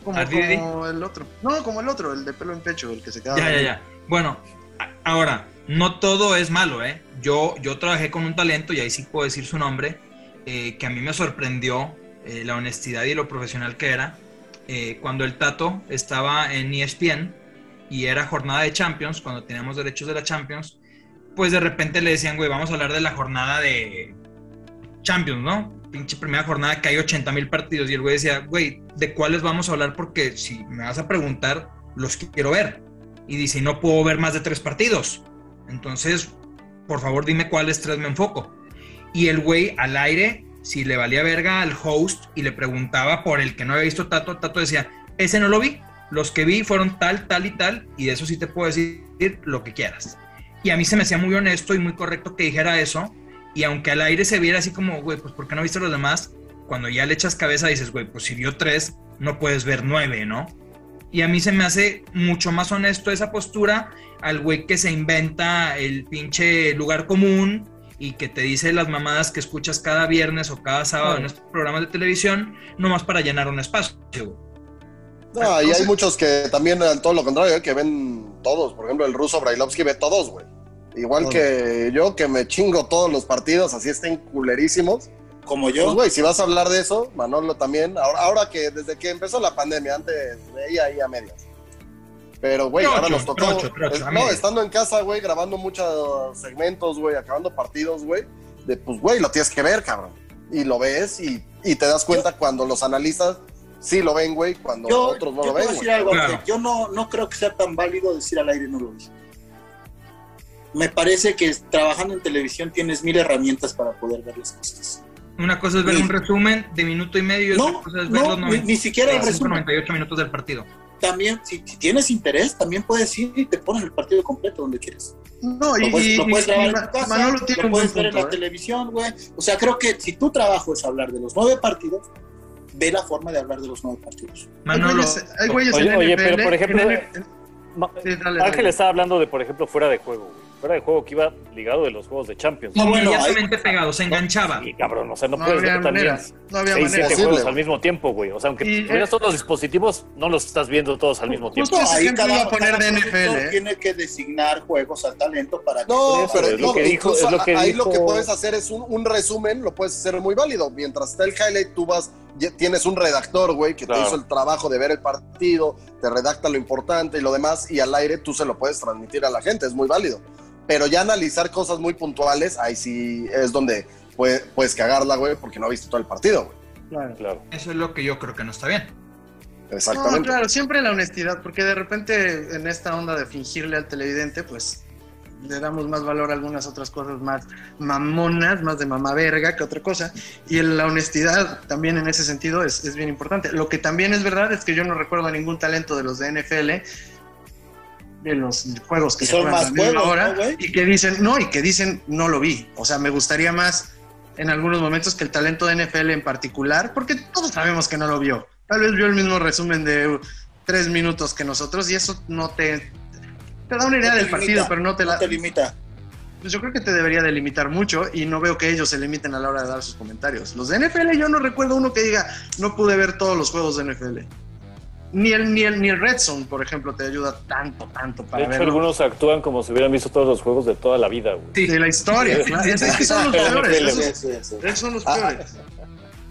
S2: Como,
S4: ¿A ti, Didi?
S2: como el otro. No, como el otro, el de pelo en pecho, el que se queda.
S4: Ya, ya, ya. Bueno, a- ahora, no todo es malo, ¿eh? Yo, yo trabajé con un talento, y ahí sí puedo decir su nombre, eh, que a mí me sorprendió eh, la honestidad y lo profesional que era. eh, cuando el Tato estaba en E ESPN y era jornada de Champions, cuando teníamos derechos de la Champions, pues de repente le decían, güey, vamos a hablar de la jornada de Champions, ¿no? Pinche primera jornada que hay 80 mil partidos. Y el güey decía, güey, ¿de cuáles vamos a hablar? Porque si me vas a preguntar, los quiero ver y dice, no puedo ver más de tres partidos. Entonces, por favor, dime cuáles tres me enfoco. Y el güey al aire, si le valía verga al host y le preguntaba por el que no había visto Tato, Tato decía, ese no lo vi, los que vi fueron tal, tal y tal, y de eso sí te puedo decir lo que quieras. Y a mí se me hacía muy honesto y muy correcto que dijera eso, y aunque al aire se viera así como, güey, pues ¿por qué no viste los demás? Cuando ya le echas cabeza dices, güey, pues si vio tres, no puedes ver nueve, ¿no? Y a mí se me hace mucho más honesto esa postura al güey que se inventa el pinche lugar común y que te dice las mamadas que escuchas cada viernes o cada sábado en estos programas de televisión, nomás para llenar un espacio. güey.
S5: No, y hay
S2: Entonces-
S5: muchos que también, al todo lo contrario, eh, que ven todos. Por ejemplo, el ruso Brailovsky ve todos, güey. Igual
S2: Todos.
S5: que yo, que me chingo todos los partidos, así estén culerísimos.
S3: Como
S5: Pues,
S3: yo.
S5: güey, si vas a hablar de eso, Manolo también. Ahora, ahora que desde que empezó la pandemia, antes veía ahí a medias. Pero, güey,
S4: Trocho,
S5: ahora nos tocó.
S4: trocho, trocho,
S5: es-
S4: a
S5: no,
S4: medias.
S5: estando en casa, güey, grabando muchos segmentos, güey, acabando partidos, güey. De, pues, güey, lo tienes que ver, cabrón. y lo ves y, y te das cuenta cuando los analistas sí lo ven, güey, cuando
S3: yo,
S5: otros no
S3: yo
S5: lo
S3: te voy
S5: ven.
S3: a decir
S5: güey.
S3: algo, Alfred. Yo no, no creo que sea tan válido decir al aire no lo hice. Me parece que trabajando en televisión tienes mil herramientas para poder ver las cosas.
S4: Una cosa es ver
S3: Ni-
S4: un resumen de minuto y medio y
S3: No,
S4: otra cosa es
S3: no,
S4: ver los
S3: ni-
S4: 90,
S3: ni siquiera el resumen.
S4: 98 minutos del partido.
S3: También, si, si tienes interés, también puedes ir y te pones el partido completo donde quieres.
S2: No, y,
S3: lo puedes, lo
S2: y-
S3: puedes
S2: y
S3: grabar en
S2: Ma-
S3: tu casa,
S2: Manolo tiene
S3: lo
S2: un buen
S3: puedes ver en
S2: punto.
S3: la
S2: ¿eh?
S3: televisión, güey. O sea, creo que si tu trabajo es hablar de los nueve partidos, ve la forma de hablar de los nueve partidos.
S2: Hay
S4: Manolo,
S2: güeyes- hay güeyes
S7: Oye,
S2: en
S7: oye,
S2: NFL,
S7: pero por ejemplo,
S2: en
S7: eh,
S2: NFL.
S7: Ma-
S2: Sí, dale, dale.
S7: Ángel estaba hablando de, por ejemplo, fuera de juego. güey. Fuera de juego que iba ligado de los juegos de Champions.
S3: No, Ah, bueno,
S4: inmediatamente pegado, se enganchaba.
S7: Y cabrón, o sea, no,
S2: No
S7: puedes
S2: había
S7: ver también
S2: manera, no había
S7: seis,
S2: manera.
S7: siete
S5: Posible.
S7: juegos al mismo tiempo, güey. O sea, aunque
S2: Y,
S7: tuvieras
S2: eh,
S7: todos los dispositivos, no los estás viendo todos al mismo tiempo.
S2: Justo ese ejemplo iba a poner de
S3: producto
S2: NFL, ¿eh?
S3: tiene que designar juegos al talento para que
S5: No,
S3: puedas
S5: pero
S7: es lo
S5: no,
S7: que dijo-
S5: incluso
S7: es lo que
S5: ahí
S7: dijo-
S5: lo que puedes hacer es un, un resumen, lo puedes hacer muy válido. Mientras está el highlight, tú vas, ya tienes un redactor, güey, que
S7: Claro.
S5: te hizo el trabajo de ver el partido, te redacta lo importante y lo demás, y al aire tú se lo puedes transmitir a la gente, es muy válido. Pero ya analizar cosas muy puntuales, ahí sí es donde puede- puedes cagarla, güey, porque no viste todo el partido, güey.
S7: Claro.
S4: Eso es lo que yo creo que no está bien.
S5: Exactamente.
S2: No, claro, siempre la honestidad, porque de repente en esta onda de fingirle al televidente, pues le damos más valor a algunas otras cosas más mamonas, más de mamá verga que otra cosa. Y en la honestidad también en ese sentido es, es bien importante. Lo que también es verdad es que yo no recuerdo ningún talento de los de NFL de los juegos que
S3: Y son
S2: juegan
S3: más
S2: a la misma
S3: juegos,
S2: hora,
S3: ¿no, güey?
S2: y que dicen no y que dicen no lo vi o sea me gustaría más en algunos momentos que el talento de NFL en particular, porque todos sabemos que no lo vio. Tal vez vio el mismo resumen de uh, tres minutos que nosotros y eso no te, te da una idea
S3: No te
S2: del partido,
S3: limita,
S2: pero no te
S3: no
S2: la...
S3: te limita.
S2: pues yo creo que te debería delimitar mucho y no veo que ellos se limiten a la hora de dar sus comentarios. Los de NFL yo no recuerdo uno que diga, no pude ver todos los juegos de NFL. Ni el, ni el, ni el Red Zone, por ejemplo, te ayuda tanto, tanto
S7: De
S2: para
S7: hecho,
S2: ver
S7: algunos actúan como si hubieran visto todos los juegos de toda la vida, güey.
S4: Sí,
S2: de la historia. claro. Es que son los peores. Esos,
S3: Sí, sí, sí.
S2: esos son los
S5: Ah, ah,
S2: peores.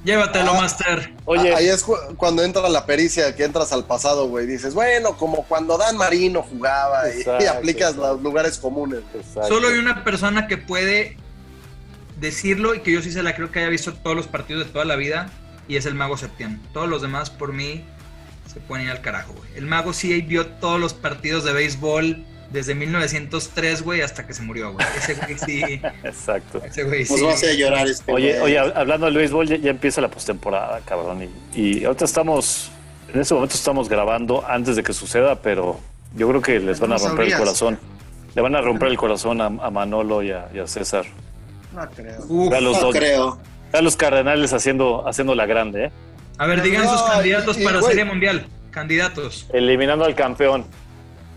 S4: Llévatelo,
S5: Ah.
S4: Master.
S7: Oye,
S5: Ahí es cu- cuando entra la pericia, que entras al pasado, güey. Dices, bueno, como cuando Dan Marino jugaba y- y,
S7: Exacto,
S5: aplicas
S7: exacto.
S5: los lugares comunes.
S7: exacto.
S4: Solo hay una persona que puede decirlo y que yo sí se la creo que haya visto todos los partidos de toda la vida y es el Mago Septién. Todos los demás, por mí, se pueden ir al carajo, güey. El Mago sí vio todos los partidos de béisbol desde 1903, güey, hasta que se murió, güey. Ese güey sí.
S7: Exacto.
S4: Ese güey sí.
S3: Nos vas a llorar este
S7: Oye,
S3: güey.
S7: oye, hab- hablando del béisbol, ya, ya empieza la postemporada, cabrón. Y, y ahorita estamos, en este momento estamos grabando antes de que suceda, pero yo creo que les van a
S2: No
S7: romper el
S2: sabrías.
S7: corazón. Le van a romper el corazón a, a Manolo y a, y a César.
S2: No creo.
S4: Uf.
S7: Ve a los,
S3: no
S7: Dodgers,
S3: creo.
S7: ve a los Cardenales haciendo, haciendo la grande, ¿eh?
S4: A ver, digan sus
S5: No,
S4: candidatos
S5: y- y,
S4: para
S5: güey.
S4: Serie Mundial. Candidatos.
S7: eliminando al campeón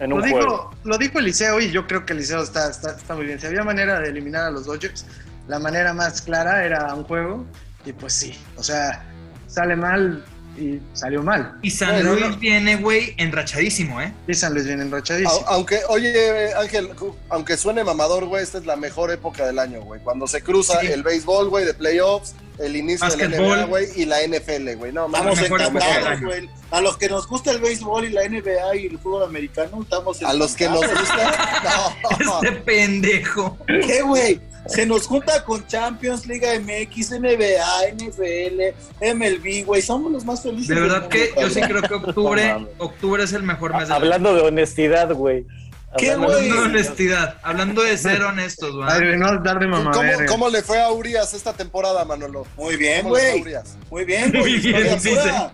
S7: en
S2: Lo
S7: un juego.
S2: dijo, lo dijo Eliseo y yo creo que Eliseo está, está, está muy bien. Si había manera de eliminar a los Dodgers, la manera más clara era un juego y pues sí, o sea, sale mal y salió mal.
S4: Y San
S2: Bueno,
S4: Luis
S2: no.
S4: viene, güey, enrachadísimo, ¿eh?
S2: Y San Luis viene
S5: Au-
S2: enrachadísimo.
S5: aunque, oye, Ángel, cu- aunque suene mamador, güey, esta es la mejor época del año, güey. Cuando se cruza
S4: Sí.
S5: el béisbol, güey, de playoffs, el
S3: Ah.
S5: inicio de la
S4: Básquetbol.
S5: NBA, güey, y la NFL, güey. No,
S3: Estamos
S5: mames.
S4: mejor época
S3: encantados,
S4: del
S3: güey. A los que nos gusta el béisbol y la NBA y el fútbol americano, estamos
S5: A los que nos
S3: encantados.
S5: gusta. No.
S4: Este pendejo.
S3: ¿Qué, güey? Se nos junta con Champions, Liga MX, NBA, NFL, MLB, güey. Somos los más felices.
S4: De
S3: del
S4: verdad
S3: mundo,
S4: que yo sí
S3: cabrón.
S4: creo que octubre,
S7: No mames.
S4: octubre es el mejor mes del año.
S7: Hablando de honestidad, güey.
S3: ¿Qué,
S7: Hablando
S3: güey?
S4: Hablando
S7: de
S4: de
S7: honestidad.
S4: honestidad, hablando de ser honestos, güey.
S2: Ay, no dar de mamá.
S5: ¿Cómo, cómo le fue a Urias esta temporada, Manolo?
S3: Muy bien,
S5: ¿Cómo le fue a
S3: güey.
S5: Urias?
S3: Muy bien, güey.
S4: Muy bien,
S3: Historia
S4: sí,
S3: pura.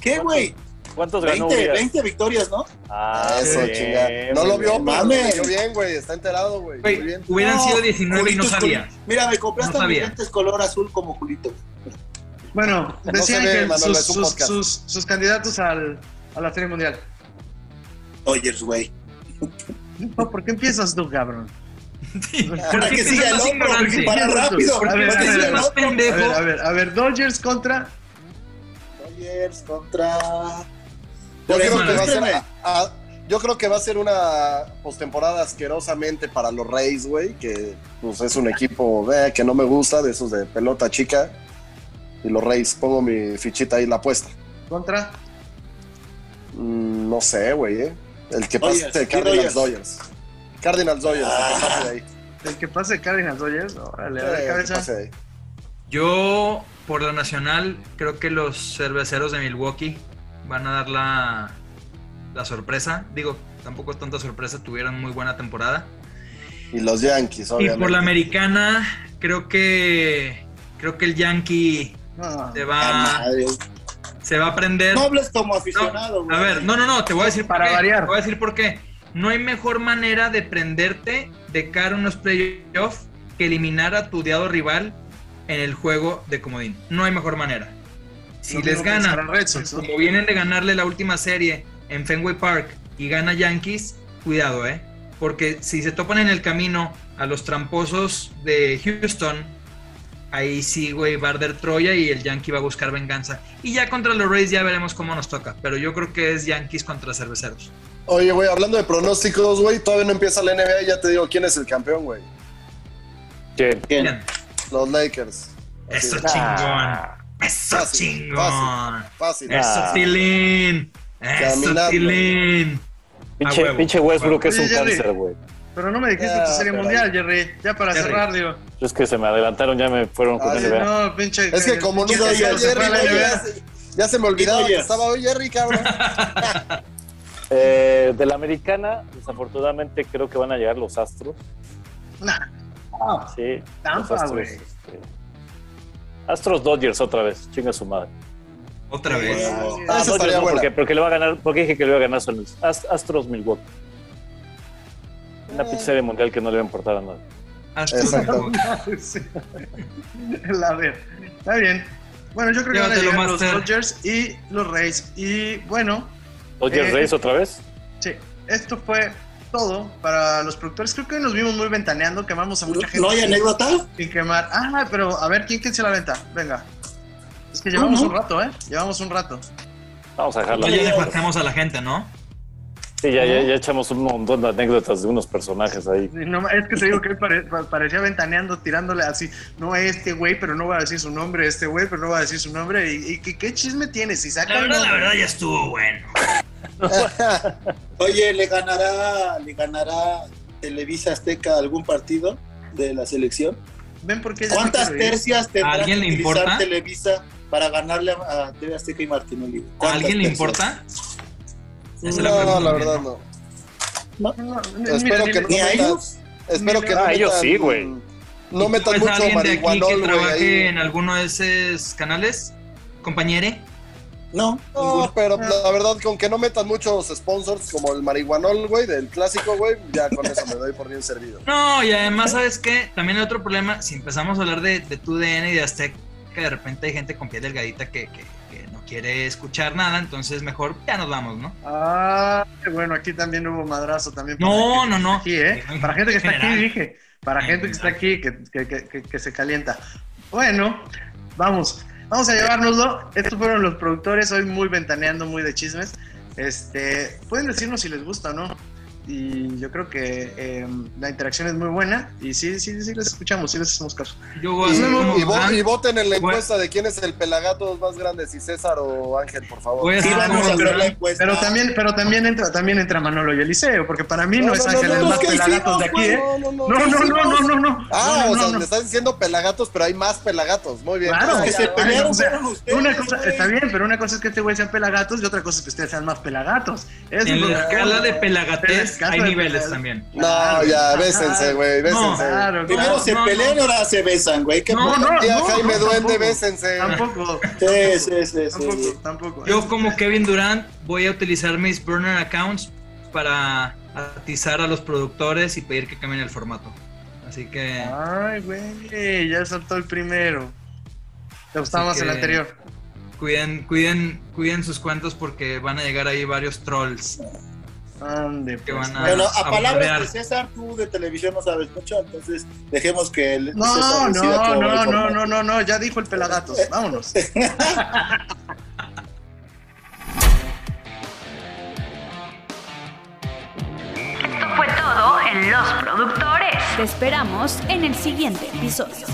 S3: ¿Qué, güey?
S7: ¿Cuántos ganó
S3: 20,
S7: Urias?
S3: 20 victorias, ¿no?
S7: Ah,
S5: Ah, eso,
S7: muy bien,
S5: chingada. No
S7: muy
S5: lo
S7: bien.
S5: vio, pero
S3: Mames.
S5: lo leyó bien, güey. Está enterado, güey. Muy
S4: Güey,
S5: bien.
S4: hubieran
S3: No,
S4: sido 19 y no
S3: Julitos
S4: sabía.
S3: con- Mira, me compraste
S4: No
S3: mis
S4: sabía.
S3: lentes color azul como Julito.
S2: Bueno,
S5: No
S2: decía
S5: se ve,
S2: Ángel
S5: Manolo,
S2: sus,
S5: es un
S2: sus-
S5: podcast.
S2: sus- sus candidatos al, a la Serie Mundial.
S3: Dodgers, güey.
S2: No, ¿por qué empiezas tú, cabrón?
S4: ¿Por
S3: Para
S4: qué
S3: que
S4: tienes
S3: siga el
S4: más
S3: otro, porque
S4: ignorancia?
S3: para rápido.
S2: A ver, a
S3: porque
S2: ver,
S3: siga
S2: a
S3: el
S2: ver.
S4: más
S3: otro.
S2: A ver, a
S4: pendejo?
S2: ver, a ver, Dodgers contra...
S3: Dodgers contra.
S5: Yo
S4: Tres
S5: creo, que va a
S4: manos.
S5: ser,
S3: Espérame.
S5: a- a- yo creo que va a ser una postemporada asquerosamente para los Reyes, güey, que pues, es un equipo eh, que no me gusta, de esos de pelota chica. Y los Reyes, pongo mi fichita ahí, la apuesta.
S2: Contra...
S5: Mm, no sé, güey, eh. El que
S3: Dodgers,
S5: pase de
S3: ¿qué
S5: Cardinals
S3: Dodgers?
S5: Dodgers. Cardinals Dodgers, el que pase de ahí.
S2: El que pase Cardinals Dodgers, órale, Ah. a
S5: Eh,
S2: ver,
S5: el que
S2: cabeza.
S5: pase de ahí.
S4: Yo, por la nacional, creo que los cerveceros de Milwaukee van a dar la, la sorpresa. Digo, tampoco es tanta sorpresa, tuvieron muy buena temporada.
S5: Y los Yankees, obviamente.
S4: Y por la americana, creo que creo que el Yankee
S3: Ah,
S4: se va
S3: madre.
S4: se va a aprender.
S3: No hables como aficionado,
S4: A
S3: güey.
S4: ver, no, no, no, te voy a decir para
S2: variar.
S4: Te voy a decir por qué. No hay mejor manera de prenderte de cara a unos playoffs que eliminar a tu odiado rival en el juego de comodín. No hay mejor manera. Si
S2: No
S4: les
S2: tengo que pensar
S4: gana,
S2: en Red Sox, ¿no?
S4: como vienen de ganarle la última serie en Fenway Park y gana Yankees, cuidado, ¿eh? Porque si se topan en el camino a los tramposos de Houston, ahí sí, güey, va a arder Troya y el Yankee va a buscar venganza. Y ya contra los Rays ya veremos cómo nos toca. Pero yo creo que es Yankees contra Cerveceros.
S5: Oye, güey, hablando de pronósticos, güey, todavía no empieza la NBA y ya te digo quién es el campeón, güey.
S7: ¿Quién?
S4: ¿Quién?
S5: Los Lakers.
S4: Eso
S5: Así, Ah,
S4: chingón. Eso
S5: Fácil,
S4: chingón.
S5: Fácil.
S4: Eso
S7: Ah.
S4: Tilín. Eso
S5: Caminando.
S4: Tilín.
S7: Pinche,
S4: huevo.
S7: pinche Westbrook es un
S2: Oye, Jerry.
S7: cáncer, güey.
S2: Pero no me dijiste
S5: Ya,
S2: tu serie
S5: caray.
S2: mundial, Jerry. Ya para
S4: Jerry.
S2: cerrar, digo.
S7: Es que se me adelantaron, ya me fueron con
S5: Ah,
S2: Ay,
S5: sí,
S7: NBA.
S2: no, pinche.
S5: Es que como no
S2: pinche
S5: sabía
S2: Jerry,
S5: Jerry,
S2: se fue a la
S5: güey, ya
S2: NBA.
S5: se- ya se me olvidaba que
S3: Dodgers.
S5: estaba hoy Jerry, cabrón. Ah,
S7: Eh, de la americana, desafortunadamente creo que van a llegar los astros.
S2: Nah,
S5: Ah,
S7: Sí. los
S2: Tampa,
S7: astros,
S2: güey.
S7: este, astros Dodgers otra vez, chinga su madre.
S4: Otra vez.
S5: Eso
S7: Ah, Dodgers
S5: estaría
S7: no,
S5: bueno.
S7: porque, porque le va a ganar, porque dije que le iba a ganar San Luis. Ast- Astros Milwaukee. Una
S5: Eh.
S7: pinche serie mundial que no le va a importar a nadie.
S4: Astros
S5: Exacto.
S4: de Milwaukee.
S2: Sí. La ver. Está bien. Bueno, yo creo que van a
S4: Llévatelo,
S2: llegar los
S4: Master.
S2: Dodgers y los Rays. Y bueno,
S7: Dodgers
S2: Eh,
S7: Reyes otra vez.
S2: sí, esto fue todo para los productores. Creo que hoy nos vimos muy ventaneando, quemamos a mucha gente
S3: ¿No hay anécdota?
S2: sin quemar. Ah, pero a ver, ¿quién, quién se la venta? Venga. Es que llevamos
S3: no.
S2: un rato, ¿eh? Llevamos un rato.
S7: Vamos a dejarla.
S4: No, ya desgastamos a la gente, ¿no?
S7: Sí, ya, ya, ya echamos un montón de anécdotas de unos personajes ahí.
S2: Sí, no, es que te digo que él pare- pa- parecía ventaneando, tirándole así, no este güey, pero no va a decir su nombre, este güey, pero no va a decir su nombre. ¿Y, y qué, qué chisme tienes? Y saca
S4: La verdad,
S2: uno-
S4: la verdad ya estuvo bueno.
S3: Oye, ¿le ganará, ¿le ganará Televisa Azteca algún partido de la selección?
S2: Ven porque ya me
S3: ¿Cuántas
S2: quiero ir.
S3: tercias tendrá
S4: ¿A alguien
S3: que
S4: le
S3: utilizar
S4: importa?
S3: Televisa para ganarle a a TV Azteca y Martín Olivo?
S4: ¿A alguien le
S3: ¿Cuántas tercias?
S4: importa? Esa es
S5: No,
S4: pregunta,
S5: la verdad no.
S2: No,
S5: Espero
S2: mira,
S5: que
S2: dile-
S5: no.
S3: ¿Ni a ellos?
S5: Espero que no
S7: Ah, ellos
S5: metan-
S7: sí, güey.
S5: No metan
S2: pues
S4: ¿Sabes a
S5: mucho
S4: Pues, alguien de aquí que
S5: marihuanol, güey.
S4: trabaje
S5: ahí.
S4: en alguno de esos canales? Compañere.
S3: No,
S5: No,
S3: ninguno.
S5: pero la verdad, con que no metan muchos sponsors como el marihuanol, güey, del clásico, güey, ya con eso me doy por bien servido.
S4: No, y además, ¿sabes qué? También hay otro problema. Si empezamos a hablar de, de tu DN y de Azteca, de repente hay gente con piel delgadita que, que- que no quiere escuchar nada, entonces mejor ya nos vamos, ¿no?
S2: Ah, bueno, aquí también hubo madrazo también. para
S4: No,
S2: gente
S4: no,
S2: que
S4: no.
S2: está Aquí, ¿eh?
S4: En
S2: Para gente que está aquí,
S4: general.
S2: dije. Para
S4: En
S2: gente que está aquí, que, que- que- que- que se calienta. Bueno, vamos. Vamos a llevárnoslo. Estos fueron los productores. Hoy muy ventaneando, muy de chismes. Este, pueden decirnos si les gusta o no. Y yo creo que eh, la interacción es muy buena. Y sí, sí, sí, les escuchamos, sí les hacemos caso.
S4: Yo voy a hacer como
S5: Y, y vo-
S4: Dan,
S5: y voten en la
S4: Güey.
S5: encuesta de quién es el pelagato más grande, si César o Ángel, por favor.
S4: Voy a
S3: Sí,
S4: hacer
S3: vamos a
S4: como
S3: hacer la
S4: Dan.
S3: encuesta.
S2: Ah, Pero también, pero también entra, también entra Manolo y Eliseo, porque para mí no, es Ángel el más
S5: ¿qué
S2: pelagatos de aquí,
S5: hicimos,
S2: ¿eh?
S5: güey? No,
S2: No, no, no, no, no, no.
S5: Ah,
S2: No, no,
S5: o sea,
S2: no, no.
S5: me estás diciendo pelagatos, pero hay más pelagatos. Muy bien.
S2: Claro,
S5: Ah,
S3: que
S5: ya,
S3: se
S5: ya.
S3: pelearon
S2: o sea,
S3: fueron ustedes,
S2: Una cosa,
S3: güey.
S2: está bien, pero una cosa es que este güey sea pelagatos y otra cosa es que ustedes sean más pelagatos. Es
S4: En
S2: lo
S4: la
S2: que-
S4: escala de
S2: En la
S4: pelagatés
S2: escala
S4: hay
S2: de
S4: niveles
S2: pelagatés.
S4: también.
S5: No, ya, bésense, güey,
S4: No,
S5: bésense.
S2: Claro,
S3: Primero
S2: claro.
S3: se
S4: no,
S3: pelean,
S4: no.
S3: ahora se besan, güey. ¿Qué
S4: No,
S3: puta?
S2: no,
S5: Tía Jaime
S2: no,
S5: Duende,
S2: tampoco.
S5: bésense.
S2: Tampoco,
S3: Sí, sí, sí, sí.
S2: tampoco, tampoco.
S4: Yo como Kevin Durant voy a utilizar mis burner accounts para atizar a los productores y pedir que cambien el formato. Así que...
S2: Ay, güey, ya saltó el primero. Te gustaba más
S4: Así
S2: el
S4: que-
S2: anterior.
S4: Cuiden, cuiden, cuiden sus cuentos porque van a llegar ahí varios trolls
S2: Ande,
S4: que
S2: pues.
S4: van a,
S3: Bueno, a
S4: a
S3: palabras
S4: bardear.
S3: de César, tú de televisión no sabes mucho, entonces dejemos que el
S2: No,
S3: César decida
S2: no,
S3: cómo
S2: no,
S3: va el
S2: no,
S3: formato.
S2: no, no, no, ya dijo el pelagatos. Vámonos.
S1: Te esperamos en el siguiente episodio.